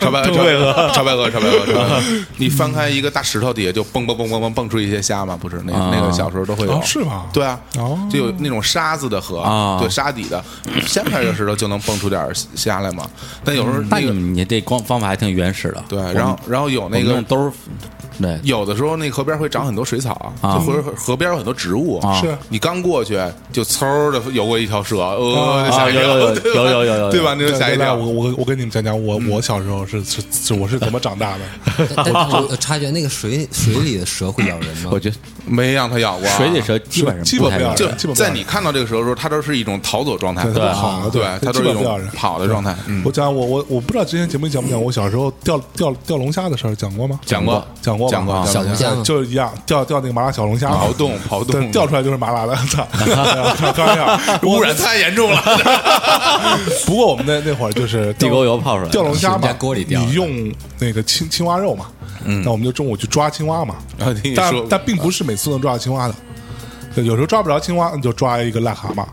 [SPEAKER 6] 潮白河，潮白河，潮白河，潮白河，潮白河。你翻开一个大石头底下，就蹦蹦蹦蹦蹦蹦出一些虾嘛，不是？那
[SPEAKER 4] 啊
[SPEAKER 6] 那个小时候都会有
[SPEAKER 3] 哦，是吗
[SPEAKER 6] 对啊
[SPEAKER 3] 哦，
[SPEAKER 6] 就有那种沙子的河
[SPEAKER 4] 啊，
[SPEAKER 6] 对沙底的，掀开这个石头就能蹦出点儿虾来嘛。但有时候
[SPEAKER 4] 嗯那
[SPEAKER 6] 那
[SPEAKER 4] 你
[SPEAKER 6] 个
[SPEAKER 4] 们你这光方法还挺原始的。
[SPEAKER 6] 对
[SPEAKER 4] 我，们
[SPEAKER 6] 然后然后有那
[SPEAKER 4] 我们
[SPEAKER 6] 个
[SPEAKER 4] 用兜儿，对，
[SPEAKER 6] 有的时候那河边会长很多水草，啊就或者河边有很多植物
[SPEAKER 4] 啊
[SPEAKER 3] 是
[SPEAKER 6] 你刚过去就嗖的游过一条蛇，呃，
[SPEAKER 3] 啊
[SPEAKER 6] 吓一跳，
[SPEAKER 4] 有有有
[SPEAKER 6] [LAUGHS] 对吧
[SPEAKER 4] 有有有有
[SPEAKER 6] 对吧？那就吓
[SPEAKER 3] 对
[SPEAKER 6] 一嗯
[SPEAKER 3] 对
[SPEAKER 6] 跳。
[SPEAKER 3] 我我我跟你们讲讲，我我小时候是是是我是怎么长大的。
[SPEAKER 5] 但但
[SPEAKER 4] [LAUGHS]
[SPEAKER 5] 我我察觉那个水水里的蛇会咬人吗？
[SPEAKER 4] 我觉得
[SPEAKER 6] 没让它咬过啊
[SPEAKER 4] 水里蛇基本上
[SPEAKER 3] 基
[SPEAKER 4] 不
[SPEAKER 3] 本
[SPEAKER 4] 太
[SPEAKER 3] 不要
[SPEAKER 4] 咬人
[SPEAKER 6] 就
[SPEAKER 3] 基本不要
[SPEAKER 6] 在你看到这个时候的时候，它都是一种逃走状态，
[SPEAKER 3] 对，他
[SPEAKER 4] 对
[SPEAKER 3] 都跑了，
[SPEAKER 6] 对
[SPEAKER 3] 他
[SPEAKER 6] 它都
[SPEAKER 3] 基
[SPEAKER 6] 是一
[SPEAKER 3] 本不要
[SPEAKER 6] 种
[SPEAKER 3] 人。
[SPEAKER 6] 跑的状态。嗯，
[SPEAKER 3] 我讲我我我不知道之前节目里讲不讲我小时候钓钓钓龙虾的事儿讲过吗？
[SPEAKER 6] 讲过
[SPEAKER 3] 讲过吧
[SPEAKER 6] 讲过
[SPEAKER 3] 啊
[SPEAKER 5] 小龙虾吗
[SPEAKER 3] 就是一样钓钓那个麻辣小龙虾嘛，
[SPEAKER 6] 刨洞刨洞
[SPEAKER 3] 对钓出来就是麻辣的， [LAUGHS]
[SPEAKER 6] [LAUGHS]
[SPEAKER 3] 操！开玩笑，
[SPEAKER 6] 污染太严重了。
[SPEAKER 3] [LAUGHS] 不过我们那那会儿
[SPEAKER 6] [LAUGHS]
[SPEAKER 3] 就是
[SPEAKER 4] 地沟油泡出来的
[SPEAKER 3] 钓龙虾
[SPEAKER 5] 是人
[SPEAKER 3] 嘛
[SPEAKER 5] 家，锅里钓的
[SPEAKER 3] 你用那个青青蛙肉嘛，那我们就中午去抓青蛙嘛
[SPEAKER 6] 嗯啊听你，
[SPEAKER 3] 但
[SPEAKER 6] 说过
[SPEAKER 3] 但并不是每次能抓到青蛙的，对有时候抓不着青蛙，就抓一个癞蛤蟆，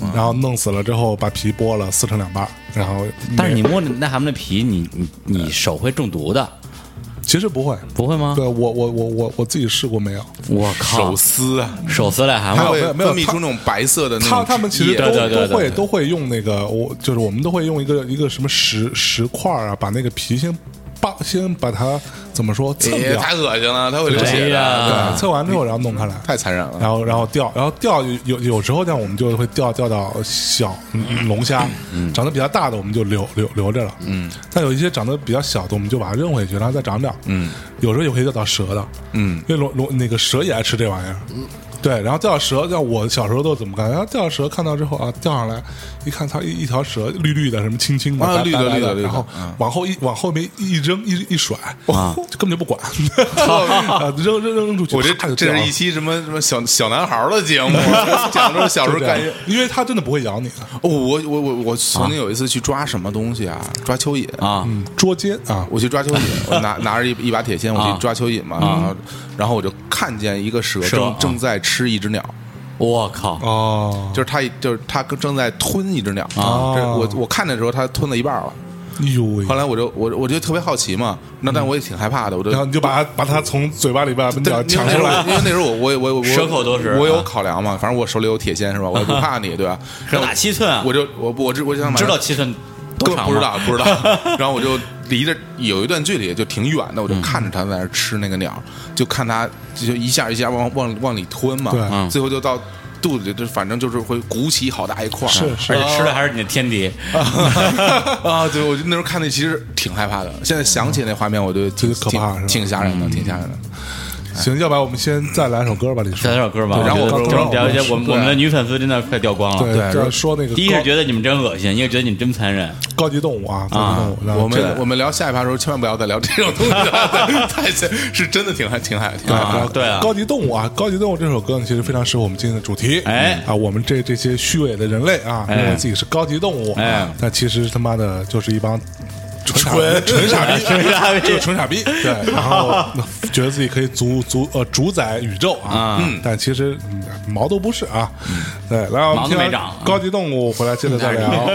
[SPEAKER 6] 嗯
[SPEAKER 3] 然后弄死了之后把皮剥了撕成两半，然后
[SPEAKER 4] 但是你摸那癞蛤蟆的皮，你你你手会中毒的，
[SPEAKER 3] 其实不会。
[SPEAKER 4] 不会吗嗯
[SPEAKER 3] 对？我我我我我自己试过没有，
[SPEAKER 4] 我靠
[SPEAKER 6] 手，撕啊，
[SPEAKER 4] 手撕癞蛤
[SPEAKER 6] 它
[SPEAKER 4] 蟆，
[SPEAKER 6] 会
[SPEAKER 3] 没有
[SPEAKER 6] 分泌
[SPEAKER 3] 它
[SPEAKER 6] 出那种白色的那种
[SPEAKER 3] 他他们其实
[SPEAKER 6] 液
[SPEAKER 3] 都
[SPEAKER 4] 对对对
[SPEAKER 3] 都
[SPEAKER 4] 对
[SPEAKER 3] 会
[SPEAKER 4] 对
[SPEAKER 3] 都会用那个，我就是我们都会用一个一个什么石石块啊，把那个皮先扒，先把它怎么说蹭
[SPEAKER 6] 哎
[SPEAKER 3] 掉，
[SPEAKER 6] 太恶心了，它会流
[SPEAKER 4] 哎
[SPEAKER 6] 血的，
[SPEAKER 4] 呀，
[SPEAKER 3] 对，测完之后然后弄开来，
[SPEAKER 6] 太残忍了。
[SPEAKER 3] 然后然后钓，然后钓有有时候呢，我们就会钓钓到小嗯龙虾，
[SPEAKER 6] 嗯
[SPEAKER 3] 长得比较大的我们就留留留着了，嗯，但有一些长得比较小的，我们就把它扔回去，让它再长长，嗯，有时候也会钓到蛇的，
[SPEAKER 6] 嗯，
[SPEAKER 3] 因为龙龙那个蛇也爱吃这玩意儿，对，然后钓到蛇，像我小时候都怎么干？然后钓到蛇看到之后啊，钓上来一看，它一一条蛇绿绿的，什么青青的，
[SPEAKER 6] 啊
[SPEAKER 3] 白
[SPEAKER 6] 绿的
[SPEAKER 3] 白白
[SPEAKER 6] 绿的绿的
[SPEAKER 3] 然后
[SPEAKER 6] 嗯
[SPEAKER 3] 往后一往后面一扔一一甩，哇， [LAUGHS] 就根本就不
[SPEAKER 6] [LAUGHS]
[SPEAKER 3] 管，啊扔扔扔扔出去，
[SPEAKER 6] 我这
[SPEAKER 3] 啪就
[SPEAKER 6] 这
[SPEAKER 3] 掉
[SPEAKER 6] 是
[SPEAKER 3] 了
[SPEAKER 6] 一期什么什么小小男孩儿的节目， [LAUGHS] 讲的是小时候
[SPEAKER 3] 就这样
[SPEAKER 6] 干。
[SPEAKER 3] 因为它真的不会咬你的。
[SPEAKER 6] 哦，我我我我曾经有一次去抓什么东西啊，抓蚯蚓
[SPEAKER 4] 啊
[SPEAKER 3] 嗯，捉奸啊，
[SPEAKER 6] 我去抓蚯蚓，我拿拿着一一把铁锨，我
[SPEAKER 4] 啊
[SPEAKER 6] 去抓蚯蚓嘛，然后然后我就看见一个嗯蛇
[SPEAKER 4] 蛇啊
[SPEAKER 6] 正正在吃一只鸟，
[SPEAKER 4] 我靠，
[SPEAKER 3] 哦，
[SPEAKER 6] 就是它就是它正在吞一只鸟
[SPEAKER 3] 啊
[SPEAKER 6] 这我我看见的时候，它吞了一半了。
[SPEAKER 3] 哎呦喂
[SPEAKER 6] 后！来我就我我就特别好奇嘛，那但我也挺害怕的，我就
[SPEAKER 3] 然后你就把它把它从嘴巴里边把
[SPEAKER 6] 对
[SPEAKER 3] 鸟抢出来，
[SPEAKER 6] 因为那时候我我我我
[SPEAKER 4] 蛇口都是
[SPEAKER 6] 我有
[SPEAKER 4] 啊
[SPEAKER 6] 考量嘛，反正我手里有铁锨是吧？我也不
[SPEAKER 4] [LAUGHS]
[SPEAKER 6] 怕你，对吧？
[SPEAKER 4] 可打七寸啊，
[SPEAKER 6] 我就我我就我就想把它
[SPEAKER 4] 知道七寸多
[SPEAKER 6] 根本
[SPEAKER 4] 长吗
[SPEAKER 6] 不知道，不知道。
[SPEAKER 4] [LAUGHS]
[SPEAKER 6] 然后我就离着有一段距离，就挺远的，我
[SPEAKER 4] 嗯
[SPEAKER 6] 就看着它在那儿吃那个鸟，就看它就一下一下往往往里吞嘛，
[SPEAKER 3] 对嗯
[SPEAKER 6] 最后就到肚子里，就反正就是会鼓起好大一块儿，
[SPEAKER 3] 是是
[SPEAKER 4] 而且吃的还是你的天敌，
[SPEAKER 6] [LAUGHS] 啊。对，我就那时候看那其实挺害怕的，现在想起那画面，我就挺
[SPEAKER 3] 嗯这个可怕是吧
[SPEAKER 6] 挺挺吓人的，
[SPEAKER 4] 嗯
[SPEAKER 6] 挺吓人的。
[SPEAKER 3] 行，要不然我们先再来首歌吧，李叔
[SPEAKER 4] 这。首歌吧。
[SPEAKER 3] 对
[SPEAKER 4] 我
[SPEAKER 6] 然后
[SPEAKER 4] 觉得
[SPEAKER 6] 我
[SPEAKER 4] 整
[SPEAKER 3] 刚刚
[SPEAKER 4] 聊一些，我们
[SPEAKER 6] 对
[SPEAKER 4] 我们的女粉丝真的快掉光了。
[SPEAKER 3] 对，就是说那个
[SPEAKER 4] 第一是
[SPEAKER 3] 高
[SPEAKER 4] 觉得你们真恶心，一个觉得你们真残忍。
[SPEAKER 3] 高级动物啊，高级动物。然后
[SPEAKER 6] 我
[SPEAKER 3] 这
[SPEAKER 6] 们我们聊下一趴的时候，千万不要再聊这种 [LAUGHS] 东西了，太是真的挺害挺害挺害怕
[SPEAKER 4] 啊
[SPEAKER 6] 的。
[SPEAKER 4] 对啊
[SPEAKER 3] 高级动物啊，高级动物这首歌呢，其实非常适合我们今天的主题。
[SPEAKER 4] 哎
[SPEAKER 3] 啊，我们这这些虚伪的人类啊，
[SPEAKER 4] 哎
[SPEAKER 3] 认为自己是高级动物，
[SPEAKER 4] 哎
[SPEAKER 3] 但其实他妈的就是一帮纯呃
[SPEAKER 6] [LAUGHS]
[SPEAKER 3] 纯傻
[SPEAKER 4] [LAUGHS]
[SPEAKER 3] 逼，
[SPEAKER 4] 纯傻逼
[SPEAKER 3] 就是纯傻逼。对，然后觉得自己可以主主呃主宰宇宙啊
[SPEAKER 4] 啊，
[SPEAKER 3] 嗯，但其实嗯毛都不是啊。对，来我们
[SPEAKER 4] 毛都
[SPEAKER 3] 听
[SPEAKER 4] 没
[SPEAKER 3] 完
[SPEAKER 4] 长
[SPEAKER 3] 高级动物回来接着再聊。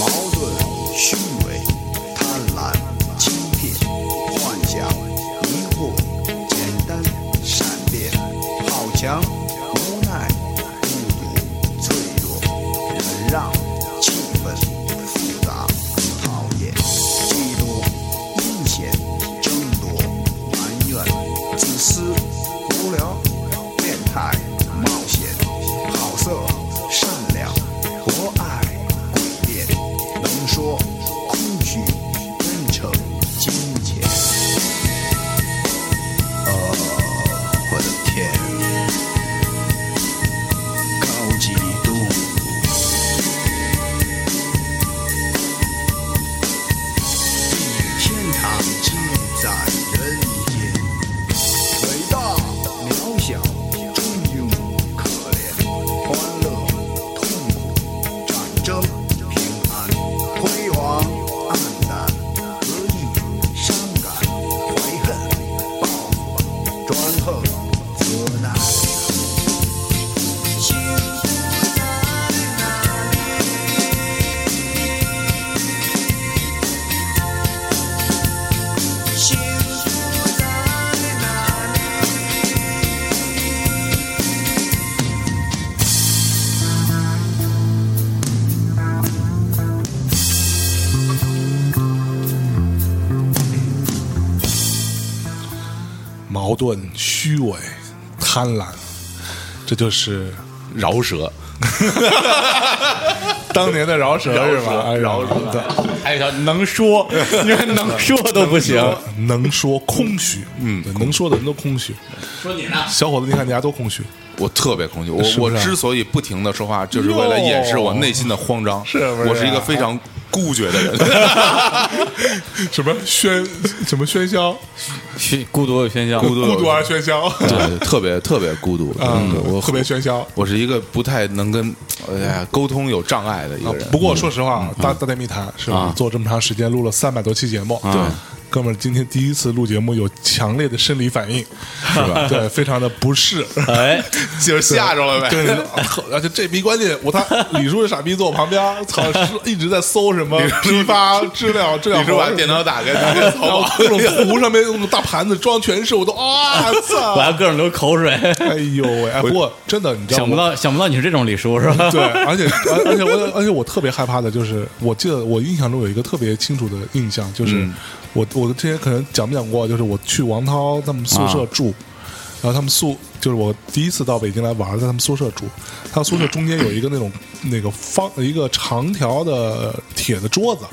[SPEAKER 9] 矛盾、虚伪、贪婪、欺骗、幻想、疑惑、
[SPEAKER 3] 矛盾、虚伪、贪婪，这就是
[SPEAKER 6] 饶舌，
[SPEAKER 3] [LAUGHS] 当年的饶舌
[SPEAKER 6] 饶
[SPEAKER 3] 是吧？哎
[SPEAKER 6] 舌，
[SPEAKER 3] 呀
[SPEAKER 6] 饶舌，
[SPEAKER 3] 对
[SPEAKER 4] 还有条能说，你说能说都不行。
[SPEAKER 3] 能说空虚，嗯，能说的人都空虚。
[SPEAKER 4] 说你呢？
[SPEAKER 3] 小伙子，你看你家多空虚，
[SPEAKER 6] [LAUGHS] 我特别空虚。我
[SPEAKER 3] 是不
[SPEAKER 6] 我
[SPEAKER 3] 是啊
[SPEAKER 6] 之所以不停的说话，就是为了掩饰我内心的慌张。
[SPEAKER 3] 是不是啊
[SPEAKER 6] 我是一个非常孤绝的 [LAUGHS] 人，
[SPEAKER 3] 什么喧什么喧嚣，
[SPEAKER 4] 喧孤独的喧嚣，
[SPEAKER 6] 孤独
[SPEAKER 3] 孤独而喧嚣
[SPEAKER 6] 对，特别特别孤独。
[SPEAKER 3] 啊
[SPEAKER 6] 嗯，，我
[SPEAKER 3] 特别喧嚣。
[SPEAKER 6] 我是一个不太能跟哎呀沟通有障碍的一
[SPEAKER 3] 啊
[SPEAKER 6] 个人。嗯
[SPEAKER 3] 不过说实话，啊大大内密谈是吧？做这么长时间，录了三百多期节目，对，哥们儿，今天第一次录节目有强烈的生理反应，是吧？ [LAUGHS] 对，非常的不适，
[SPEAKER 4] 哎，
[SPEAKER 6] 就是吓着了呗。
[SPEAKER 3] 对， [LAUGHS] 而且这没关键，我他李叔这傻逼坐我旁边，操，一直在搜什么批发质量质量
[SPEAKER 6] 你
[SPEAKER 3] 衡，
[SPEAKER 6] 说把电脑打开，打开
[SPEAKER 3] 然后
[SPEAKER 6] 淘宝
[SPEAKER 3] 各种壶上面用那种大盘子装全是，我都啊
[SPEAKER 4] [LAUGHS] 我
[SPEAKER 3] 操！
[SPEAKER 4] 还各种流口水，
[SPEAKER 3] 哎呦喂！哎，不过真的，你知道
[SPEAKER 4] 想不
[SPEAKER 3] 我
[SPEAKER 4] 到想不到你是这种李叔是吧？
[SPEAKER 3] 对，
[SPEAKER 4] [LAUGHS]
[SPEAKER 3] 而且而而且我而且我特别害怕的就是，我记得我印象中有一个特别清楚的印象，就是、我我之前可能讲没讲过，就是我去王涛他们宿舍住，然后他们宿就是我第一次到北京来玩，在他们宿舍住，他宿舍中间有一个那种那个方一个长条的铁的桌子，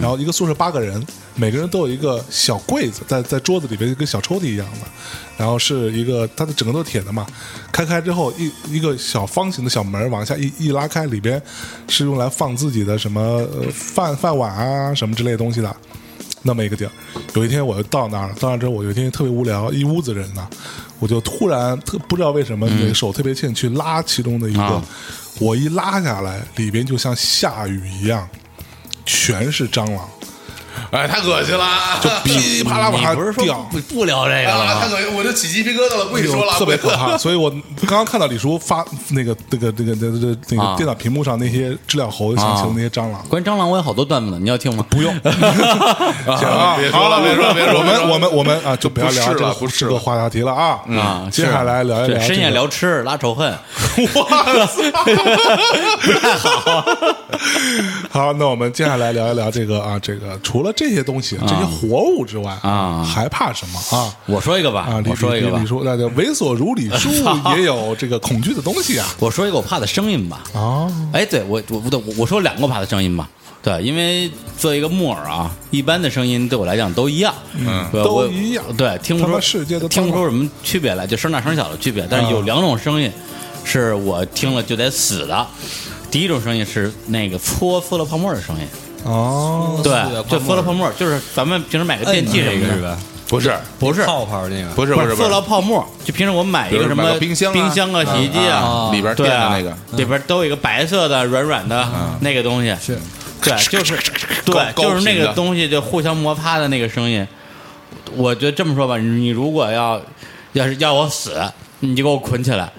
[SPEAKER 3] 然后一个宿舍八个人，每个人都有一个小柜子，在在桌子里边跟小抽屉一样的，然后是一个它的整个都是铁的嘛，开开之后一一个小方形的小门儿往下一一拉开，里边是用来放自己的什么呃饭饭碗啊什么之类的东西的。那么一个地儿。有一天我就到那儿了，到那儿之后我有一天特别无聊，一屋子人呢，我就突然特不知道为什么那个手特别欠，去拉其中的一个，
[SPEAKER 4] 啊
[SPEAKER 3] 我一拉下来，里边就像下雨一样，全是蟑螂，
[SPEAKER 6] [LAUGHS] 哎，太恶心了，就
[SPEAKER 3] 噼里啪啦往
[SPEAKER 4] 你
[SPEAKER 3] 下
[SPEAKER 4] 不是
[SPEAKER 3] 掉哎
[SPEAKER 4] 说。不不聊这个
[SPEAKER 6] [LAUGHS] 啊，太哎
[SPEAKER 4] 了吗？
[SPEAKER 6] 恶心，我就起鸡皮疙瘩了，不许说了，
[SPEAKER 3] 特别可
[SPEAKER 6] [LAUGHS]
[SPEAKER 3] 怕，所以我刚刚看到李叔发那个、那个、那个、那个、那
[SPEAKER 4] 啊
[SPEAKER 3] 个电脑屏幕上那些知了猴，
[SPEAKER 6] 啊
[SPEAKER 3] 想起了那些蟑螂。
[SPEAKER 4] 关于蟑螂，我有好多段子呢，你要听吗？不用，
[SPEAKER 3] 行啊，
[SPEAKER 6] 别说了
[SPEAKER 3] 好
[SPEAKER 6] 别说了别说了
[SPEAKER 3] 我
[SPEAKER 6] 别说
[SPEAKER 3] 们
[SPEAKER 6] 了
[SPEAKER 3] 我们我们啊，就不要聊
[SPEAKER 6] 不是
[SPEAKER 3] 这个
[SPEAKER 6] 了不是
[SPEAKER 3] 这个
[SPEAKER 6] 了嗯
[SPEAKER 3] 话题了啊
[SPEAKER 4] 啊
[SPEAKER 3] 接下来聊一聊
[SPEAKER 4] 是深
[SPEAKER 3] 这
[SPEAKER 4] 夜
[SPEAKER 3] 个
[SPEAKER 4] 聊吃拉
[SPEAKER 3] [LAUGHS]
[SPEAKER 4] 仇恨，
[SPEAKER 3] [LAUGHS] 好，那我们接下来聊一聊这个啊，这个除了这些东西、这些活物之外
[SPEAKER 4] 啊
[SPEAKER 3] 还怕什么啊？
[SPEAKER 4] 我说一个吧，
[SPEAKER 3] 啊，李
[SPEAKER 4] 我说一个
[SPEAKER 3] 李
[SPEAKER 4] 吧
[SPEAKER 3] 李，叔，那就猥琐如
[SPEAKER 4] [LAUGHS]
[SPEAKER 3] 李叔也有这个恐惧的东西啊
[SPEAKER 4] 我说一个我怕的声音吧。
[SPEAKER 3] 啊，
[SPEAKER 4] 哎，对我我不对，我我说两个我怕的声音吧。对，因为作为一个木耳啊，一般的声音对我来讲都一样，嗯，
[SPEAKER 3] 都一样
[SPEAKER 4] 对，听不
[SPEAKER 3] 他
[SPEAKER 4] 出
[SPEAKER 3] 妈世界都嗯
[SPEAKER 4] 听不
[SPEAKER 3] 脏
[SPEAKER 4] 出什么区别来，就声大声小的区别。但是有两种声音是我听了就得死的。第一种声音是那个搓塑料泡沫的声音，
[SPEAKER 3] 哦，
[SPEAKER 4] 对
[SPEAKER 7] 塑料，泡沫
[SPEAKER 4] 就塑料泡沫，就是咱们平时买个电器什么
[SPEAKER 5] 嗯
[SPEAKER 7] 个
[SPEAKER 4] 的，
[SPEAKER 7] 是吧？
[SPEAKER 6] 不是
[SPEAKER 4] 不是
[SPEAKER 7] 泡泡那个
[SPEAKER 6] 不是不是不
[SPEAKER 4] 塑
[SPEAKER 6] 是
[SPEAKER 4] 料泡沫，就平时我买一
[SPEAKER 6] 比
[SPEAKER 4] 个
[SPEAKER 6] 如
[SPEAKER 4] 什
[SPEAKER 6] 买
[SPEAKER 4] 么
[SPEAKER 6] 个冰箱啊
[SPEAKER 4] 冰箱啊、洗衣机啊
[SPEAKER 7] 啊，
[SPEAKER 6] 里边
[SPEAKER 4] 对
[SPEAKER 6] 垫的
[SPEAKER 4] 啊
[SPEAKER 6] 那个，啊
[SPEAKER 4] 里边都有一个白色的软软的那个东西，
[SPEAKER 5] 是
[SPEAKER 3] [LAUGHS]
[SPEAKER 4] 对，就是对，
[SPEAKER 6] 高
[SPEAKER 4] 就是那
[SPEAKER 6] 频
[SPEAKER 4] 个
[SPEAKER 6] 的
[SPEAKER 4] 东西就互相摩擦的那个声音。我觉得这么说吧，你如果要要是要我死，你就给我捆起来，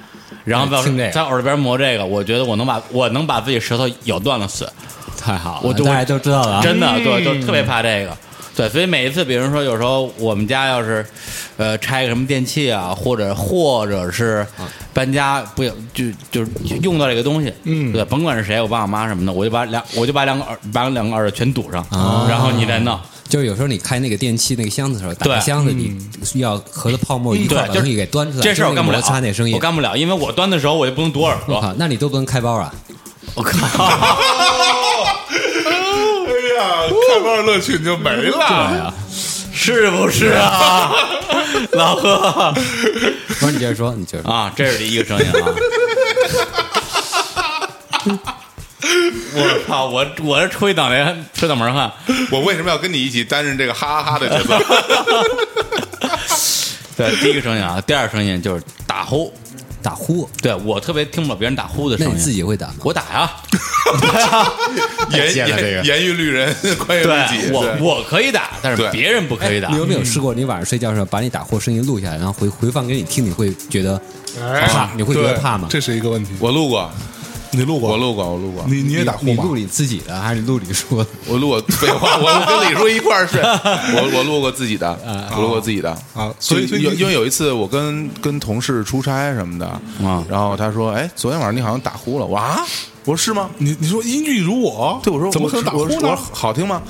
[SPEAKER 4] 然后
[SPEAKER 5] 哎
[SPEAKER 4] 在我
[SPEAKER 5] 听这个
[SPEAKER 4] 在耳边磨这个，我觉得我能把我能把自己舌头咬断了死。
[SPEAKER 5] 太好了，
[SPEAKER 4] 我就
[SPEAKER 5] 大家都知道了啊。
[SPEAKER 4] 真的，对，就特别怕这个。对，所以每一次，比如说有时候我们家要是，呃，拆个什么电器啊，或者或者是搬家，不有就就是用到这个东西，嗯，对，甭管是谁，我爸我妈什么的，我就把两我就把两个耳把两个耳朵全堵上，然后你再弄，
[SPEAKER 5] 就是有时候你开那个电器那个箱子的时候，打
[SPEAKER 4] 对嗯
[SPEAKER 5] 开箱子，你要和它泡沫一块儿把
[SPEAKER 4] 对，就
[SPEAKER 5] 东
[SPEAKER 4] 是
[SPEAKER 5] 西给端出来，
[SPEAKER 4] 这事儿我干不了，
[SPEAKER 5] 就是那个摩擦那声音
[SPEAKER 4] 我。干不了，因为我端的时候我就不能堵耳
[SPEAKER 5] 我
[SPEAKER 4] 朵，
[SPEAKER 5] 靠，那你都不能开包
[SPEAKER 4] [LAUGHS]
[SPEAKER 5] 啊？
[SPEAKER 4] 我靠，
[SPEAKER 3] 哎呀，看包乐趣你就没了，
[SPEAKER 5] 啊
[SPEAKER 4] [LAUGHS] 是不是啊， [LAUGHS] 老贺？
[SPEAKER 5] 不是，你接着说，你接着说。
[SPEAKER 4] 啊，这是第一个声音啊！我操，我我这出一脑袋出一脑门汗。
[SPEAKER 6] 我为什么要跟你一起担任这个哈哈哈的角
[SPEAKER 4] [LAUGHS]
[SPEAKER 6] 色？
[SPEAKER 4] 对，第一个声音啊，第二个声音就是打呼。
[SPEAKER 5] 打呼，
[SPEAKER 4] 对我特别听不了别人打呼的
[SPEAKER 5] 那
[SPEAKER 4] 声
[SPEAKER 5] 你
[SPEAKER 4] 音，
[SPEAKER 5] 自己也会打吗？
[SPEAKER 4] 我打呀，
[SPEAKER 6] 言言言语律人， [LAUGHS] 关于自己，
[SPEAKER 4] 对我我可以打，但是
[SPEAKER 6] 对
[SPEAKER 4] 别人不可以打
[SPEAKER 5] 你。有没有试过，你晚上睡觉的时候把你打呼声音录下来，然后回回放给你听，你会觉得
[SPEAKER 4] 哎
[SPEAKER 5] 怕？你会觉得
[SPEAKER 3] 对
[SPEAKER 5] 怕吗？
[SPEAKER 3] 这是一个问题。
[SPEAKER 6] 我录过，
[SPEAKER 3] 你录
[SPEAKER 6] 我
[SPEAKER 3] 过，
[SPEAKER 6] 录过，我录过，
[SPEAKER 3] 你你也打呼
[SPEAKER 5] 你
[SPEAKER 3] 吧？
[SPEAKER 5] 录你自己的还是录你说的？
[SPEAKER 6] 我录过。废话，我跟李叔一块儿
[SPEAKER 4] [LAUGHS]
[SPEAKER 6] 睡，我我录过自己的，我录过自己的
[SPEAKER 3] 啊所以所
[SPEAKER 6] 就
[SPEAKER 3] 以
[SPEAKER 6] 有
[SPEAKER 3] 你
[SPEAKER 6] 因为有一次我跟跟同事出差什么的，然后他说：“哎，昨天晚上你好像打呼了。”我说啊，我说是吗？
[SPEAKER 3] 你你说音剧如我，
[SPEAKER 6] 对，我说
[SPEAKER 3] 怎么
[SPEAKER 6] 我
[SPEAKER 3] 可能打
[SPEAKER 6] 我
[SPEAKER 3] 呼
[SPEAKER 6] 说我说
[SPEAKER 3] 呢？
[SPEAKER 6] 好
[SPEAKER 3] [LAUGHS]
[SPEAKER 6] 听吗？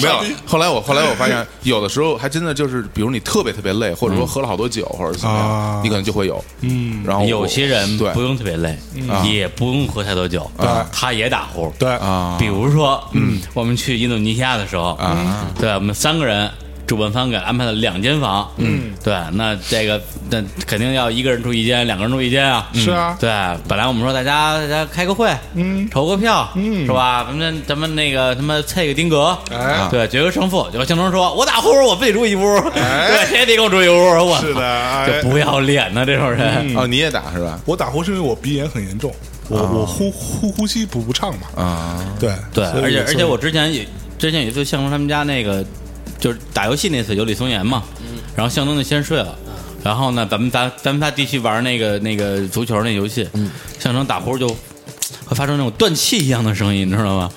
[SPEAKER 6] 没有。后来我后来我发现，有的时候还真的就是，比如你特别特别累，或
[SPEAKER 4] 嗯
[SPEAKER 6] 者说喝了好多酒，或者怎么
[SPEAKER 3] 啊
[SPEAKER 6] 样，你可能就会有。嗯，然后我
[SPEAKER 4] 有些人
[SPEAKER 6] 对
[SPEAKER 4] 不用特别累，也不用喝太多酒，他也打呼。
[SPEAKER 3] 对，
[SPEAKER 6] 啊，
[SPEAKER 4] 比如说，嗯，我们去印度尼西亚的时候，
[SPEAKER 6] 啊，
[SPEAKER 4] 对，我们三个人。主办方给安排了两间房，嗯，对，那这个那肯定要一个人住一间，两个人住一间啊，
[SPEAKER 3] 是啊
[SPEAKER 4] 对，本来我们说大家大家开个会，嗯，投个票，嗯，是吧？咱们咱们那个他妈猜个丁格，
[SPEAKER 3] 哎
[SPEAKER 4] 对，决个胜负。结果江城说：“我打呼，我自己住一屋， [LAUGHS] 对，谁也别给我住一屋。”我
[SPEAKER 3] 哎是的，哎嗯
[SPEAKER 4] 就不要脸呢，这种人。
[SPEAKER 6] 哦，你也打是吧？
[SPEAKER 3] 我打呼是因为我鼻炎很严重，我我呼呼呼吸不不畅嘛，
[SPEAKER 4] 嗯
[SPEAKER 6] 啊，
[SPEAKER 3] 对
[SPEAKER 4] 啊对，
[SPEAKER 3] 所以
[SPEAKER 4] 而且而且
[SPEAKER 3] 所以
[SPEAKER 4] 我之前也之前有一次向东他们家那个就是打游戏那次有李松岩嘛，然后向东就先睡了。然后呢，咱们咱咱们仨地区玩那个那个足球那游戏，向东打呼就会发出那种断气一样的声音，你知道吗？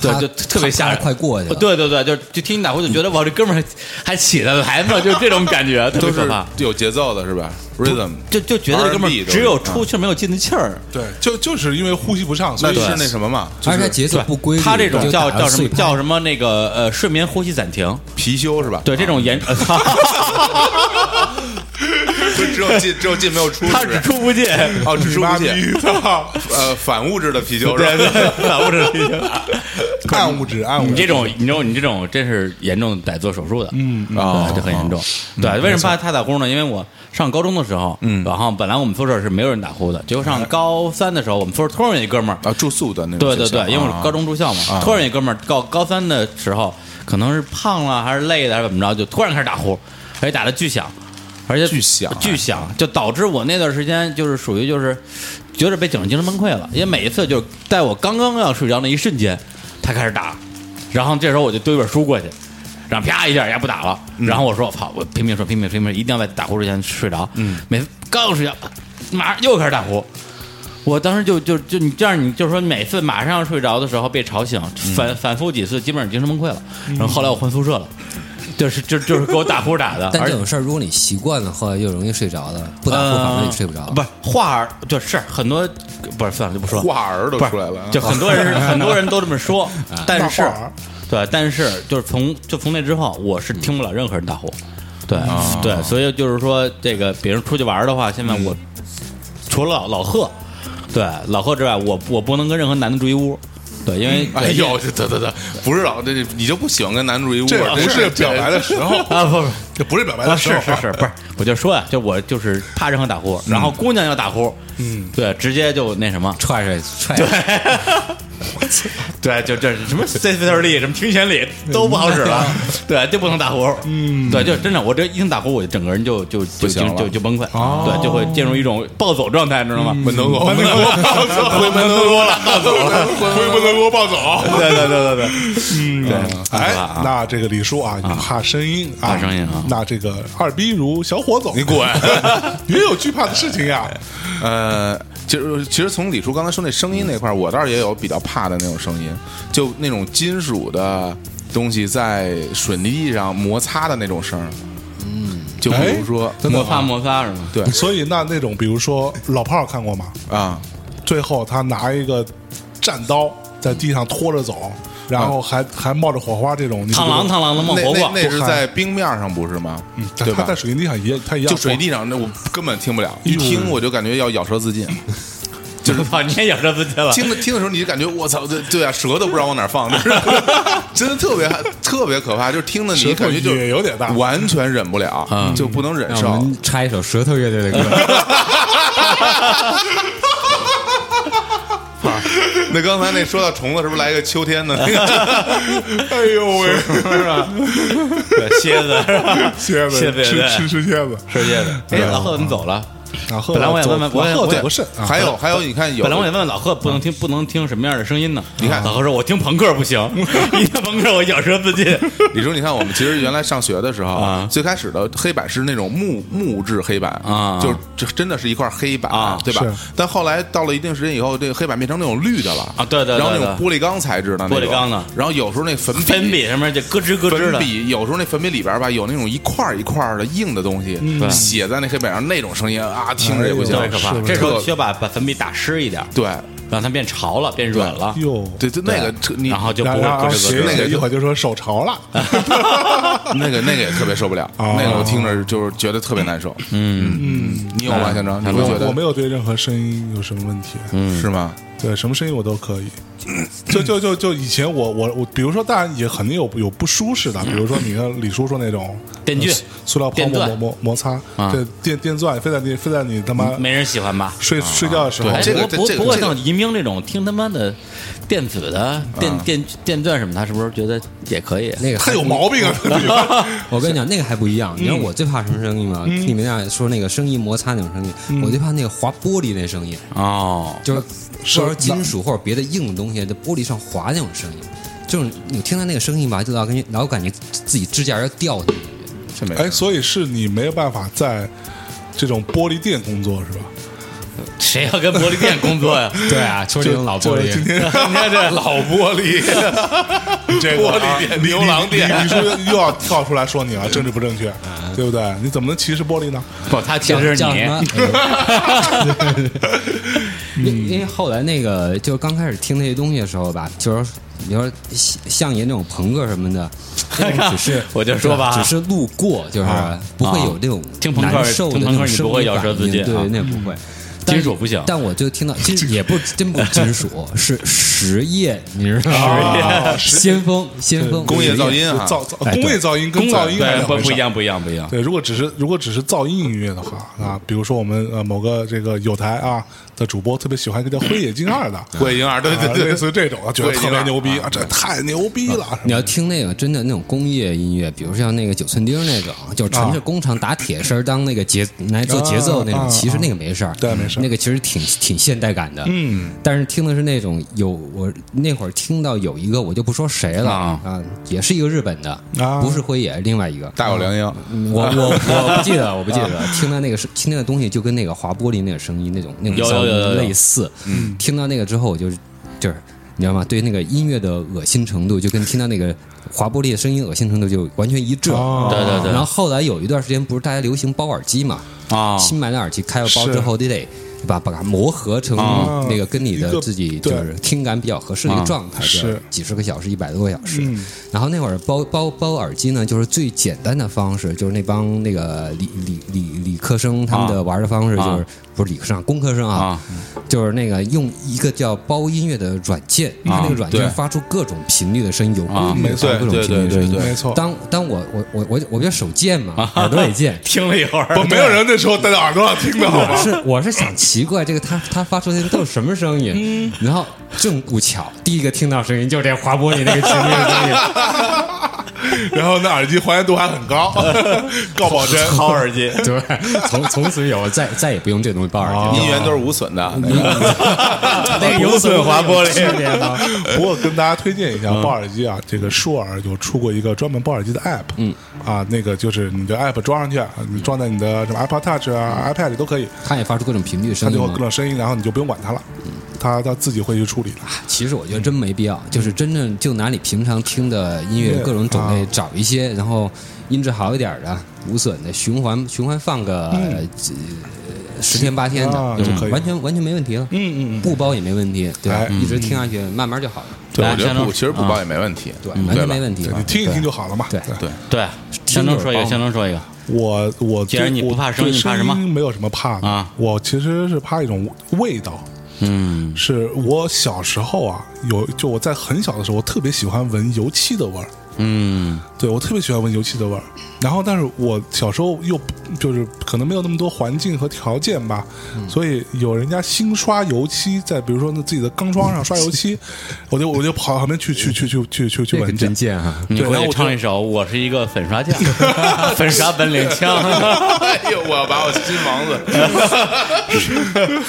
[SPEAKER 4] 对，就特别吓人，呃
[SPEAKER 5] 快过去了。
[SPEAKER 4] 对对对，就就听你打呼就觉得哇，这哥们儿还起得来吗？ [LAUGHS] 就这种感觉，特别
[SPEAKER 6] 都
[SPEAKER 4] 可
[SPEAKER 6] 是
[SPEAKER 4] 怕。
[SPEAKER 6] 有节奏的是吧？Rhythm，
[SPEAKER 4] 就就觉得这哥们
[SPEAKER 6] R&B
[SPEAKER 4] 儿
[SPEAKER 6] 都是
[SPEAKER 4] 只有出气儿没有进的气儿，
[SPEAKER 3] 对，就就是因为呼吸不畅，所
[SPEAKER 6] 那
[SPEAKER 3] 以
[SPEAKER 6] 是
[SPEAKER 3] 是
[SPEAKER 6] 那什么嘛？就
[SPEAKER 5] 而且它
[SPEAKER 6] 是
[SPEAKER 5] 节奏不规律，
[SPEAKER 4] 他这种
[SPEAKER 5] 就
[SPEAKER 4] 叫
[SPEAKER 5] 打
[SPEAKER 4] 叫
[SPEAKER 5] 得
[SPEAKER 4] 什么
[SPEAKER 5] 碎拍
[SPEAKER 4] 叫什么那个呃睡眠呼吸暂停，
[SPEAKER 6] 貔貅是吧？
[SPEAKER 4] 对这种严，
[SPEAKER 6] 啊
[SPEAKER 4] [LAUGHS] 呃
[SPEAKER 6] 就 [LAUGHS] 只有进只有进没有出，
[SPEAKER 4] 他
[SPEAKER 6] 是不
[SPEAKER 4] 只
[SPEAKER 6] 是
[SPEAKER 4] 出不进， [LAUGHS]
[SPEAKER 6] 哦，只出不进。
[SPEAKER 3] 你操，
[SPEAKER 6] [LAUGHS] 呃，反物质的啤酒是
[SPEAKER 4] 对
[SPEAKER 6] 吧？
[SPEAKER 4] 对，打不出
[SPEAKER 6] [LAUGHS]
[SPEAKER 4] 去。
[SPEAKER 3] 暗物质暗物质，
[SPEAKER 4] 你这种，你知道你这种真是严重得做手术的，嗯，
[SPEAKER 6] 哦
[SPEAKER 4] 对，
[SPEAKER 6] 嗯
[SPEAKER 4] 这很严重。对，为什么怕他打呼呢？因为我上高中的时候，嗯，然后本来我们宿舍是没有人打呼的，结果上
[SPEAKER 6] 哎
[SPEAKER 4] 高三的时候，我们宿舍突然有一哥们儿，
[SPEAKER 6] 啊，住宿的那种
[SPEAKER 4] 对
[SPEAKER 6] 学
[SPEAKER 4] 对
[SPEAKER 6] 校。
[SPEAKER 4] 对，因为我是
[SPEAKER 6] 啊
[SPEAKER 4] 高中住校嘛，突然一哥们儿高高三的时候，可能是胖了还是累的还是怎么着，就突然开始打呼，而且打的巨响，而且
[SPEAKER 6] 巨响啊
[SPEAKER 4] 巨响，就导致我那段时间就是属于就是觉得被整个精神崩溃了，因为每一次就是在我刚刚要睡着那一瞬间，他开始打，然后这时候我就丢一本书过去。然后啪一下，人家不打了。
[SPEAKER 6] 嗯
[SPEAKER 4] 然后我说：“我操！我拼命说，拼命拼命，一定要在打呼之前睡着。”嗯，每次刚要睡觉，马上又开始打呼。我当时就就就你这样，你就是说每次马上要睡着的时候被吵醒，反
[SPEAKER 5] 嗯，
[SPEAKER 4] 反复几次，基本上精神崩溃了。然后后来我换宿舍了，就是就就是给我打呼打的
[SPEAKER 5] 但
[SPEAKER 4] 而
[SPEAKER 5] 这
[SPEAKER 4] 且
[SPEAKER 5] 种事儿，如果你习惯了，后来又容易睡着的，不打呼反而也睡不着。
[SPEAKER 4] 呃不是话儿就是很多不是算了就不说了，
[SPEAKER 6] 话儿都
[SPEAKER 4] 不是
[SPEAKER 6] 出来了
[SPEAKER 4] [LAUGHS]
[SPEAKER 6] 啊，
[SPEAKER 4] 就很多人
[SPEAKER 6] [LAUGHS]
[SPEAKER 4] 很多人都这么说，
[SPEAKER 6] 啊
[SPEAKER 4] 但是对，但是就是从就从那之后，我是听不了任何人打呼，对
[SPEAKER 6] 哦
[SPEAKER 4] 对，所以就是说这个别人出去玩的话，现在
[SPEAKER 6] 嗯
[SPEAKER 4] 我除了老老贺，对老贺之外，我我不能跟任何男的住一屋，对，因为
[SPEAKER 6] 哎呦，这这这这不是老这这你就不喜欢跟男主一屋？啊
[SPEAKER 3] 这不
[SPEAKER 6] 真
[SPEAKER 3] 是表白的时候，
[SPEAKER 4] 啊
[SPEAKER 6] 哎
[SPEAKER 4] 不不。
[SPEAKER 3] 这不是表白
[SPEAKER 4] 啊，
[SPEAKER 3] 的时
[SPEAKER 4] 是
[SPEAKER 3] 候，
[SPEAKER 4] 是是，不是，我就说呀、就我就是怕任何打
[SPEAKER 6] 嗯
[SPEAKER 4] 呼，然后姑娘要打呼，嗯，对，直接就那什么，
[SPEAKER 5] 踹踹踹踹，
[SPEAKER 4] 对，就这什么 C 四力、什么听弦力都不好使了，对，就不能打呼，嗯，对，就真的，我这一听打呼，我就整个人就就就
[SPEAKER 6] 行
[SPEAKER 4] 就
[SPEAKER 6] 了
[SPEAKER 4] 就就崩溃，对，就会进入一种暴走状态，你知道吗？
[SPEAKER 6] 门头沟，门头沟，
[SPEAKER 4] [LAUGHS]
[SPEAKER 6] 门头沟了，暴走了，回门头沟暴走。
[SPEAKER 4] 对对对对对，嗯，对，
[SPEAKER 3] 哎
[SPEAKER 4] 是吧啊，
[SPEAKER 3] 那这个李叔啊，你怕声音啊，
[SPEAKER 4] 怕声音啊
[SPEAKER 3] 那这个二逼如小伙总，你
[SPEAKER 4] [LAUGHS]
[SPEAKER 3] 滚， [LAUGHS] 也有惧怕的事情呀。
[SPEAKER 6] 呃，其实其实从李叔刚才说那声音那块儿，我倒是也有比较怕的那种声音，就那种金属的东西在水泥地上摩擦的那种声。嗯，就比如说
[SPEAKER 3] 真的
[SPEAKER 4] 摩
[SPEAKER 3] 啊
[SPEAKER 4] 擦摩擦是吗？
[SPEAKER 6] 对
[SPEAKER 3] [LAUGHS] 所以那那种比如说老炮儿看过吗？
[SPEAKER 6] 啊，
[SPEAKER 3] 最后他拿一个战刀在地上拖着走，然后还还冒着火花这种，你
[SPEAKER 4] 螳螂螳螂的
[SPEAKER 6] 那
[SPEAKER 4] 梦活
[SPEAKER 6] 那
[SPEAKER 3] 啊
[SPEAKER 4] 过，
[SPEAKER 6] 那是在冰面上不是吗？嗯，
[SPEAKER 3] 对
[SPEAKER 6] 对
[SPEAKER 3] 他
[SPEAKER 6] 吧
[SPEAKER 3] 在？水泥地上哎也他一样
[SPEAKER 6] 就
[SPEAKER 3] 拖，
[SPEAKER 6] 水地上，那我根本听不了，一听我就感觉要咬舌
[SPEAKER 3] [LAUGHS]
[SPEAKER 6] 自尽。
[SPEAKER 4] [LAUGHS] 就是操，你也咬着自己了，
[SPEAKER 6] 听着听的时候，你就感觉我操，对对啊，舌头不知道往哪儿
[SPEAKER 3] [LAUGHS]
[SPEAKER 6] 放，就是 [LAUGHS] 真的特别特别可怕，就是听的
[SPEAKER 3] 舌
[SPEAKER 6] 你
[SPEAKER 3] 头
[SPEAKER 6] 感觉就
[SPEAKER 3] 也有点大嗯
[SPEAKER 6] 完全忍不了，就不能忍
[SPEAKER 5] 让我
[SPEAKER 6] 受。
[SPEAKER 5] 们插一首舌头乐队的歌。
[SPEAKER 6] 那刚才那说到虫子，是不是来一个秋
[SPEAKER 4] [LAUGHS]
[SPEAKER 6] 天的？那个哎呦喂，
[SPEAKER 4] 对蝎子是吧？
[SPEAKER 3] 蝎子
[SPEAKER 4] [LAUGHS] 蝎子
[SPEAKER 3] 吃
[SPEAKER 4] 对
[SPEAKER 3] 吃吃蝎子，
[SPEAKER 4] 是蝎子。哎，老贺怎么走了？
[SPEAKER 3] 然后
[SPEAKER 4] 本来我也问问我也
[SPEAKER 3] 然后
[SPEAKER 4] 我也
[SPEAKER 6] [LAUGHS]
[SPEAKER 3] 走不是啊
[SPEAKER 6] 还有还有，你看有
[SPEAKER 4] 本来我也问问老贺不能听不能听什么样的声音呢？你
[SPEAKER 6] 看
[SPEAKER 4] 老贺说我听朋克不行，一听朋克我咬舌自尽。
[SPEAKER 6] 李叔，你看我们其实原来上学的时候，
[SPEAKER 4] 啊
[SPEAKER 6] 最开始的黑板是那种木木质黑板
[SPEAKER 4] 啊
[SPEAKER 6] 就是这真的是一块黑板，
[SPEAKER 4] 啊
[SPEAKER 6] 对吧
[SPEAKER 3] 是？
[SPEAKER 6] 但后来到了一定时间以后，这个黑板变成那种绿的了
[SPEAKER 4] 啊对对对
[SPEAKER 6] 然后那种
[SPEAKER 4] 对
[SPEAKER 6] 玻璃钢材质的那种
[SPEAKER 4] 玻璃钢的
[SPEAKER 6] 然后有时候那粉笔
[SPEAKER 4] 粉笔上面就咯吱咯吱
[SPEAKER 6] 粉
[SPEAKER 4] 的，
[SPEAKER 6] 笔有时候那粉笔里边吧有那种一块儿一块儿的硬的东西
[SPEAKER 4] 对
[SPEAKER 6] 写在那黑板上，那种声音啊，听着也不行，
[SPEAKER 3] 哎呦
[SPEAKER 4] 特嗯可怕
[SPEAKER 3] 是。不是
[SPEAKER 4] 这时候需要把把粉笔打湿一点，
[SPEAKER 6] 对
[SPEAKER 4] 让它变潮了，变软了，
[SPEAKER 3] 哟，
[SPEAKER 6] 对，就那个这你
[SPEAKER 4] 然后就不
[SPEAKER 3] 然
[SPEAKER 4] 会
[SPEAKER 3] 后然
[SPEAKER 4] 咯
[SPEAKER 3] 后
[SPEAKER 4] 吱
[SPEAKER 3] 学
[SPEAKER 4] 咯
[SPEAKER 3] 那
[SPEAKER 4] 吱
[SPEAKER 3] 个
[SPEAKER 4] 了。
[SPEAKER 3] 一会儿就说手潮了，
[SPEAKER 6] [LAUGHS] 那个那个也特别受不了，
[SPEAKER 3] 哦
[SPEAKER 6] 那个我听着就是觉得特别难受。嗯嗯，你有吗，
[SPEAKER 4] 嗯
[SPEAKER 6] 先生？你
[SPEAKER 3] 我
[SPEAKER 6] 会觉
[SPEAKER 3] 我没
[SPEAKER 6] 得
[SPEAKER 3] 有对任何声音有什么问题，
[SPEAKER 6] 是吗？
[SPEAKER 3] 对什么声音我都可以。 [COUGHS] 就就就就以前我我我，比如说，当然也肯定有有不舒适的，比如说你看李叔说那种
[SPEAKER 4] [COUGHS] 电锯
[SPEAKER 3] 呃塑料泡
[SPEAKER 4] 电
[SPEAKER 3] 沫
[SPEAKER 4] 钻
[SPEAKER 3] 摩摩摩擦，
[SPEAKER 4] 啊
[SPEAKER 3] 对电电钻飞在你飞在你他妈
[SPEAKER 4] 没人喜欢吧？
[SPEAKER 3] 睡
[SPEAKER 6] 啊
[SPEAKER 3] 睡觉的时候
[SPEAKER 6] 对，
[SPEAKER 4] 哎
[SPEAKER 6] 这个
[SPEAKER 4] 不过不
[SPEAKER 6] 这个
[SPEAKER 4] 不过
[SPEAKER 6] 这个
[SPEAKER 4] 像迎宾这种听他妈的电子的电电电钻什么，他是不是觉得也可以？
[SPEAKER 5] [LAUGHS] 那个
[SPEAKER 3] 他
[SPEAKER 5] 还
[SPEAKER 3] 有
[SPEAKER 5] 不
[SPEAKER 3] 毛病啊！他有
[SPEAKER 5] 我跟你讲，那个还不一样。你知道我最怕什么声音吗？听你们那样说那个声音摩擦那种声音，我最怕那个划玻璃那声音，
[SPEAKER 4] 哦，
[SPEAKER 5] 嗯就是
[SPEAKER 3] 是
[SPEAKER 5] 或者金属或者别的硬的东西在玻璃上划那种声音，就是你听到那个声音吧，就老感觉老感觉自己指甲要掉进去。
[SPEAKER 6] 这没
[SPEAKER 3] [LAUGHS] 哎，所以是你没有办法在这种玻璃店工作是吧？
[SPEAKER 4] 谁要跟玻璃店工作呀？
[SPEAKER 5] 对啊，就是
[SPEAKER 3] 就就是今天
[SPEAKER 4] [LAUGHS] 你看这老玻璃，
[SPEAKER 3] 这个啊
[SPEAKER 4] 玻璃店
[SPEAKER 3] 你
[SPEAKER 4] 牛郎店
[SPEAKER 3] 你你说又要跳出来说你啊了，政治不正确，
[SPEAKER 4] 嗯
[SPEAKER 3] 对不对？你怎么能歧视玻璃呢？
[SPEAKER 4] 不，他其实是
[SPEAKER 5] 叫什
[SPEAKER 4] 你
[SPEAKER 5] 么。？
[SPEAKER 4] [LAUGHS]
[SPEAKER 6] 嗯
[SPEAKER 5] 因因为后来那个就是刚开始听那些东西的时候吧，就是你说像像爷那种朋克什
[SPEAKER 4] [LAUGHS]
[SPEAKER 5] 么的，那种只是
[SPEAKER 4] 我就说吧啊
[SPEAKER 5] 只是路过，就是不会有这种
[SPEAKER 4] 听朋克
[SPEAKER 5] 难受的
[SPEAKER 4] 听
[SPEAKER 5] 那
[SPEAKER 4] 朋克
[SPEAKER 5] 种
[SPEAKER 4] 你
[SPEAKER 5] 生
[SPEAKER 4] 不会
[SPEAKER 5] 理
[SPEAKER 4] 咬舌
[SPEAKER 5] 反
[SPEAKER 4] 自
[SPEAKER 5] 应
[SPEAKER 4] 尽啊
[SPEAKER 5] 对，那不会。
[SPEAKER 4] 金属不行
[SPEAKER 5] 但我就听到金也不真不金属，是实业，你知道吗？ [LAUGHS] 先锋先锋
[SPEAKER 6] 工业噪音
[SPEAKER 3] 就
[SPEAKER 6] 啊
[SPEAKER 3] 造造
[SPEAKER 5] 哎
[SPEAKER 3] 工业噪音跟噪音还是
[SPEAKER 4] 对，
[SPEAKER 3] 两
[SPEAKER 4] 不
[SPEAKER 3] 回事
[SPEAKER 4] 不一样，不一样，不一样。
[SPEAKER 3] 对，如果只是如果只是噪音音乐的话啊，比如说我们呃某个这个有台啊的主播特别喜欢一个叫《辉夜金二》的，
[SPEAKER 6] 桂英儿，对
[SPEAKER 3] 啊
[SPEAKER 6] 对
[SPEAKER 3] 类
[SPEAKER 6] 对，
[SPEAKER 3] 似于这种，啊，觉得特别牛逼
[SPEAKER 6] 啊
[SPEAKER 3] 啊，这太牛逼了，
[SPEAKER 5] 你要听那个真的那种工业音乐，比如像那个九寸钉那种，就是纯是工厂打铁声儿当那个节来做节奏那
[SPEAKER 3] 啊啊
[SPEAKER 5] 种，其实
[SPEAKER 3] 啊
[SPEAKER 5] 那个没事儿，
[SPEAKER 3] 对没事儿
[SPEAKER 5] 那个其实挺挺现代感的，嗯。但是听的是那种有我那会儿听到有一个我就不说谁了
[SPEAKER 4] 啊
[SPEAKER 5] 啊，也是一个日本的
[SPEAKER 3] 啊，
[SPEAKER 5] 不是辉野，另外一个。
[SPEAKER 6] 大有良音。
[SPEAKER 5] 我我我不记得了，我不记得了。听到那个声听那个东西，就跟那个划玻璃那个声音那种那种
[SPEAKER 4] 有
[SPEAKER 5] 噪
[SPEAKER 4] 有有有
[SPEAKER 5] 音
[SPEAKER 4] 有
[SPEAKER 5] 类似。听到那个之后，我就就是你知道吗？对那个音乐的恶心程度，就跟听到那个划玻璃的声音恶心程度就完全一致。
[SPEAKER 3] 哦
[SPEAKER 4] 对对对
[SPEAKER 5] 然后后来有一段时间，不是大家流行包耳机嘛？
[SPEAKER 4] 啊
[SPEAKER 5] 新买的耳机开了包之后，你得。把把它磨合成
[SPEAKER 3] 啊
[SPEAKER 5] 那个跟你
[SPEAKER 3] 一个
[SPEAKER 5] 的自己就
[SPEAKER 3] 对
[SPEAKER 5] 是听感比较合适的一个状态，
[SPEAKER 3] 是
[SPEAKER 5] 对几十个小时、一百多个小时
[SPEAKER 3] 嗯。
[SPEAKER 5] 然后那会儿包包包耳机呢，就是最简单的方式，就是那帮那个理理理理科生他们的玩的方式，
[SPEAKER 4] 啊
[SPEAKER 5] 就是不是理科生啊，工科生啊
[SPEAKER 4] 啊，
[SPEAKER 5] 就是那个用一个叫包音乐的软件，它那个软
[SPEAKER 6] 对
[SPEAKER 5] 件发出各种频率的声音，有
[SPEAKER 4] 啊
[SPEAKER 5] 规律的发出各种
[SPEAKER 6] 对对
[SPEAKER 5] 频率的
[SPEAKER 6] 对
[SPEAKER 5] 声音。
[SPEAKER 3] 对没错
[SPEAKER 5] 当当我我我我我觉得手贱嘛，耳朵也贱，
[SPEAKER 4] 听了一会儿
[SPEAKER 3] 我，没有人那时候戴在耳朵上听的好
[SPEAKER 5] 我 [LAUGHS]
[SPEAKER 3] 吗？
[SPEAKER 5] 是我是想奇怪，这个他他发出的都是什么声音？
[SPEAKER 4] 嗯
[SPEAKER 5] 然后正不巧，第一个听到声音就是这滑玻璃那个声音的声音。
[SPEAKER 3] [LAUGHS]
[SPEAKER 4] [LAUGHS]
[SPEAKER 3] 然后那耳机还原度还很
[SPEAKER 6] [LAUGHS]
[SPEAKER 3] 高，高保真，
[SPEAKER 4] 掏耳机，
[SPEAKER 5] 对，从从此以后再再也不用这东西包耳
[SPEAKER 3] 哦
[SPEAKER 5] 机
[SPEAKER 6] [LAUGHS]
[SPEAKER 5] 了。
[SPEAKER 6] 音源都是无损的，
[SPEAKER 5] 嗯
[SPEAKER 6] 那个
[SPEAKER 4] [LAUGHS] 那有损划玻
[SPEAKER 5] [LAUGHS]
[SPEAKER 4] 璃。
[SPEAKER 3] 不过跟大家推荐一下，包耳机啊，这个舒尔有出过一个专门包耳机的 app，嗯，啊，那个就是你的 app 装上去，你装在你的什么 iPod Touch 啊、iPad 里都可以，
[SPEAKER 5] 它也发出各种频率的
[SPEAKER 3] 它
[SPEAKER 5] 声音
[SPEAKER 3] 就会
[SPEAKER 5] 嘛
[SPEAKER 3] 各种声音，然后你就不用管它了，它它自己会去处理的。
[SPEAKER 5] 其实我觉得真没必要，就是真正就拿你平常听的音乐各种种类找一些，然后音质好一点的、无损的循环循环放个呃十天八天
[SPEAKER 3] 啊
[SPEAKER 5] 的，
[SPEAKER 3] 就可以
[SPEAKER 5] 完全完全没问题了。嗯嗯，嗯不包也没问题，对吧
[SPEAKER 3] 哎？
[SPEAKER 5] 一直听下去，慢慢就好了，
[SPEAKER 6] 对，我
[SPEAKER 4] 来
[SPEAKER 6] 觉得
[SPEAKER 4] 山
[SPEAKER 6] 不，
[SPEAKER 4] 东
[SPEAKER 6] 其实不包也没问题，
[SPEAKER 5] 对，
[SPEAKER 6] 嗯
[SPEAKER 5] 完
[SPEAKER 6] 对
[SPEAKER 5] 全
[SPEAKER 6] 吧
[SPEAKER 5] 没？问题。啊
[SPEAKER 3] 你听一听就好了嘛。
[SPEAKER 5] 对
[SPEAKER 3] [LAUGHS]
[SPEAKER 6] 对，
[SPEAKER 4] 对，
[SPEAKER 5] 真
[SPEAKER 4] 山
[SPEAKER 5] 的
[SPEAKER 4] 东
[SPEAKER 5] 是
[SPEAKER 4] 说一个，
[SPEAKER 5] 包
[SPEAKER 4] 山东说一个，
[SPEAKER 3] 我我
[SPEAKER 4] 既然
[SPEAKER 3] 对
[SPEAKER 4] 你不
[SPEAKER 3] 我
[SPEAKER 4] 怕声音
[SPEAKER 3] 对
[SPEAKER 4] 你怕什么
[SPEAKER 3] 声音没有什么怕的
[SPEAKER 4] 啊
[SPEAKER 3] 我其实是怕一种味道。
[SPEAKER 4] 嗯，
[SPEAKER 3] 是我小时候啊，有就我在很小的时候，我特别喜欢闻油漆的味儿。
[SPEAKER 4] 嗯，
[SPEAKER 3] 对我特别喜欢闻油漆的味儿。然后，但是我小时候又就是可能没有那么多环境和条件吧，
[SPEAKER 4] 嗯
[SPEAKER 3] 所以有人家新刷油漆，在比如说那自己的钢窗上刷油
[SPEAKER 4] [LAUGHS]
[SPEAKER 3] 漆，我就我就跑到旁边去去去去去去去
[SPEAKER 5] 这个
[SPEAKER 3] 闻去
[SPEAKER 5] 真。啊贱哈！
[SPEAKER 4] 你
[SPEAKER 3] 对
[SPEAKER 4] 回
[SPEAKER 3] 然后
[SPEAKER 4] 去
[SPEAKER 3] 我
[SPEAKER 4] 唱
[SPEAKER 3] 就
[SPEAKER 4] 一首《我是一个粉刷匠》，粉刷本领强，
[SPEAKER 6] [LAUGHS] 哎呦，我要把我新房 [LAUGHS] 子，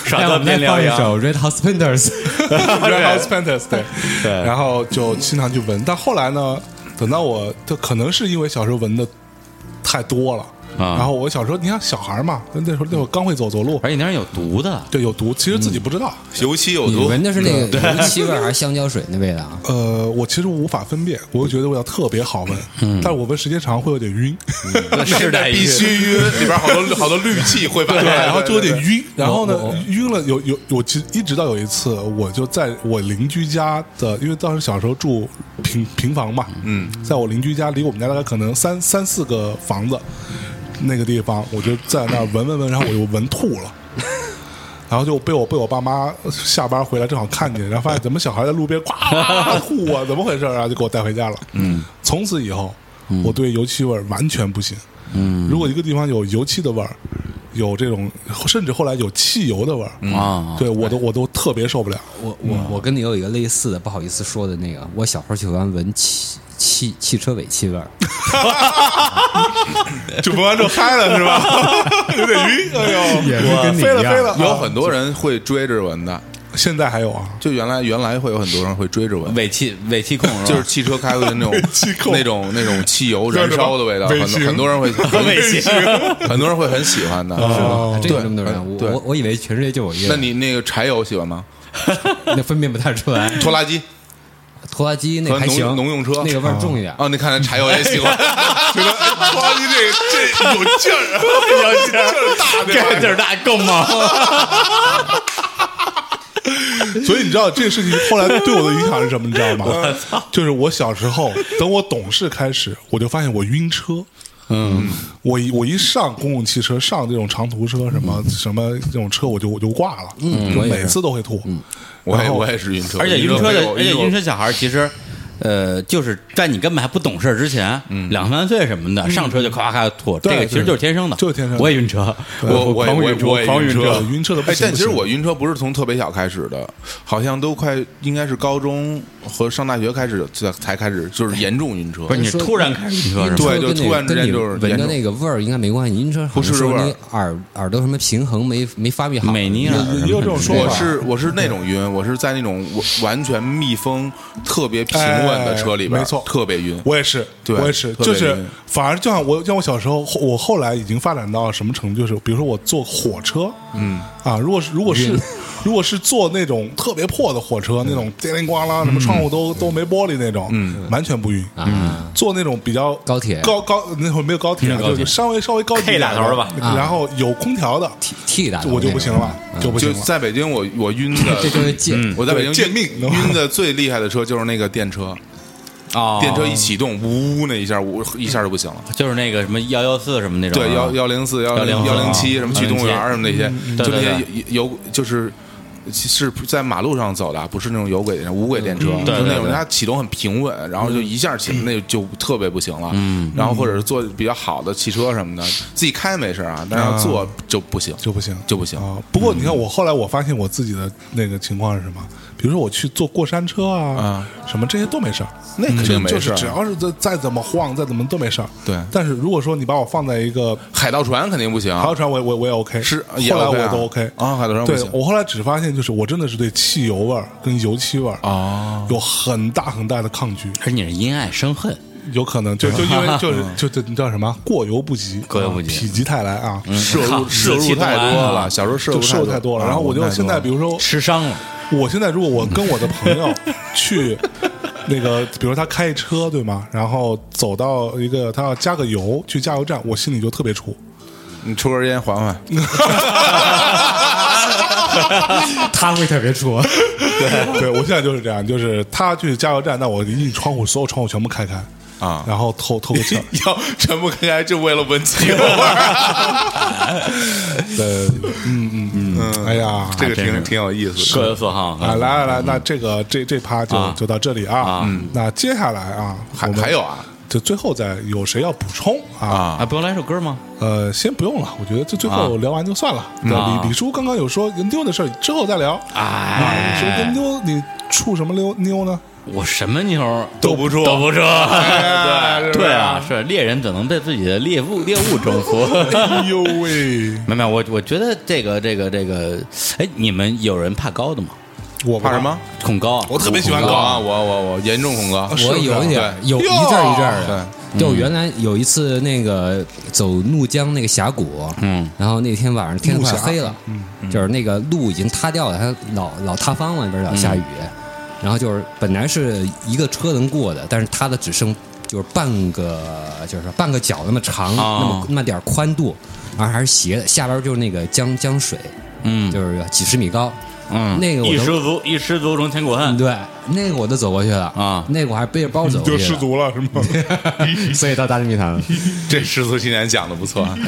[SPEAKER 4] 耍得变
[SPEAKER 5] 嗯放
[SPEAKER 4] 凉
[SPEAKER 5] 一
[SPEAKER 4] 呀。
[SPEAKER 5] 首 Red Hot Spenders，
[SPEAKER 3] Red House Panthers 对，然后就经常去闻，但后来呢，等到我，就可能是因为小时候闻的太多了，
[SPEAKER 4] 啊哎
[SPEAKER 3] 然后我小时候，你看小孩嘛，那时候那会儿刚会走走路，
[SPEAKER 4] 而且那是有毒的，
[SPEAKER 3] 对，有毒，其实自己不知道。
[SPEAKER 6] 油漆有
[SPEAKER 5] 你
[SPEAKER 6] 毒，
[SPEAKER 5] 闻的是那个油漆味儿还是香蕉水那味道啊？
[SPEAKER 3] 呃，我其实无法分辨，我就觉得味道特别好闻，但是我闻时间长会有点晕，
[SPEAKER 4] 是
[SPEAKER 6] 那
[SPEAKER 4] 得
[SPEAKER 6] 必须晕，里边好多好多氯气会把，
[SPEAKER 3] 对，然后就有点
[SPEAKER 6] 对。
[SPEAKER 3] 晕，然后呢，晕了有有有，其实一直到有一次，我就在我邻居家的，因为当时小时候住平平房嘛，嗯，在我邻居家离我们家大概可能三三四个房子那个地方，我就在那儿闻闻闻，然后我就闻吐了。然后就被我被我爸妈下班回来正好看见，然后发现怎么小孩在路边咵 [LAUGHS] 咵咵吐啊，怎么回事啊？然后就给我带回家了。嗯，从此以后，我对油漆味儿完全不行。嗯，如果一个地方有油漆的味儿，有这种甚至后来有汽油的味儿，
[SPEAKER 4] 啊，
[SPEAKER 3] 对我都我都特别受不了。
[SPEAKER 5] 我我我跟你有一个类似的，不好意思说的那个，我小时候喜欢闻汽汽汽车尾气味儿，
[SPEAKER 6] [LAUGHS] 就闻完之后嗨了
[SPEAKER 4] [LAUGHS]
[SPEAKER 6] 是吧？有点晕，哎呦，
[SPEAKER 5] 也是跟你一
[SPEAKER 3] 飞了
[SPEAKER 5] 样
[SPEAKER 3] 飞了，
[SPEAKER 6] 有
[SPEAKER 3] 啊
[SPEAKER 6] 很多人会追着闻的，
[SPEAKER 3] 现在还有啊，
[SPEAKER 6] 就原来原来会有很多人会追着 [LAUGHS] 闻，
[SPEAKER 4] 尾气尾气控
[SPEAKER 6] 就是
[SPEAKER 4] 吧 [LAUGHS]
[SPEAKER 6] 是汽车开过去那种
[SPEAKER 3] 气控
[SPEAKER 6] 那种那种汽油燃烧的味道，
[SPEAKER 3] 尾
[SPEAKER 6] 很多
[SPEAKER 3] 行
[SPEAKER 6] 很多人会很
[SPEAKER 4] [LAUGHS]
[SPEAKER 6] 很多人会很喜欢的。
[SPEAKER 3] 哦
[SPEAKER 5] 真有这么多
[SPEAKER 6] 对哎
[SPEAKER 5] 人，
[SPEAKER 6] 对
[SPEAKER 5] 我我我以为全世界就我一个
[SPEAKER 6] 那
[SPEAKER 5] 人，
[SPEAKER 6] 你那个柴油喜欢吗？
[SPEAKER 5] 那分辨不太出来。
[SPEAKER 6] 拖拉机
[SPEAKER 5] 拖拉机那个
[SPEAKER 6] 和
[SPEAKER 5] 还
[SPEAKER 6] 农
[SPEAKER 5] 行，
[SPEAKER 6] 农用车
[SPEAKER 5] 那个味儿重一点。
[SPEAKER 6] 哦，你看来柴油也喜欢， [LAUGHS] 觉得哎拖拉机这这有劲儿，有劲儿大对吧？
[SPEAKER 4] 劲儿大够吗？
[SPEAKER 3] [LAUGHS] 所以你知道这个事情后来对我的影响是什么？你知道吗？就是 [LAUGHS] 我小时候，等我懂事开始，我就发现我晕车。嗯，我一我一上公共汽车，上这种长途车，什么什么这种车，我就我就嗯挂了。嗯，
[SPEAKER 5] 我也是
[SPEAKER 3] 每次都会吐。
[SPEAKER 6] 我也
[SPEAKER 3] 然后
[SPEAKER 6] 我也是晕车，
[SPEAKER 4] [LAUGHS] 而且晕车
[SPEAKER 6] 没
[SPEAKER 4] 的，
[SPEAKER 6] 有哎
[SPEAKER 4] 而且晕车小孩儿其实，呃，就是在你根本还不懂事儿之前，两三岁什么的，上车就咔咔咔吐，
[SPEAKER 3] 对
[SPEAKER 4] 这个其实
[SPEAKER 3] 对
[SPEAKER 4] 就是天生的，
[SPEAKER 3] 就是天生的
[SPEAKER 4] 我也晕车，
[SPEAKER 6] 我我
[SPEAKER 4] 狂
[SPEAKER 6] 也
[SPEAKER 4] 晕车，
[SPEAKER 6] 我也
[SPEAKER 4] 狂
[SPEAKER 6] 晕
[SPEAKER 4] 车
[SPEAKER 3] 车，晕车的不
[SPEAKER 6] 哎，
[SPEAKER 3] 行
[SPEAKER 6] 但
[SPEAKER 3] 不
[SPEAKER 6] 其实
[SPEAKER 3] 行
[SPEAKER 6] 我晕车不是从特别小开始的，好像都快应该是高中和上大学开始才才开始，就是严重晕车
[SPEAKER 4] 不。是你突然开始晕车是吗？
[SPEAKER 6] 对
[SPEAKER 5] 说
[SPEAKER 6] 就
[SPEAKER 5] 跟那
[SPEAKER 6] 突然之
[SPEAKER 5] 跟
[SPEAKER 6] 间
[SPEAKER 5] 你
[SPEAKER 6] 就是
[SPEAKER 5] 闻
[SPEAKER 6] 严
[SPEAKER 5] 的
[SPEAKER 6] 重
[SPEAKER 5] 那个味儿应该没关系，晕车好
[SPEAKER 6] 不
[SPEAKER 5] 像
[SPEAKER 6] 是
[SPEAKER 5] 说
[SPEAKER 6] 味儿
[SPEAKER 5] 你耳耳朵什么平衡没没发育好，
[SPEAKER 4] 美尼尔
[SPEAKER 3] 也也有这种说
[SPEAKER 6] 我
[SPEAKER 3] 法
[SPEAKER 6] 是我是那种晕，我是在那种我完全密封、特别平稳的车里
[SPEAKER 3] 哎
[SPEAKER 6] 边，
[SPEAKER 3] 没错
[SPEAKER 6] 特别晕。
[SPEAKER 3] 我也是，
[SPEAKER 6] 对
[SPEAKER 3] 我也是，
[SPEAKER 6] 特
[SPEAKER 3] 就
[SPEAKER 6] 别
[SPEAKER 3] 是
[SPEAKER 6] 晕
[SPEAKER 3] 反而就像我像我小时候，后我后来已经发展到什么程度？就是比如说我坐火车，嗯啊，如果是如果是 [LAUGHS] 如果是坐那种特别破的火车，那种叮铃咣啷，什么窗户都都没玻璃那种，嗯，完全不晕。
[SPEAKER 5] 啊，
[SPEAKER 3] 坐那种比较
[SPEAKER 5] 高铁
[SPEAKER 3] 高高那会儿没有高铁啊，
[SPEAKER 4] 没有高铁
[SPEAKER 3] 就是稍微稍微高级
[SPEAKER 4] K
[SPEAKER 3] 一点
[SPEAKER 4] 打头的吧
[SPEAKER 3] 然后有空调的，
[SPEAKER 5] T T 的
[SPEAKER 3] 我就不行了，就不行
[SPEAKER 6] 就
[SPEAKER 3] 了。嗯
[SPEAKER 6] 在北京我，我晕的，嗯
[SPEAKER 5] 这就是贱
[SPEAKER 6] 我在北京
[SPEAKER 3] 对贱
[SPEAKER 6] 晕
[SPEAKER 3] 命
[SPEAKER 6] 晕的最厉害的车就是那个电车，
[SPEAKER 4] 哦，
[SPEAKER 6] 电车一启动，呜那一下，我一下就不行了。
[SPEAKER 4] 就是那个什么幺幺四什么那种啊，
[SPEAKER 6] 对幺幺零四幺
[SPEAKER 4] 104
[SPEAKER 6] 幺零七
[SPEAKER 4] 啊
[SPEAKER 6] 什么去动物园儿什么那些，
[SPEAKER 4] 对
[SPEAKER 6] 就那
[SPEAKER 4] 对
[SPEAKER 6] 些
[SPEAKER 4] 对
[SPEAKER 6] 有有就是。是在马路上走的，啊不是那种有轨无轨电车，
[SPEAKER 4] 对
[SPEAKER 6] 就那
[SPEAKER 4] 对
[SPEAKER 6] 种
[SPEAKER 4] 对
[SPEAKER 6] 它启动很平稳，然后就一下起，那就特别不行了。嗯，然后或者是坐比较好的汽车什么的，自己开没事啊，但是要坐就不行，
[SPEAKER 3] 就不行，
[SPEAKER 6] 就不行
[SPEAKER 3] 啊。不过你看，我后来我发现我自己的那个情况是什么？比如说我去坐过山车啊，什么这些都没事儿，
[SPEAKER 6] 那嗯肯定没
[SPEAKER 3] 就
[SPEAKER 6] 事
[SPEAKER 3] 是
[SPEAKER 6] 儿。
[SPEAKER 3] 只要是再再怎么晃，再怎么都没事儿。
[SPEAKER 6] 对
[SPEAKER 3] 但是如果说你把我放在一个
[SPEAKER 6] 海盗船肯定不行，
[SPEAKER 3] 海盗船，我也我也我也 OK，
[SPEAKER 6] 是也
[SPEAKER 3] 后来
[SPEAKER 6] OK 啊
[SPEAKER 3] 我都 OK
[SPEAKER 6] 啊海盗船不
[SPEAKER 3] 对
[SPEAKER 6] 行
[SPEAKER 3] 我后来只发现就是我真的是对汽油味儿跟油漆味儿
[SPEAKER 6] 哦
[SPEAKER 3] 有很大很大的抗拒，
[SPEAKER 4] 可是你是因爱生恨，
[SPEAKER 3] 有可能
[SPEAKER 6] [LAUGHS]
[SPEAKER 3] 就就因为就是就就你叫什么过犹不及，
[SPEAKER 4] 过犹不及
[SPEAKER 3] 啊否极泰来啊，
[SPEAKER 6] 摄
[SPEAKER 4] 靠
[SPEAKER 6] 入
[SPEAKER 4] 自
[SPEAKER 6] 摄入
[SPEAKER 4] 欺
[SPEAKER 6] 太
[SPEAKER 4] 多
[SPEAKER 6] 多
[SPEAKER 4] 安啊
[SPEAKER 6] 了，小时候摄
[SPEAKER 3] 就摄入
[SPEAKER 6] 入
[SPEAKER 3] 太多了。
[SPEAKER 6] 啊
[SPEAKER 3] 然后我就现在比如说
[SPEAKER 4] 吃伤了，
[SPEAKER 3] 我现在如果我跟我的朋友去那个，比如他开车对吗？然后走到一个他要加个油去加油站，我心里就特别怵。
[SPEAKER 6] 你抽根烟缓缓，
[SPEAKER 5] 他会特别戳。
[SPEAKER 3] [LAUGHS] 对，对我现在就是这样，就是他去加油站，那我一窗户所有窗户全部开开
[SPEAKER 6] 啊
[SPEAKER 3] 然后透透个
[SPEAKER 6] [LAUGHS]
[SPEAKER 3] 气儿。
[SPEAKER 6] [LAUGHS] 要全部开开就为了闻汽油味儿，
[SPEAKER 3] 对，嗯嗯嗯，哎呀，
[SPEAKER 6] 啊这个
[SPEAKER 4] 真是
[SPEAKER 6] 挺挺有意思
[SPEAKER 4] 各
[SPEAKER 6] 的。
[SPEAKER 4] 有所好
[SPEAKER 3] 啊，来来来，那这个这这趴就
[SPEAKER 4] 啊
[SPEAKER 3] 就到这里啊
[SPEAKER 4] 啊。
[SPEAKER 3] 嗯，那接下来啊，
[SPEAKER 6] 还
[SPEAKER 3] 我们
[SPEAKER 6] 还有啊
[SPEAKER 3] 就最后再有谁要补充啊？
[SPEAKER 6] 啊
[SPEAKER 4] 啊！不用来首歌吗？
[SPEAKER 3] 呃，先不用了，我觉得就最后
[SPEAKER 4] 啊
[SPEAKER 3] 聊完就算了。
[SPEAKER 4] 啊
[SPEAKER 3] 对，李李叔刚刚有说跟妞的事儿，之后再聊。啊，你说跟
[SPEAKER 4] 哎，
[SPEAKER 3] 妞你处什么妞妞呢？
[SPEAKER 4] 我什么妞儿
[SPEAKER 3] 都不处
[SPEAKER 4] 都不处，
[SPEAKER 6] 哎是
[SPEAKER 4] 对
[SPEAKER 6] 不是
[SPEAKER 4] 对啊，是猎人怎能被自己的猎物猎物征服？ [LAUGHS]
[SPEAKER 3] 哎呦喂，
[SPEAKER 4] 没有没有，我我觉得这个这个这个，哎，你们有人怕高的吗？
[SPEAKER 3] 我
[SPEAKER 6] 怕什么？？
[SPEAKER 4] 恐高啊？
[SPEAKER 6] 我特别喜欢高啊！我我我严重恐高，
[SPEAKER 5] 我有一点
[SPEAKER 6] 对
[SPEAKER 5] 有一阵儿一阵儿的，就原来有一次那个走怒江那个峡谷，
[SPEAKER 4] 嗯，
[SPEAKER 5] 然后那天晚上天快
[SPEAKER 3] 怒峡
[SPEAKER 5] 黑了，就是那个路已经塌掉了，它老老塌方了，那边老下雨，
[SPEAKER 4] 嗯
[SPEAKER 5] 然后就是本来是一个车能过的，但是塌的只剩就是半个，就是说半个脚那么长，
[SPEAKER 4] 哦
[SPEAKER 5] 那么那么点儿宽度，然后还是斜的，下边就是那个江江水，
[SPEAKER 4] 嗯
[SPEAKER 5] 就是几十米高，
[SPEAKER 4] 嗯，
[SPEAKER 5] 那个我
[SPEAKER 4] 一
[SPEAKER 5] 都嗯
[SPEAKER 4] 失足一失足成千古恨，
[SPEAKER 5] 对，那个我都走过去了
[SPEAKER 4] 啊
[SPEAKER 5] 那个我还背着包走过
[SPEAKER 3] 就
[SPEAKER 5] 去
[SPEAKER 3] 失
[SPEAKER 5] 的，
[SPEAKER 3] 足了是吗？
[SPEAKER 5] 所以到大内密谈了。
[SPEAKER 6] 这失足青年讲的不错啊，
[SPEAKER 5] 嗯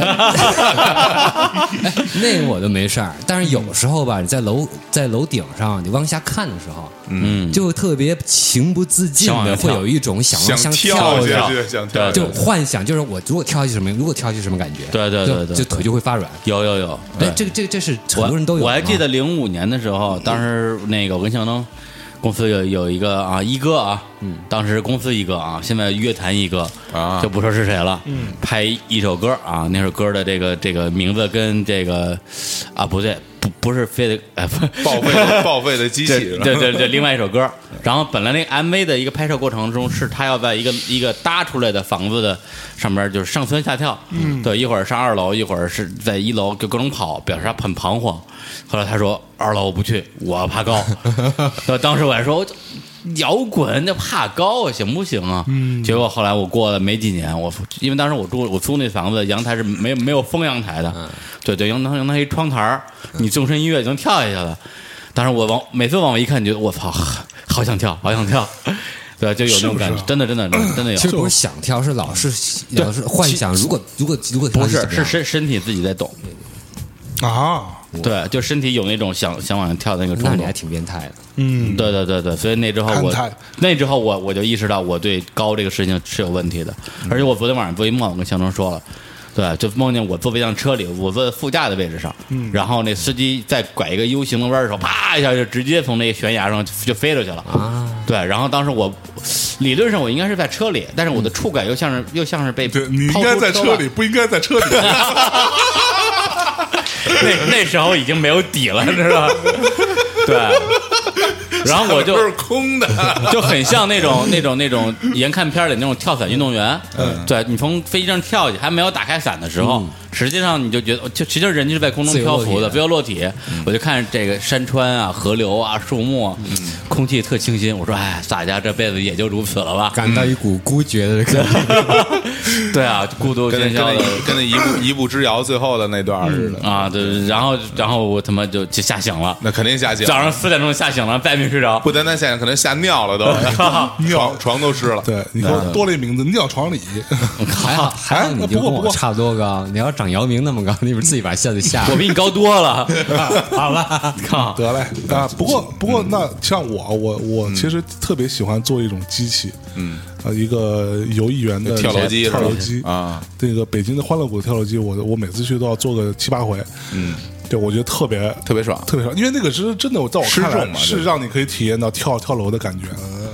[SPEAKER 5] [LAUGHS] 那个我都没事儿，但是有时候吧，你在楼在楼顶上，你往下看的时候，
[SPEAKER 4] 嗯，
[SPEAKER 5] 就特别情不自禁
[SPEAKER 4] 想往
[SPEAKER 5] 的
[SPEAKER 4] 下
[SPEAKER 5] 会
[SPEAKER 4] 跳
[SPEAKER 5] 有一种想往
[SPEAKER 6] 想
[SPEAKER 5] 下
[SPEAKER 6] 跳
[SPEAKER 5] 跳
[SPEAKER 6] 下
[SPEAKER 5] 的，
[SPEAKER 6] 去，想跳下去
[SPEAKER 5] 就幻想，就是我如果跳下去什么，如果跳下去什么感觉，
[SPEAKER 4] 对对对
[SPEAKER 5] 就
[SPEAKER 4] 对
[SPEAKER 5] 就
[SPEAKER 4] 对
[SPEAKER 5] 腿就会发软。
[SPEAKER 4] 有有有，
[SPEAKER 5] 哎，这个这个这是很
[SPEAKER 4] 我
[SPEAKER 5] 多人都有的啊
[SPEAKER 4] 我
[SPEAKER 5] 嘛，
[SPEAKER 4] 还记得零五年的时候，当时那个我跟向东公司有有一个啊一哥啊，嗯，当时公司一哥啊，现在乐坛一哥
[SPEAKER 6] 啊
[SPEAKER 4] 就不说是谁了，嗯，拍一首歌啊，那首歌的这个这个名字跟这个啊不对，不不是非得哎不。
[SPEAKER 6] 报废的报废的机器
[SPEAKER 4] 这
[SPEAKER 6] 是吧 [LAUGHS]
[SPEAKER 4] 这这这另外一首歌，然后本来那个 MV 的一个拍摄过程中，是他要在一个一个搭出来的房子的上面就是上蹿下跳，嗯，对，一会儿上二楼，一会儿是在一楼就各种跑，表示他很彷徨。后来他说二楼我不去，我怕 [LAUGHS] 高。对，当时我还说我摇滚那怕高啊，行不行啊？嗯，结果后来我过了没几年，我因为当时我住我租那房子阳台是没有没有封阳台的，
[SPEAKER 6] 嗯
[SPEAKER 4] 对对，阳台阳台一窗台儿你纵身一跃就能跳下去了。当时我往每次往我一看，你觉得我操， [LAUGHS] 好想跳，好想跳， [LAUGHS] 对，就有那种感觉，真的真的真的有
[SPEAKER 5] 其。实不是想跳，是老是老是幻想，如果如果如果
[SPEAKER 4] 不
[SPEAKER 5] 跳
[SPEAKER 4] 是
[SPEAKER 5] 怎么
[SPEAKER 4] 是
[SPEAKER 5] 样
[SPEAKER 4] 身身体自己在动，
[SPEAKER 3] [LAUGHS] 啊，
[SPEAKER 4] 对，就身体有那种想想往上跳的那个
[SPEAKER 5] 那
[SPEAKER 4] 冲
[SPEAKER 5] 你
[SPEAKER 4] 动
[SPEAKER 5] 还。挺变态的。
[SPEAKER 3] 嗯，
[SPEAKER 4] 对对对对，所以那之后我
[SPEAKER 3] 看态
[SPEAKER 4] 那之后我我就意识到我对高这个事情是有问题的，
[SPEAKER 3] 嗯
[SPEAKER 4] 而且我昨天晚上做一梦，我跟向征说了。对，就梦见我坐在一辆车里，我坐在副驾的位置上，
[SPEAKER 3] 嗯
[SPEAKER 4] 然后那司机在拐一个 U 型的弯的时候，啪一下就直接从那个悬崖上就就飞出去了。啊，对，然后当时我理论上我应该是在车里，但是我的触感又像是又像是被
[SPEAKER 3] 对你应
[SPEAKER 4] 抛
[SPEAKER 3] 该
[SPEAKER 4] 出
[SPEAKER 3] 在
[SPEAKER 4] 外
[SPEAKER 3] 车 [LAUGHS]
[SPEAKER 5] [LAUGHS]
[SPEAKER 3] 里，不应该在车里。
[SPEAKER 4] 那那时候已经没有底了，你知道吧？
[SPEAKER 3] [LAUGHS]
[SPEAKER 4] 对，然后我就
[SPEAKER 6] 都是
[SPEAKER 5] [LAUGHS]
[SPEAKER 6] 空的，
[SPEAKER 4] [LAUGHS] 就很像那种那种那种沿看片儿里那种跳伞运动员，嗯，对你从飞机上跳下去还没有打开伞的时候，
[SPEAKER 6] 嗯
[SPEAKER 4] 实际上你就觉得，就实际上人就是在空中漂浮的，
[SPEAKER 5] 自
[SPEAKER 4] 不要落体。
[SPEAKER 6] 嗯
[SPEAKER 4] 我就看这个山川啊、河流啊、树木啊，空气特清新。我说，哎，大家这辈子也就如此了吧？
[SPEAKER 5] [LAUGHS] 感到一股孤绝的感觉，
[SPEAKER 4] [LAUGHS] 对啊，孤独
[SPEAKER 6] 跟
[SPEAKER 4] 喧
[SPEAKER 6] 那
[SPEAKER 4] 嚣
[SPEAKER 6] 跟
[SPEAKER 4] 的。
[SPEAKER 6] 那跟那一步一步之遥最后的那段儿似
[SPEAKER 5] 嗯
[SPEAKER 6] 的，
[SPEAKER 4] 啊，对，然后然后我他妈就就吓醒了，
[SPEAKER 6] 那肯定下井，
[SPEAKER 4] 早上四点钟吓醒了，再没睡
[SPEAKER 6] [LAUGHS]
[SPEAKER 4] 着。
[SPEAKER 6] 不单单下井，可能吓尿了
[SPEAKER 5] [LAUGHS]
[SPEAKER 6] 都，床床都湿了。
[SPEAKER 3] 对，你说多了一名字，尿床里。
[SPEAKER 4] [LAUGHS]
[SPEAKER 5] 还好还好，你就
[SPEAKER 3] 不过
[SPEAKER 5] 跟
[SPEAKER 3] 不
[SPEAKER 5] 我
[SPEAKER 3] 过
[SPEAKER 5] 差不多高。你要长姚明那么高，你不是自己把线给吓
[SPEAKER 4] [LAUGHS] 我比你高多
[SPEAKER 6] [LAUGHS]
[SPEAKER 4] 了，
[SPEAKER 5] 好了？
[SPEAKER 4] 靠！
[SPEAKER 3] 得嘞啊！不过不过，那像我，我我其实特别喜欢做一种机器，嗯，呃，一个游艺员的
[SPEAKER 6] 跳楼机是吧
[SPEAKER 3] 跳楼机
[SPEAKER 6] 啊，
[SPEAKER 3] 这个北京的欢乐谷跳楼机，我我每次去都要做个七八回，嗯，对，我觉得特别
[SPEAKER 6] 特别爽
[SPEAKER 3] 特别爽，因为那个是真的，我在我看
[SPEAKER 6] 失重
[SPEAKER 3] 来
[SPEAKER 6] 嘛就是
[SPEAKER 3] 是让你可以体验到跳跳楼的感觉，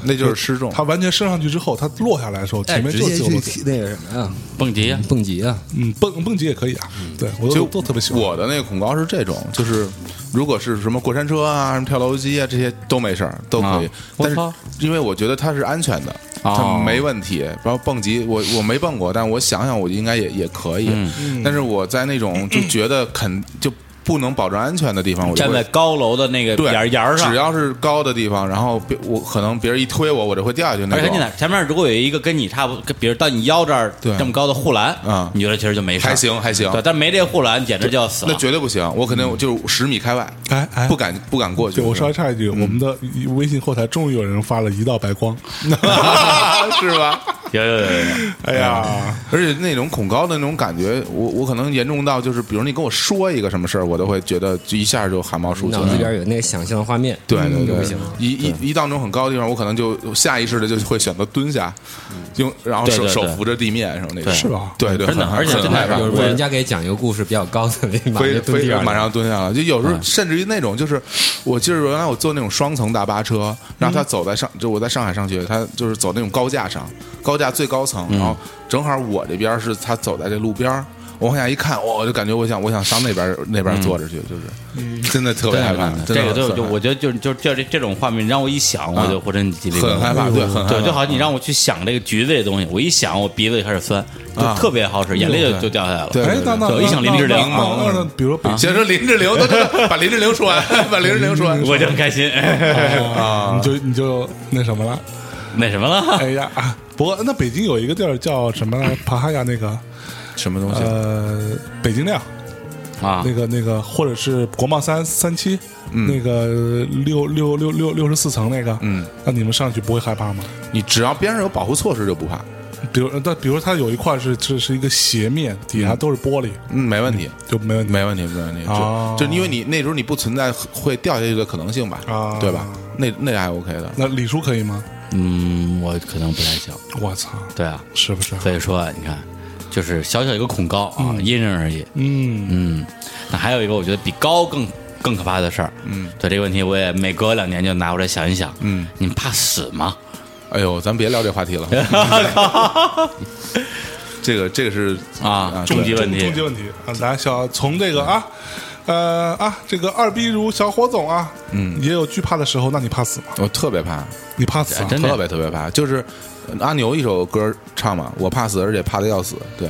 [SPEAKER 6] 那就是失重哎
[SPEAKER 3] 它完全升上去之后，它落下来的时候，前面
[SPEAKER 5] 直
[SPEAKER 3] 就是
[SPEAKER 5] 接
[SPEAKER 3] 自由落
[SPEAKER 5] 去
[SPEAKER 3] 体，
[SPEAKER 5] 那个什么呀，
[SPEAKER 4] 蹦极啊，
[SPEAKER 5] 蹦极啊，
[SPEAKER 3] 嗯，蹦蹦极也可以啊，对我
[SPEAKER 6] 嗯就
[SPEAKER 3] 都都特别喜欢。
[SPEAKER 6] 我的那个恐高是这种，就是如果是什么过山车啊、什么跳楼机啊这些都没事儿，都可以
[SPEAKER 4] 啊。
[SPEAKER 6] 但是
[SPEAKER 4] 我操
[SPEAKER 6] 因为我觉得它是安全的，它
[SPEAKER 4] 哦
[SPEAKER 6] 没问题。然后蹦极，我我没蹦过，但我想想我应该也也可以。
[SPEAKER 4] 嗯
[SPEAKER 6] 但是我在那种就觉得肯 [COUGHS] 就不能保证安全的地方，我就
[SPEAKER 4] 站
[SPEAKER 6] 会
[SPEAKER 4] 在高楼的那个
[SPEAKER 6] 对
[SPEAKER 4] 檐儿檐儿上
[SPEAKER 6] 只，要是高的地方，然后别我可能别人一推我，我就会掉下去那
[SPEAKER 4] 而且
[SPEAKER 6] 种
[SPEAKER 4] 哎你。哪前面如果有一个跟你差不多，跟比如到你腰这儿
[SPEAKER 6] 对
[SPEAKER 4] 这么高的护栏，
[SPEAKER 6] 嗯
[SPEAKER 4] 你觉得其实就没事儿，
[SPEAKER 6] 还行还行
[SPEAKER 4] 对，但没这护栏简直就要死
[SPEAKER 6] 那
[SPEAKER 4] 了。
[SPEAKER 6] 绝对不行，我肯定就是十米开外，
[SPEAKER 3] 哎哎
[SPEAKER 6] 不敢不敢过去。
[SPEAKER 3] 对我稍微插一句，我们的
[SPEAKER 6] 嗯
[SPEAKER 3] 微信后台终于有人发了一道白光，
[SPEAKER 6] 是吧？
[SPEAKER 4] 有有有
[SPEAKER 6] [LAUGHS]
[SPEAKER 4] 有，
[SPEAKER 3] 哎呀，
[SPEAKER 6] 而且那种恐高的那种感觉，我我可能严重到就是，比如你跟我说一个什么事儿，我都会觉得就一下就汗毛竖起
[SPEAKER 5] 脑子里
[SPEAKER 6] 来。
[SPEAKER 5] 边有那个想象的画面，
[SPEAKER 6] 啊
[SPEAKER 5] 嗯
[SPEAKER 6] 对对
[SPEAKER 5] 就不
[SPEAKER 6] 对
[SPEAKER 5] 行了，
[SPEAKER 6] 一一一到那种很高的地方，我可能就下意识的就会选择蹲下，用然后
[SPEAKER 4] 对
[SPEAKER 6] 手
[SPEAKER 4] 对
[SPEAKER 6] 手
[SPEAKER 4] 对
[SPEAKER 6] 扶着地面什么那种，
[SPEAKER 4] 对
[SPEAKER 3] 是吧
[SPEAKER 6] 对对，
[SPEAKER 4] 真的
[SPEAKER 6] 很
[SPEAKER 4] 而且
[SPEAKER 6] 很
[SPEAKER 4] 真的
[SPEAKER 6] 害怕
[SPEAKER 4] 是
[SPEAKER 5] 有
[SPEAKER 4] 我
[SPEAKER 5] 时候人家给讲一个故事比较高的， [LAUGHS] 你马上
[SPEAKER 6] 非
[SPEAKER 5] 就蹲地
[SPEAKER 6] 非
[SPEAKER 5] 上了
[SPEAKER 6] 马上蹲下了。就有时候甚至于那种，就是我记得原来我坐那种双层大巴车，然后他走在上，就我在上海上学，他就是走那种高架上，高架最高层，然后正好我这边是他走在这路边儿我往下一看，我就感觉我想我想上那边那边坐着去，就是 [LAUGHS] 真的特别害怕，
[SPEAKER 4] 这
[SPEAKER 6] 真的
[SPEAKER 4] 个就
[SPEAKER 6] 很
[SPEAKER 4] 就
[SPEAKER 6] 害怕啊
[SPEAKER 4] 我觉得就就这这这种画面，你让我一想，我就浑身鸡皮疙瘩
[SPEAKER 6] 很害怕，对，很害
[SPEAKER 4] 对，
[SPEAKER 6] 怕
[SPEAKER 4] 就好像你让我去想这个橘子这东西，我一想，我鼻子就开始酸，就特别好使，眼泪就就掉下来了。
[SPEAKER 6] 啊对啊
[SPEAKER 3] 哎，那那
[SPEAKER 4] 就一想林志玲
[SPEAKER 3] 那那那那那比如说北京，
[SPEAKER 6] 先说林志玲，都都把林志玲说完， [LAUGHS] 把林志玲说完。
[SPEAKER 4] 我就很开心。 [LAUGHS]
[SPEAKER 6] [LAUGHS]
[SPEAKER 3] 啊你就你就那什么了？
[SPEAKER 6] 啊
[SPEAKER 4] 那什么了？
[SPEAKER 3] 哎呀，啊不过那北京有一个地儿叫什
[SPEAKER 6] [LAUGHS]
[SPEAKER 3] 么来？帕哈亚那个
[SPEAKER 6] 什么东西？
[SPEAKER 3] 呃，北京亮。
[SPEAKER 4] 啊
[SPEAKER 3] 那个那个，或者是国贸三三期，那个六六六六六十四层那个，
[SPEAKER 6] 嗯，
[SPEAKER 3] 那你们上去不会害怕吗？
[SPEAKER 6] 你只要边上有保护措施就不怕，
[SPEAKER 3] 比如，但比如它有一块是是是一个斜面，底下都是玻璃，
[SPEAKER 6] 嗯，没问题，
[SPEAKER 3] 就没问题。
[SPEAKER 6] 没问题，没问题。
[SPEAKER 3] 哦
[SPEAKER 6] 就就因为你那时候你不存在会掉下去的可能性吧，
[SPEAKER 3] 啊
[SPEAKER 6] 对吧？那那还 OK 的，
[SPEAKER 3] 那李叔可以吗？
[SPEAKER 4] 嗯，我可能不太行。
[SPEAKER 3] 我操，
[SPEAKER 4] 对啊，
[SPEAKER 3] 是不是？
[SPEAKER 4] 所以说你看，就是小小一个恐高啊，因人而异。
[SPEAKER 3] 嗯，
[SPEAKER 4] 嗯，那还有一个我觉得比高更更可怕的事儿。嗯，对这个问题，我也每隔两年就拿过来想一想。
[SPEAKER 6] 嗯，
[SPEAKER 4] 你们怕死吗？
[SPEAKER 6] 哎呦，咱别聊这话题了，这个这个是
[SPEAKER 4] 啊，终极问题
[SPEAKER 3] 终极。问题啊！来，小从这个
[SPEAKER 6] 嗯
[SPEAKER 3] 啊，呃啊，这个二逼如小火总啊，嗯，也有惧怕的时候，那你怕死吗？
[SPEAKER 6] 我特别怕，
[SPEAKER 3] 你怕死啊？
[SPEAKER 4] 真的
[SPEAKER 6] 特别特别怕，就是呃阿牛一首歌唱嘛，我怕死，而且怕的要死，对，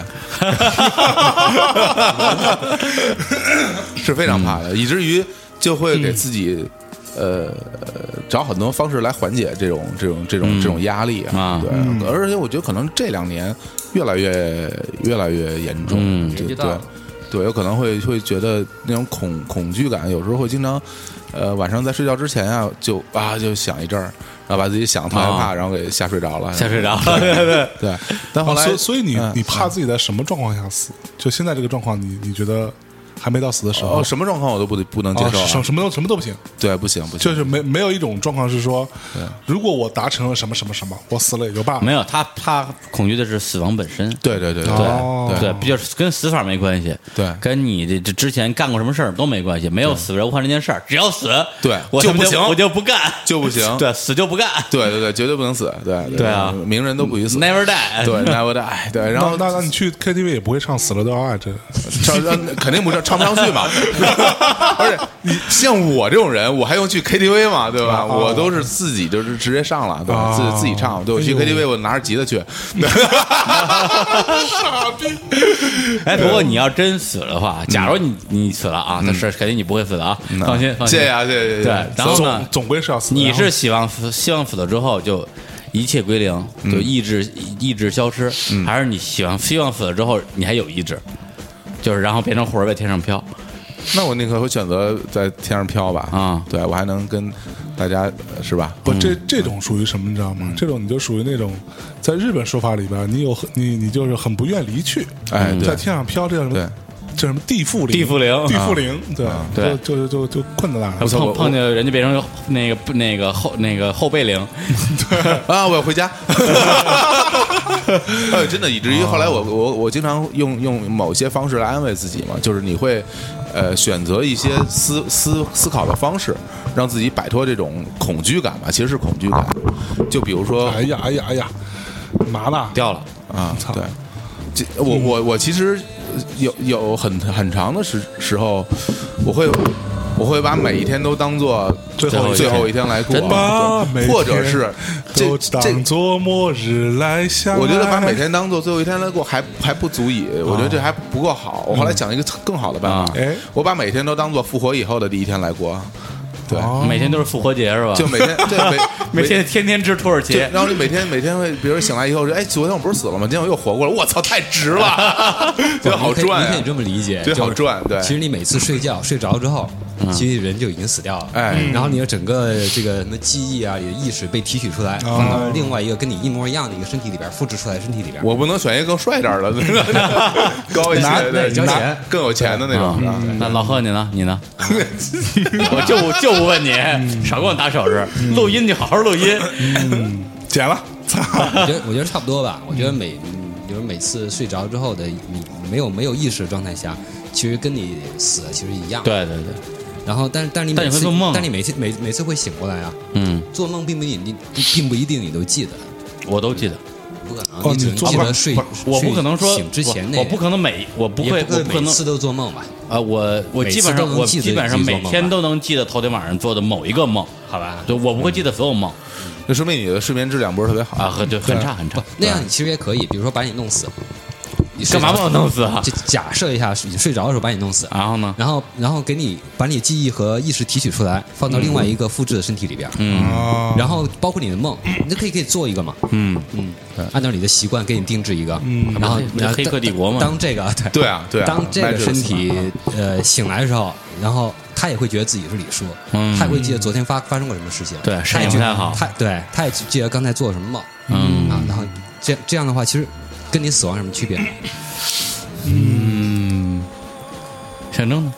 [SPEAKER 6] [LAUGHS] 是非常怕
[SPEAKER 4] 嗯
[SPEAKER 6] 的，以至于就会给自己。呃，找很多方式来缓解这种这种这种这种压力
[SPEAKER 4] 嗯啊
[SPEAKER 6] 对，而且我觉得可能这两年越来越越来越严重，
[SPEAKER 4] 嗯
[SPEAKER 6] 对
[SPEAKER 5] 年纪大
[SPEAKER 6] 对
[SPEAKER 5] 了
[SPEAKER 6] 对，有可能会会觉得那种恐恐惧感，有时候会经常，呃，晚上在睡觉之前啊，就啊就想一阵儿，然后把自己想特
[SPEAKER 3] 啊
[SPEAKER 6] 害怕，然后给吓睡着了，
[SPEAKER 4] 吓睡着了，对对
[SPEAKER 6] 对， [LAUGHS] 但后
[SPEAKER 3] 啊
[SPEAKER 6] 来，
[SPEAKER 3] 所以所以你
[SPEAKER 6] 嗯
[SPEAKER 3] 你怕自己在什么状况下死？就现在这个状况，你你觉得还没到死的时候
[SPEAKER 6] 哦，，什么状况我都不不能接
[SPEAKER 3] 啊
[SPEAKER 6] 受
[SPEAKER 3] 什
[SPEAKER 6] 啊，
[SPEAKER 3] 什么都什么都不行，
[SPEAKER 6] 对，不行不行，
[SPEAKER 3] 就是没没有一种状况是说，如果我达成了什么什么什么，我死了也就罢
[SPEAKER 4] 没
[SPEAKER 3] 了。
[SPEAKER 4] 有他，他恐惧的是死亡本身。
[SPEAKER 6] 对对对对
[SPEAKER 3] 哦
[SPEAKER 6] 对
[SPEAKER 4] 对，
[SPEAKER 6] 啊
[SPEAKER 4] 不就是跟死法没关系，
[SPEAKER 6] 对
[SPEAKER 4] 跟你这这之前干过什么事儿都没关系，没有死人无患这件事儿，只要死，
[SPEAKER 6] 对
[SPEAKER 4] 我
[SPEAKER 6] 就
[SPEAKER 4] 他妈
[SPEAKER 6] 不行
[SPEAKER 4] 我就不干，
[SPEAKER 6] 就不行
[SPEAKER 4] 对，死就不干
[SPEAKER 6] 对对对，绝对不能死，对
[SPEAKER 4] 对啊
[SPEAKER 6] 名人都不许死，
[SPEAKER 4] ，never die，
[SPEAKER 6] 对 never die，对，然
[SPEAKER 3] 然
[SPEAKER 6] 后
[SPEAKER 3] 后那那你去 KTV 也不会唱《死了都要爱》这，
[SPEAKER 6] 唱唱肯定不唱，唱不上去嘛。 [LAUGHS] 而且你像我这种人，我还用去 KTV 嘛，对吧？我都是自己就是直接上了，对吧？
[SPEAKER 3] 哦
[SPEAKER 6] 自自己唱，对我去
[SPEAKER 3] 哎呦
[SPEAKER 6] KTV 我拿着吉他 [LAUGHS] 去，
[SPEAKER 4] [LAUGHS] 哎，不过你要真死的话，
[SPEAKER 6] 嗯
[SPEAKER 4] 假如你你死了啊，那是肯定你不会死的啊，放心放心，
[SPEAKER 6] 谢谢啊，谢谢谢谢。
[SPEAKER 4] 对，然后呢
[SPEAKER 3] 总，总归是要死的。
[SPEAKER 4] 你
[SPEAKER 3] 然
[SPEAKER 4] 是嗯
[SPEAKER 3] 后
[SPEAKER 4] 希望死，希望死了之后就一切归零，就意志
[SPEAKER 6] 嗯
[SPEAKER 4] 意志消失，还是你希望希望死了之后你还有意志，就是然后变成魂儿在天上飘？
[SPEAKER 6] 那我宁可会选择在天上飘吧，
[SPEAKER 4] 啊
[SPEAKER 6] 对我还能跟大家是吧？
[SPEAKER 3] 不这这种属于什么，你知道
[SPEAKER 4] 嗯
[SPEAKER 3] 吗？这种你就属于那种，在日本说法里边，你有很你你就是很不愿离去，嗯
[SPEAKER 6] 哎对
[SPEAKER 3] 在天上飘，这叫什
[SPEAKER 6] 对
[SPEAKER 3] 么？这叫什么地缚灵？
[SPEAKER 4] 地缚灵啊
[SPEAKER 3] 地缚灵，对
[SPEAKER 4] 对
[SPEAKER 3] 就就就就就困在那儿了。
[SPEAKER 6] 操我
[SPEAKER 4] 碰碰见人家变成那个那个后那个后背
[SPEAKER 6] [LAUGHS]
[SPEAKER 4] 灵，
[SPEAKER 6] 啊，我要回家。哎，真的，以至于后来我我我经常用用某些方式来安慰自己嘛，就是你会呃选择一些思思思考的方式，让自己摆脱这种恐惧感吧，其实是恐惧感。就比如说
[SPEAKER 3] 哎呀哎呀哎呀，麻呢？
[SPEAKER 4] 掉了，
[SPEAKER 6] 啊
[SPEAKER 3] 操，
[SPEAKER 6] 对，这我我我其实有有很很长的时时候，我会我会把每一天都当做
[SPEAKER 3] 最后一天
[SPEAKER 6] 最后一天来过，
[SPEAKER 4] 真的
[SPEAKER 3] 把
[SPEAKER 6] 对
[SPEAKER 3] 每
[SPEAKER 6] 或者是这
[SPEAKER 3] 都
[SPEAKER 6] 这
[SPEAKER 3] 当作末日来下。
[SPEAKER 6] 我觉得把每天当做最后一天来过还还不足以，我觉得这
[SPEAKER 5] 啊
[SPEAKER 6] 还不够好。我后
[SPEAKER 5] 嗯
[SPEAKER 6] 来想了一个更好的办法
[SPEAKER 3] 嗯哎，
[SPEAKER 6] 我把每天都当做复活以后的第一天来过，
[SPEAKER 5] 啊
[SPEAKER 6] 对，
[SPEAKER 4] 每天都是复活节是吧？
[SPEAKER 6] 就每天
[SPEAKER 5] [LAUGHS]
[SPEAKER 6] 对每
[SPEAKER 4] [LAUGHS] 每天。天天吃土耳
[SPEAKER 6] 就
[SPEAKER 4] 其，
[SPEAKER 6] 然后你每天每天会，比如说醒来以后说，哎，昨天我不是死了吗？今天我又活过来，我操，太值
[SPEAKER 5] [LAUGHS]
[SPEAKER 6] 了，觉得好
[SPEAKER 5] 你可以
[SPEAKER 6] 赚啊
[SPEAKER 5] 你可以
[SPEAKER 6] 呀
[SPEAKER 5] 这！么理解，
[SPEAKER 6] 觉得好
[SPEAKER 5] 就是
[SPEAKER 6] 赚对嗯
[SPEAKER 5] 其实你每次睡觉睡着之后，其实人就已经死掉了。
[SPEAKER 6] 哎
[SPEAKER 5] 然后你的整个这个什么记忆啊，你的意识被提取出来，放到另外一个跟你一模一样的一个身体里边复制出来，身体里边。
[SPEAKER 6] 我不能选一个更帅点
[SPEAKER 5] [LAUGHS]
[SPEAKER 6] 儿的，高一些
[SPEAKER 5] 拿
[SPEAKER 6] 的，
[SPEAKER 5] 交
[SPEAKER 6] 拿
[SPEAKER 5] 钱啊嗯
[SPEAKER 6] 更有钱的那种。啊是吧
[SPEAKER 4] 那老贺你呢？你
[SPEAKER 5] [LAUGHS]
[SPEAKER 4] 呢？我就不就不问你，
[SPEAKER 5] 嗯
[SPEAKER 4] 少给我打手势，录音就好好录音。
[SPEAKER 3] 剪了，操！
[SPEAKER 5] 我觉得我觉得差不多吧。我觉得每，比如每次睡着之后的你没有没有意识的状态下，其实跟你死了其实一样。。
[SPEAKER 4] 对对对，
[SPEAKER 5] 然后，但是但是你
[SPEAKER 4] 但
[SPEAKER 5] 每
[SPEAKER 4] 你会
[SPEAKER 5] 次
[SPEAKER 4] 做梦啊
[SPEAKER 5] 但你每次每每次会醒过来啊。
[SPEAKER 4] 嗯，
[SPEAKER 5] 做梦并不一定你并不一定你都记得，
[SPEAKER 4] 我都记得，
[SPEAKER 5] 不可能，
[SPEAKER 3] 哦
[SPEAKER 5] 你只能
[SPEAKER 3] 你做
[SPEAKER 5] 记
[SPEAKER 3] 梦
[SPEAKER 5] 得睡
[SPEAKER 4] 不是，我不可能说
[SPEAKER 5] 醒之前那
[SPEAKER 4] 我，我
[SPEAKER 5] 个
[SPEAKER 4] 不可能每我不
[SPEAKER 5] 也
[SPEAKER 4] 会，我
[SPEAKER 5] 会
[SPEAKER 4] 不可
[SPEAKER 5] 每
[SPEAKER 4] 能
[SPEAKER 5] 次都做梦吧？
[SPEAKER 4] 啊，我我
[SPEAKER 5] 每
[SPEAKER 4] 基
[SPEAKER 5] 次
[SPEAKER 4] 本
[SPEAKER 5] 都
[SPEAKER 4] 上
[SPEAKER 5] 能
[SPEAKER 4] 我
[SPEAKER 5] 记得
[SPEAKER 4] 基本上
[SPEAKER 5] 自己做
[SPEAKER 4] 每
[SPEAKER 5] 梦吧
[SPEAKER 4] 天都能记得头天晚上做的某一个梦，
[SPEAKER 5] 好吧，
[SPEAKER 4] 就我不会记得所有梦
[SPEAKER 6] 那说明你的睡眠质量不是特别好
[SPEAKER 4] 啊，很对，很差很差。
[SPEAKER 5] 那样你其实也可以，比如说把你弄死，你睡
[SPEAKER 4] 干嘛
[SPEAKER 5] 着
[SPEAKER 4] 把我弄死啊嗯
[SPEAKER 5] 就假设一下，你睡着的时候把你弄死，啊
[SPEAKER 4] 然后呢？
[SPEAKER 5] 然后然后给你把你记忆和意识提取出来，放到另外一个复制的身体里边，
[SPEAKER 4] 嗯
[SPEAKER 3] 啊，
[SPEAKER 5] 然后包括你
[SPEAKER 4] [COUGHS]
[SPEAKER 5] 的梦，你都可以可以做一个嘛，
[SPEAKER 4] 嗯，
[SPEAKER 5] 嗯，按照你的习惯给你定制一个，
[SPEAKER 3] 嗯
[SPEAKER 5] 然后
[SPEAKER 4] 那不是
[SPEAKER 5] 然后
[SPEAKER 4] 黑客
[SPEAKER 5] 当
[SPEAKER 4] 帝国嘛
[SPEAKER 5] 当这个对
[SPEAKER 6] 对啊对啊
[SPEAKER 5] 当这个身
[SPEAKER 6] 麦
[SPEAKER 5] 体呃醒来的时候，然后他也会觉得自己是李叔，
[SPEAKER 4] 嗯
[SPEAKER 5] 他也会记得昨天发发生过什么事情，
[SPEAKER 4] 对
[SPEAKER 5] 他
[SPEAKER 4] 身
[SPEAKER 5] 也
[SPEAKER 4] 体不
[SPEAKER 5] 觉得
[SPEAKER 4] 太好
[SPEAKER 5] 他对他也记得刚才做了什么梦，嗯啊，然后这这样的话，其实跟你死亡有什么区别？
[SPEAKER 4] 象征呢？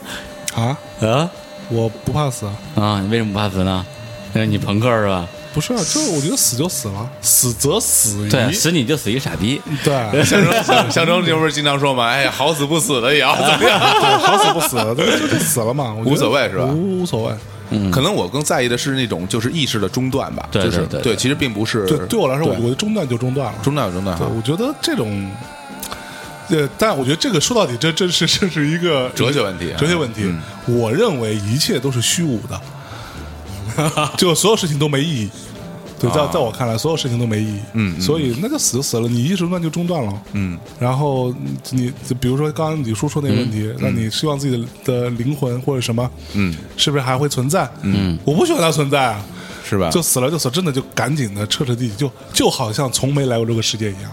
[SPEAKER 3] 啊，
[SPEAKER 4] 啊
[SPEAKER 3] 我不怕死，啊，
[SPEAKER 4] 啊，你为什么不怕死呢？因为你朋克是吧？
[SPEAKER 3] 不是啊，就是我觉得死就死了，死则死矣，
[SPEAKER 4] 对，啊死你就死一傻逼。
[SPEAKER 3] 对，
[SPEAKER 6] 象征
[SPEAKER 5] [LAUGHS]
[SPEAKER 6] 象象征，你不是经常说吗？哎呀，好死不死的也要怎么样？
[SPEAKER 3] 对好死不 [LAUGHS] 死，就就死了嘛，我觉得
[SPEAKER 6] 无所谓是吧
[SPEAKER 3] 无无所谓，
[SPEAKER 6] 可能我更在意的是那种就是意识的中断吧，
[SPEAKER 4] 嗯对
[SPEAKER 6] 就是
[SPEAKER 4] 对对对
[SPEAKER 6] 对，其实并不是
[SPEAKER 3] 对，对我来说，我我
[SPEAKER 6] 对
[SPEAKER 3] 的中断就中断了，
[SPEAKER 6] 中断有中断
[SPEAKER 3] 对，
[SPEAKER 6] 哈，
[SPEAKER 3] 我觉得这种，呃，但我觉得这个说到底，这这是 [LAUGHS] 这是一个
[SPEAKER 6] 哲学问题啊
[SPEAKER 3] 哲学问题。我认为一切都是虚无的，就所有事情都没意义。对，在在我看来，所有事情都没意义。
[SPEAKER 6] 啊嗯嗯
[SPEAKER 3] 所以那就死就死了，你意识中断就中断了。
[SPEAKER 6] 嗯，
[SPEAKER 3] 然后你就比如说刚刚李叔说那个问题，那你希望自己的的灵魂或者什么，
[SPEAKER 6] 嗯，
[SPEAKER 3] 是不是还会存在？嗯，我不喜欢它存在啊。
[SPEAKER 6] 是吧？
[SPEAKER 3] 就死了就死，真的就赶紧的彻彻底底，就就好像从没来过这个世界一样。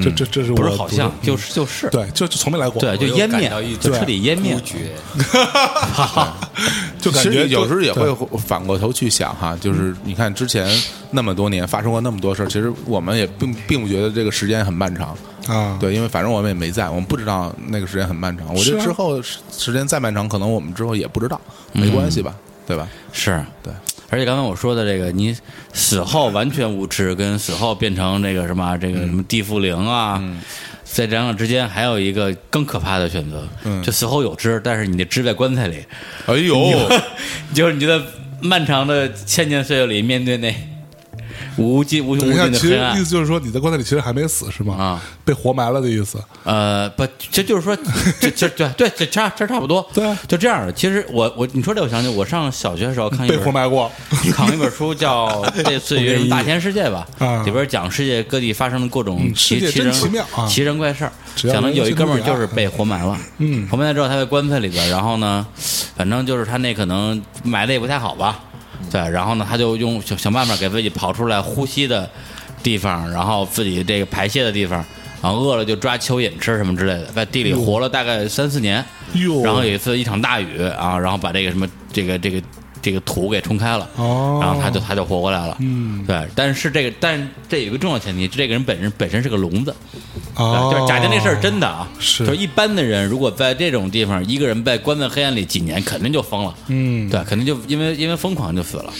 [SPEAKER 3] 这这这是我
[SPEAKER 4] 不是好像
[SPEAKER 3] 读的嗯
[SPEAKER 4] 就是就是，
[SPEAKER 3] 对，就就从没来过，
[SPEAKER 4] 对，就湮灭，就彻底湮灭
[SPEAKER 7] 不。觉
[SPEAKER 3] 就感
[SPEAKER 6] 其
[SPEAKER 3] 觉
[SPEAKER 6] 实有时候也会
[SPEAKER 3] 对
[SPEAKER 6] 反过头去想哈，就是你看之前那么多年发生过那么多事儿，其实我们也并并不觉得这个时间很漫长，
[SPEAKER 3] 啊，
[SPEAKER 6] 对，因为反正我们也没在，我们不知道那个时间很漫长。我觉
[SPEAKER 3] 是
[SPEAKER 6] 得
[SPEAKER 3] 啊
[SPEAKER 6] 之后时时间再漫长，可能我们之后也不知道，
[SPEAKER 3] 嗯
[SPEAKER 6] 没关系吧，对吧？
[SPEAKER 4] 是
[SPEAKER 6] 对，
[SPEAKER 4] 而且刚才我说的这个，你死后完全无知，跟死后变成这个什么这个什么地缚灵啊，
[SPEAKER 3] 嗯
[SPEAKER 4] 在两者之间还有一个更可怕的选择，
[SPEAKER 3] 嗯
[SPEAKER 4] 就死后有知，但是你的知在棺材里，
[SPEAKER 6] 哎 [LAUGHS] 呦，
[SPEAKER 4] [LAUGHS] 就是你觉得漫长的千年岁月里，面对那无尽无穷
[SPEAKER 3] 等
[SPEAKER 4] 无
[SPEAKER 3] 一下，
[SPEAKER 4] 尽的
[SPEAKER 3] 其
[SPEAKER 4] 黑
[SPEAKER 3] 实
[SPEAKER 4] 暗
[SPEAKER 3] 意思，就是说你在棺材里其实还没死是吗？
[SPEAKER 4] 啊，
[SPEAKER 3] 被活埋了的意思。
[SPEAKER 4] 呃，不，这就是说， [LAUGHS] 这这对对，这差这差不多，
[SPEAKER 3] 对啊
[SPEAKER 4] 就这样的。其实我我你说这，我想起我上小学的时候看一
[SPEAKER 3] 被
[SPEAKER 4] 本
[SPEAKER 3] 活埋过，
[SPEAKER 4] [LAUGHS] 扛一本
[SPEAKER 3] [LAUGHS]
[SPEAKER 4] 书叫类似于什么《大千世界》吧
[SPEAKER 3] 啊，
[SPEAKER 4] 里边讲世界各地发生的各种
[SPEAKER 3] 嗯
[SPEAKER 4] 奇
[SPEAKER 3] 世界
[SPEAKER 4] 奇
[SPEAKER 3] 真
[SPEAKER 4] 人
[SPEAKER 3] 奇妙啊
[SPEAKER 4] 奇人怪事儿。
[SPEAKER 3] 只要
[SPEAKER 4] 讲的
[SPEAKER 3] 人
[SPEAKER 4] 有一
[SPEAKER 3] 心
[SPEAKER 4] 哥们儿
[SPEAKER 3] 不
[SPEAKER 4] 就是
[SPEAKER 3] 杂
[SPEAKER 4] 被活埋了，
[SPEAKER 3] 啊嗯
[SPEAKER 4] 活埋了之后他在棺材里边，然后呢，反正就是他那可能埋的也不太好吧，对，然后呢他就用想想办法给自己刨出来呼吸的地方，然后自己这个排泄的地方。然后饿了就抓蚯蚓吃什么之类的，在地里活了大概三四年，
[SPEAKER 3] 哟，
[SPEAKER 4] 然后有一次一场大雨啊，然后把这个什么这个这个这个土给冲开了，
[SPEAKER 3] 哦，
[SPEAKER 4] 然后他就他就活过来了。
[SPEAKER 3] 嗯
[SPEAKER 4] 对，但是这个，但这有一个重要前提，这个人本身本身是个聋子，
[SPEAKER 3] 哦，
[SPEAKER 4] 就是假定这事儿真的啊。
[SPEAKER 3] 是
[SPEAKER 4] 就是一般的人，如果在这种地方，一个人被关在黑暗里几年，肯定就疯了。
[SPEAKER 3] 嗯
[SPEAKER 4] 对，肯定就因为因为疯狂就死了。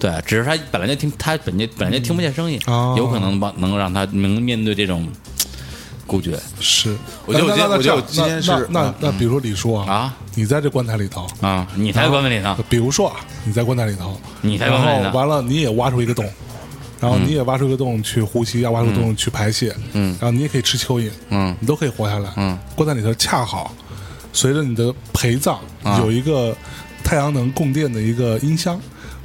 [SPEAKER 4] 对，只是他本来就听他本就本来就听不见声音，
[SPEAKER 3] 哦
[SPEAKER 4] 有可能帮能够让他能面对这种孤绝
[SPEAKER 3] 是。
[SPEAKER 6] 我觉得
[SPEAKER 3] 那
[SPEAKER 6] 我今天
[SPEAKER 3] 那
[SPEAKER 6] 我
[SPEAKER 3] 那
[SPEAKER 6] 觉得我今天是
[SPEAKER 3] 那那那，那比如说李叔
[SPEAKER 4] 嗯啊，
[SPEAKER 3] 你在这棺材里头，
[SPEAKER 4] 啊。你才关在里头，
[SPEAKER 3] 比如说啊，你在棺材里头，
[SPEAKER 4] 你才
[SPEAKER 3] 然
[SPEAKER 4] 关在里
[SPEAKER 3] 后
[SPEAKER 4] 头。
[SPEAKER 3] 完了你也挖出一个洞，然后你也挖出一个洞去呼吸，要啊挖出洞去排泄，嗯，然后你也可以吃蚯蚓，
[SPEAKER 4] 嗯
[SPEAKER 3] 你都可以活下来，
[SPEAKER 4] 嗯，
[SPEAKER 3] 关在里头恰好随着你的陪葬
[SPEAKER 4] 啊
[SPEAKER 3] 有一个太阳能供电的一个音箱。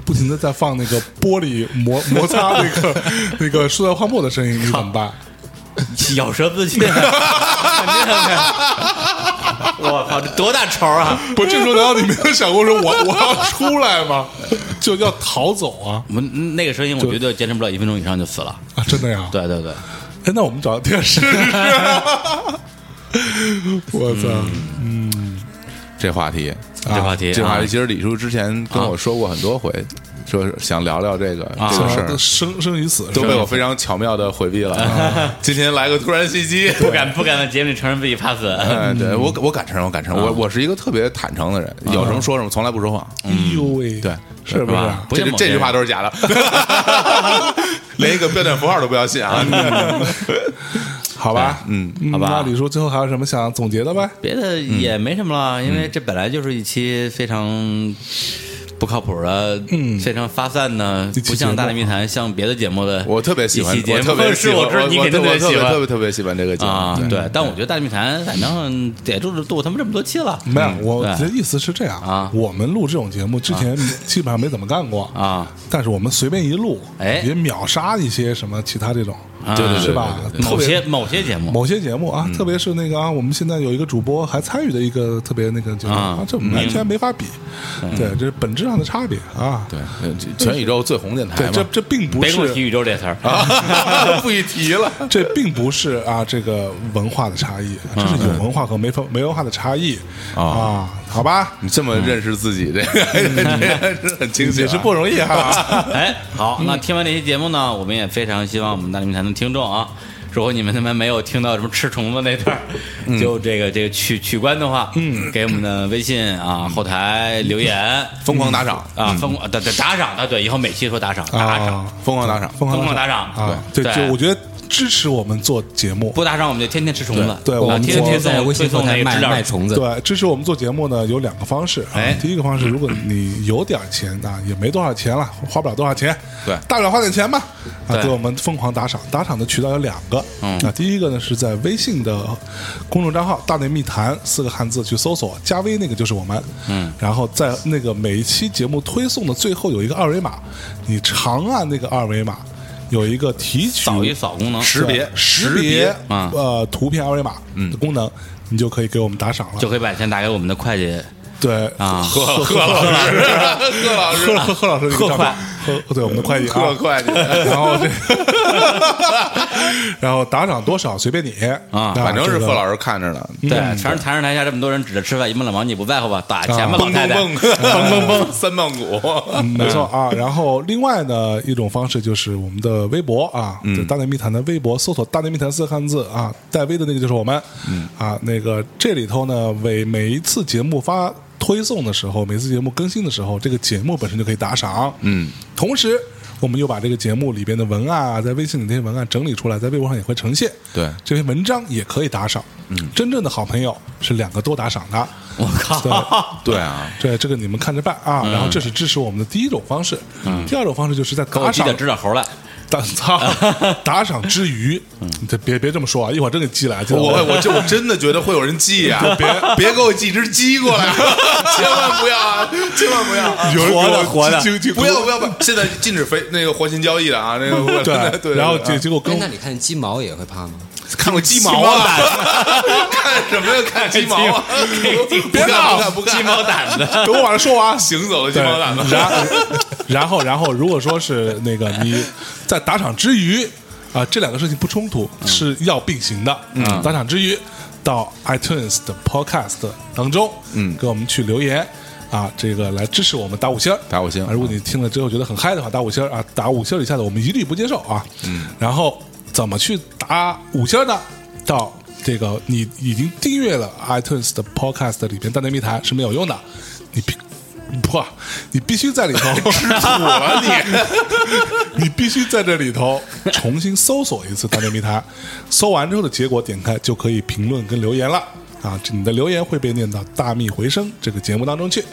[SPEAKER 3] 不停的在放那个玻璃摩摩擦那
[SPEAKER 4] [LAUGHS]
[SPEAKER 3] 个那个塑料泡沫的声音，你怎么办？
[SPEAKER 4] [LAUGHS] 咬舌自尽，
[SPEAKER 3] [LAUGHS]
[SPEAKER 4] 肯定的。 [LAUGHS] 我靠，这多大仇啊！
[SPEAKER 3] 不，这时候难道你没有想过说我我要出来吗？就要逃走啊？
[SPEAKER 4] 我们那个声音，我绝对坚持不了一分钟以上就死了。
[SPEAKER 3] 啊，真的呀？
[SPEAKER 4] 对对对，
[SPEAKER 6] 啊
[SPEAKER 3] 哎，那我们找个电
[SPEAKER 4] [LAUGHS]
[SPEAKER 3] 视。我操！
[SPEAKER 6] 这话题，
[SPEAKER 4] 这话题，
[SPEAKER 6] 这话
[SPEAKER 4] 啊
[SPEAKER 6] 题其实李叔之前跟我说过很多回，说是想聊聊这个
[SPEAKER 4] 啊嗯
[SPEAKER 6] 这个事儿
[SPEAKER 3] 都，生生与死是
[SPEAKER 6] 都
[SPEAKER 3] 吧
[SPEAKER 6] 被我非常巧妙的回避
[SPEAKER 4] [LAUGHS]
[SPEAKER 6] 了。啊今天来个突然袭击，
[SPEAKER 4] 不敢不敢在节目里承认自己怕死。
[SPEAKER 6] 哎，对我我敢承认，我敢承
[SPEAKER 4] 啊
[SPEAKER 6] 认，我我是一个特别坦诚的人，有什么说什么，从来不说谎。
[SPEAKER 3] 哎呦喂，
[SPEAKER 6] 对
[SPEAKER 3] 是不是啊？
[SPEAKER 4] 嗯不
[SPEAKER 6] 这
[SPEAKER 4] 信
[SPEAKER 6] 这
[SPEAKER 4] 某些
[SPEAKER 6] 这句
[SPEAKER 4] 人
[SPEAKER 6] 话都是
[SPEAKER 4] [LAUGHS]
[SPEAKER 6] 假的，连一个标点符号都不要信啊！
[SPEAKER 4] 嗯
[SPEAKER 6] [LAUGHS]
[SPEAKER 3] 好吧，
[SPEAKER 6] 嗯，
[SPEAKER 3] 嗯
[SPEAKER 4] [LAUGHS] 好吧
[SPEAKER 3] 那李叔最后还有什么想总结的呗？
[SPEAKER 4] 别的也没什么了，因为这本来就是一期非常不靠谱的，
[SPEAKER 6] 嗯
[SPEAKER 4] 非常发散呢，
[SPEAKER 3] 这期
[SPEAKER 4] 不像
[SPEAKER 3] 节目
[SPEAKER 4] 《大内密谈》，像别的节目的，
[SPEAKER 6] 我特别喜欢，
[SPEAKER 4] 一期节
[SPEAKER 6] 我
[SPEAKER 4] 目
[SPEAKER 6] 特别
[SPEAKER 4] [LAUGHS]
[SPEAKER 6] 喜
[SPEAKER 4] 是
[SPEAKER 6] 欢，
[SPEAKER 4] 我知道你肯定
[SPEAKER 6] 特别
[SPEAKER 4] 喜
[SPEAKER 6] 特别
[SPEAKER 4] 欢
[SPEAKER 6] 特别喜欢这个节目
[SPEAKER 4] 啊，
[SPEAKER 6] 对
[SPEAKER 4] 对。但我觉得《大内密谈》反正也就是录他们这么多期了，
[SPEAKER 3] 没有，我
[SPEAKER 4] 嗯对
[SPEAKER 3] 的意思是这样
[SPEAKER 4] 啊
[SPEAKER 3] 我们录这种节目之前基本上没怎么干过
[SPEAKER 4] 啊，
[SPEAKER 3] 但是我们随便一录，
[SPEAKER 4] 哎
[SPEAKER 3] 也秒杀一些什么其他这种，
[SPEAKER 4] 啊对对对
[SPEAKER 3] 是吧？特
[SPEAKER 4] 某
[SPEAKER 3] 别
[SPEAKER 4] 些嗯某些节目
[SPEAKER 3] 某些节目啊，特别是那个啊，我们现在有一个主播还参与的一个特别那个节目
[SPEAKER 4] 啊嗯
[SPEAKER 3] 啊，这完全没法比，对，这是本质上的差别啊。
[SPEAKER 6] 对，呃全宇宙最红电台
[SPEAKER 3] 对，
[SPEAKER 6] 嘛，
[SPEAKER 3] 这这并不
[SPEAKER 4] 别给我
[SPEAKER 3] 是
[SPEAKER 4] 提宇宙这词儿，
[SPEAKER 6] [LAUGHS] 不许提了。
[SPEAKER 3] [LAUGHS] 这并不是啊，这个文化的差异，这是有文化和没文没文化的差异啊，好吧，
[SPEAKER 6] 你这么认识自己，这个这是很清醒，
[SPEAKER 3] 也是不容易哈。
[SPEAKER 4] 哎，好，那听完这期节目呢，我们也非常希望我们大内密谈的听众啊，如果你们他妈没有听到什么吃虫子那段儿，就这个这个取取关的话，嗯，给我们的微信啊后台留言。
[SPEAKER 6] 疯狂打赏
[SPEAKER 4] 啊，疯打打打赏的，对，以后每期说打赏，打赏，
[SPEAKER 3] 啊
[SPEAKER 6] 疯狂打赏，
[SPEAKER 3] 疯
[SPEAKER 4] 疯狂
[SPEAKER 3] 狂
[SPEAKER 4] 打
[SPEAKER 3] 打
[SPEAKER 4] 赏
[SPEAKER 3] 啊！
[SPEAKER 4] 对
[SPEAKER 3] 对，
[SPEAKER 4] 对
[SPEAKER 3] 就我觉得支持我们做节目，
[SPEAKER 4] 不打赏我们就天天吃虫子，
[SPEAKER 3] 对对
[SPEAKER 4] 啊
[SPEAKER 3] 我们
[SPEAKER 4] 天天
[SPEAKER 3] 我
[SPEAKER 4] 推
[SPEAKER 5] 在
[SPEAKER 4] 送
[SPEAKER 5] 微信
[SPEAKER 4] 推
[SPEAKER 5] 后
[SPEAKER 4] 送那个
[SPEAKER 5] 台卖
[SPEAKER 4] 知
[SPEAKER 5] 卖
[SPEAKER 4] 了，
[SPEAKER 5] 虫子，
[SPEAKER 3] 对，支持我们做节目呢，有两个方式啊
[SPEAKER 4] 哎。
[SPEAKER 3] 第一个方式，如果你有点钱啊，也没多少钱了，花不了多少钱，
[SPEAKER 6] 对
[SPEAKER 3] 大不了花点钱吧，啊，
[SPEAKER 4] 对
[SPEAKER 3] 给我们疯狂打赏。打赏的渠道有两个，嗯，啊，第一个呢是在微信的公众账号“大内密谈”四个汉字去搜索，加微那个就是我们，嗯，然后在那个每一期节目推送的最后有一个二维码，你长按那个二维码，有一个提取
[SPEAKER 4] 扫一扫功能，
[SPEAKER 6] 识别
[SPEAKER 3] 对识
[SPEAKER 6] 识别
[SPEAKER 4] 啊
[SPEAKER 3] 呃图片二维码的功能，你就可以给我们打赏了，
[SPEAKER 4] 就可以把钱打给我们的会计
[SPEAKER 3] 对
[SPEAKER 4] 啊，
[SPEAKER 3] 贺贺老师，贺老师，贺贺老师，贺
[SPEAKER 4] 快，
[SPEAKER 3] 贺对我们的会计啊，
[SPEAKER 6] 特快，
[SPEAKER 3] 然后这， [LAUGHS] 然后打赏多少随便你
[SPEAKER 4] 啊
[SPEAKER 6] 反正是贺
[SPEAKER 3] 师，
[SPEAKER 6] 老师看着呢。
[SPEAKER 4] 对，全是台上台下这么多人指着吃饭，一梦老王你不在乎吧？打钱吧，老
[SPEAKER 6] 蹦
[SPEAKER 4] 太
[SPEAKER 6] 啊蹦
[SPEAKER 4] 太，
[SPEAKER 6] 蹦蹦蹦蹦，三棒鼓，
[SPEAKER 3] 嗯没错啊。然后另外呢，一种方式就是我们的微博啊，就大内密谈的微博，搜索“大内密谈”四个汉字啊，带微的那个就是我们，啊，那个这里头呢，为每一次节目发。推送的时候，每次节目更新的时候，这个节目本身就可以打赏。嗯，同时我们又把这个节目里边的文案啊，在微信里那些文案整理出来，在微博上也会呈现。
[SPEAKER 6] 对
[SPEAKER 3] 这篇文章也可以打赏。嗯，真正的好朋友是两个都打赏的。我靠！
[SPEAKER 6] 对啊，
[SPEAKER 3] 对，这个你们看着办啊。然后这是支持我们的第一种方式。第二种方式就是在
[SPEAKER 4] 给我
[SPEAKER 3] 打
[SPEAKER 4] 记
[SPEAKER 3] 赏
[SPEAKER 4] 得知道猴来，
[SPEAKER 3] 打操打赏之余，你这别别这么说啊，一会儿真给寄来。记得
[SPEAKER 6] 我我就我真的觉得会有人寄呀，别别给我寄只鸡过来，千万不要啊，千万不要啊，
[SPEAKER 3] 有人给我
[SPEAKER 4] 活的活的
[SPEAKER 3] 寄寄寄
[SPEAKER 6] 不要不要不要，现在禁止非那个活禽交易的啊，那个
[SPEAKER 3] 对
[SPEAKER 6] 对，
[SPEAKER 3] 然后
[SPEAKER 6] 对
[SPEAKER 3] 结结果跟
[SPEAKER 5] 哎，那你看鸡毛也会怕吗？
[SPEAKER 6] 看过鸡毛啊？ [LAUGHS] 看什么呀？看鸡毛啊？别闹，不看不看，
[SPEAKER 4] 鸡毛掸子，
[SPEAKER 3] 等我把它说完。
[SPEAKER 6] [LAUGHS] 行走的鸡
[SPEAKER 3] 对，
[SPEAKER 6] 毛掸子。
[SPEAKER 3] 然然后然后，如果说是那个你在打赏之余啊，这两个事情不冲突，是要并行的。嗯，打赏之余到 iTunes 的 Podcast 当中，嗯，给我们去留言。啊，这个来支持我们打五星儿，
[SPEAKER 6] 打五星
[SPEAKER 3] 啊如果你听了之后觉得很嗨的话，打五星儿啊，打五星儿以下的我们一律不接受啊。嗯。然后怎么去打五星儿呢？到这个你已经订阅了 iTunes 的 Podcast 里边《大内密谈》是没有用的，你必不，你必须在里头吃土了 [LAUGHS] 你，你必须在这里头重新搜索一次《大内密谈》，搜完之后的结果点开就可以评论跟留言了。啊，这你的留言会被念到《大秘回声》这个节目当中去。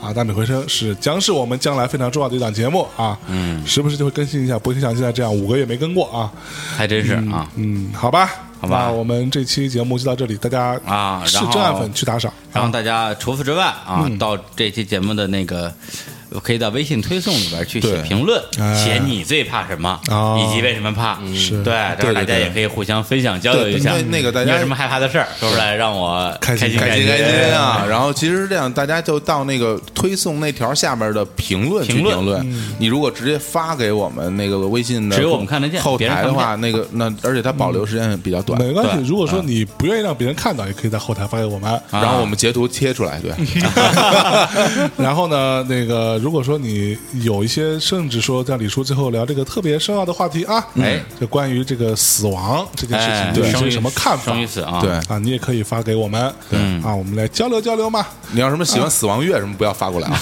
[SPEAKER 3] 啊，《大秘回声》是将是我们将来非常重要的一档节目啊。嗯，时不时就会更新一下，不会像现在这样五个月没更过啊。
[SPEAKER 4] 还真是啊。
[SPEAKER 3] 嗯，好吧，
[SPEAKER 4] 好吧
[SPEAKER 3] 那我们这期节目就到这里，大家
[SPEAKER 4] 啊
[SPEAKER 3] 是
[SPEAKER 4] 然后
[SPEAKER 3] 真爱粉去打赏。
[SPEAKER 4] 然后大家除此之外啊，
[SPEAKER 6] 嗯
[SPEAKER 4] 到这期节目的那个。可以到微信推送里边去写
[SPEAKER 6] 对
[SPEAKER 4] 评论，
[SPEAKER 3] 哎
[SPEAKER 4] 写你最怕什么，
[SPEAKER 3] 哦
[SPEAKER 4] 以及为什么怕。
[SPEAKER 3] 是
[SPEAKER 4] 对，这样大
[SPEAKER 6] 对对
[SPEAKER 4] 家
[SPEAKER 6] 对
[SPEAKER 4] 也可以互相分享交流一下
[SPEAKER 6] 对。那那个大家
[SPEAKER 4] 你有什么害怕的事儿说出来，让我
[SPEAKER 3] 开心
[SPEAKER 4] 心
[SPEAKER 6] 开
[SPEAKER 4] 心
[SPEAKER 6] 心开心！啊！然后其实是这样，大家就到那个推送那条下面的评论去
[SPEAKER 4] 评论嗯
[SPEAKER 6] 评论。你如果直接发给我们那个微信的，
[SPEAKER 4] 只有我们看得见
[SPEAKER 6] 后
[SPEAKER 4] 别人
[SPEAKER 6] 台
[SPEAKER 4] 看
[SPEAKER 6] 的
[SPEAKER 4] 不见嗯
[SPEAKER 6] 话，那个那而且它保留时间比较短，
[SPEAKER 3] 没关系，
[SPEAKER 4] 对嗯
[SPEAKER 3] 如果说你不愿意让别人看到，也可以在后台发给我们。
[SPEAKER 6] 然后我们截图贴出来，
[SPEAKER 4] 啊
[SPEAKER 6] 对，
[SPEAKER 3] [LAUGHS] 然后呢，那个如果说你有一些，甚至说像李叔最后聊这个特别深奥的话题啊，
[SPEAKER 4] 哎，
[SPEAKER 3] 就关于这个死亡这件事情，
[SPEAKER 4] 哎，
[SPEAKER 3] 对你
[SPEAKER 4] 生
[SPEAKER 3] 有
[SPEAKER 4] 与
[SPEAKER 3] 什么看法
[SPEAKER 4] 生与死啊，
[SPEAKER 6] 对
[SPEAKER 3] 啊？你也可以发给我们，啊，我们来交流交流嘛。
[SPEAKER 4] [LAUGHS]
[SPEAKER 6] 你要什么喜欢死亡乐什么，不要发过来啊！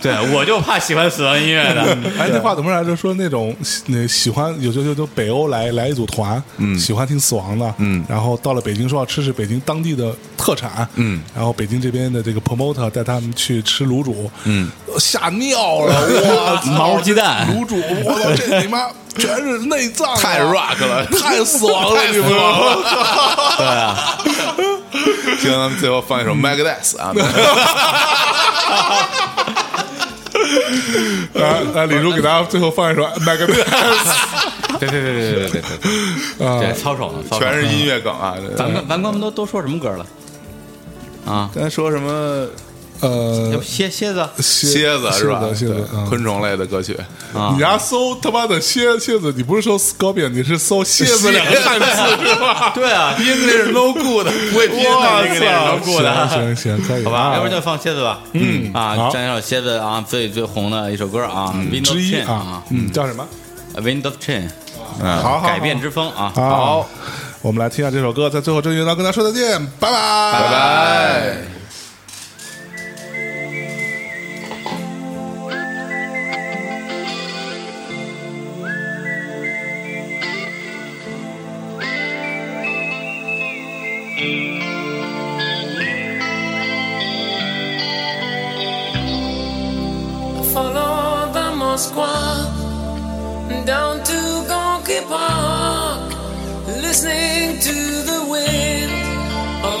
[SPEAKER 4] 对，我就怕喜欢死亡音乐的。
[SPEAKER 6] 嗯
[SPEAKER 3] 哎，那话怎么来着？说那种喜那喜欢有就就就北欧来来一组团，嗯，喜欢听死亡的，嗯，然后到了北京说要吃吃北京当地的特产，嗯，然后北京这边的这个 promoter 带他们去吃卤煮，嗯，吓尿了，哇， [LAUGHS]
[SPEAKER 4] 毛鸡 [LAUGHS] 蛋哎
[SPEAKER 3] 卤煮，我操，这你妈全是内脏啊，
[SPEAKER 6] 太 rock 了，
[SPEAKER 3] 太死
[SPEAKER 4] [LAUGHS]
[SPEAKER 3] 亡了，你们，
[SPEAKER 4] 对啊，
[SPEAKER 6] 行，咱们最后放一首 Megadeth 啊，
[SPEAKER 3] 来来，李叔给大家最后放一首《麦克贝》，
[SPEAKER 4] 对对对对对对对，这操守呢，操守
[SPEAKER 6] 全是音乐梗啊。
[SPEAKER 4] 咱们咱们都都说什么歌了？啊，
[SPEAKER 6] 刚才说什么
[SPEAKER 3] [LAUGHS]
[SPEAKER 4] 要
[SPEAKER 3] 呃
[SPEAKER 4] 不，蝎蝎子，
[SPEAKER 6] 蝎子嗯是吧？
[SPEAKER 3] 蝎子
[SPEAKER 6] 对，
[SPEAKER 3] 啊
[SPEAKER 6] 昆虫类的歌曲，
[SPEAKER 3] 你家搜他妈的蝎蝎子，你不是搜 scorpion，你是搜蝎子两个汉字是吧？
[SPEAKER 4] [LAUGHS] 对啊，
[SPEAKER 6] 英那是
[SPEAKER 4] [LAUGHS]
[SPEAKER 6] no good，不会拼
[SPEAKER 4] 哇
[SPEAKER 6] 的
[SPEAKER 4] 塞
[SPEAKER 6] 那个
[SPEAKER 4] 过的
[SPEAKER 3] 行行行，可以，啊
[SPEAKER 4] 啊好吧，要不然就放蝎子吧。嗯啊
[SPEAKER 3] 好，嗯
[SPEAKER 4] 这首蝎子啊最最红的一首歌啊，Wind of
[SPEAKER 3] 之一
[SPEAKER 4] Change
[SPEAKER 3] 啊，嗯，叫什么？
[SPEAKER 4] ，Wind of Change，
[SPEAKER 3] 好好，好
[SPEAKER 4] 改变之风啊。
[SPEAKER 3] 好，我们来听一下这首歌，在最后郑云涛跟大家说再见，拜拜，
[SPEAKER 6] 拜。拜。
[SPEAKER 8] Follow the Moscow down to Gonky Park, listening to the wind of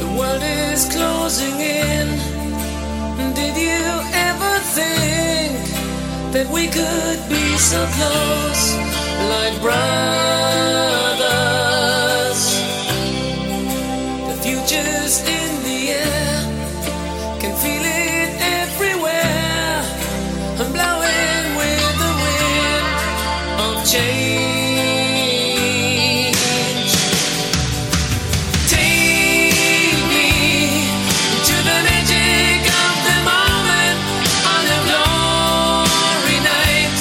[SPEAKER 8] The world is closing in. Did you ever think that we could be so close, like brothers? The future's in the air, can feel it everywhere. I'm blowing with the wind of change. Take me to the magic of the moment on a glory night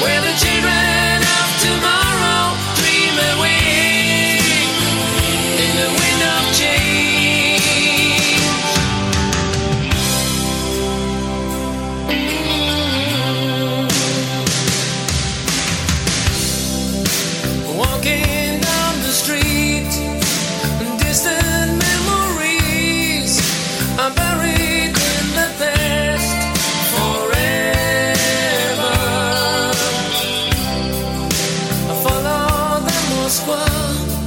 [SPEAKER 8] where the children of tomorrow dream away in the wind of change. Walking down the street, distant memories are buried in the past forever. I follow the Moscow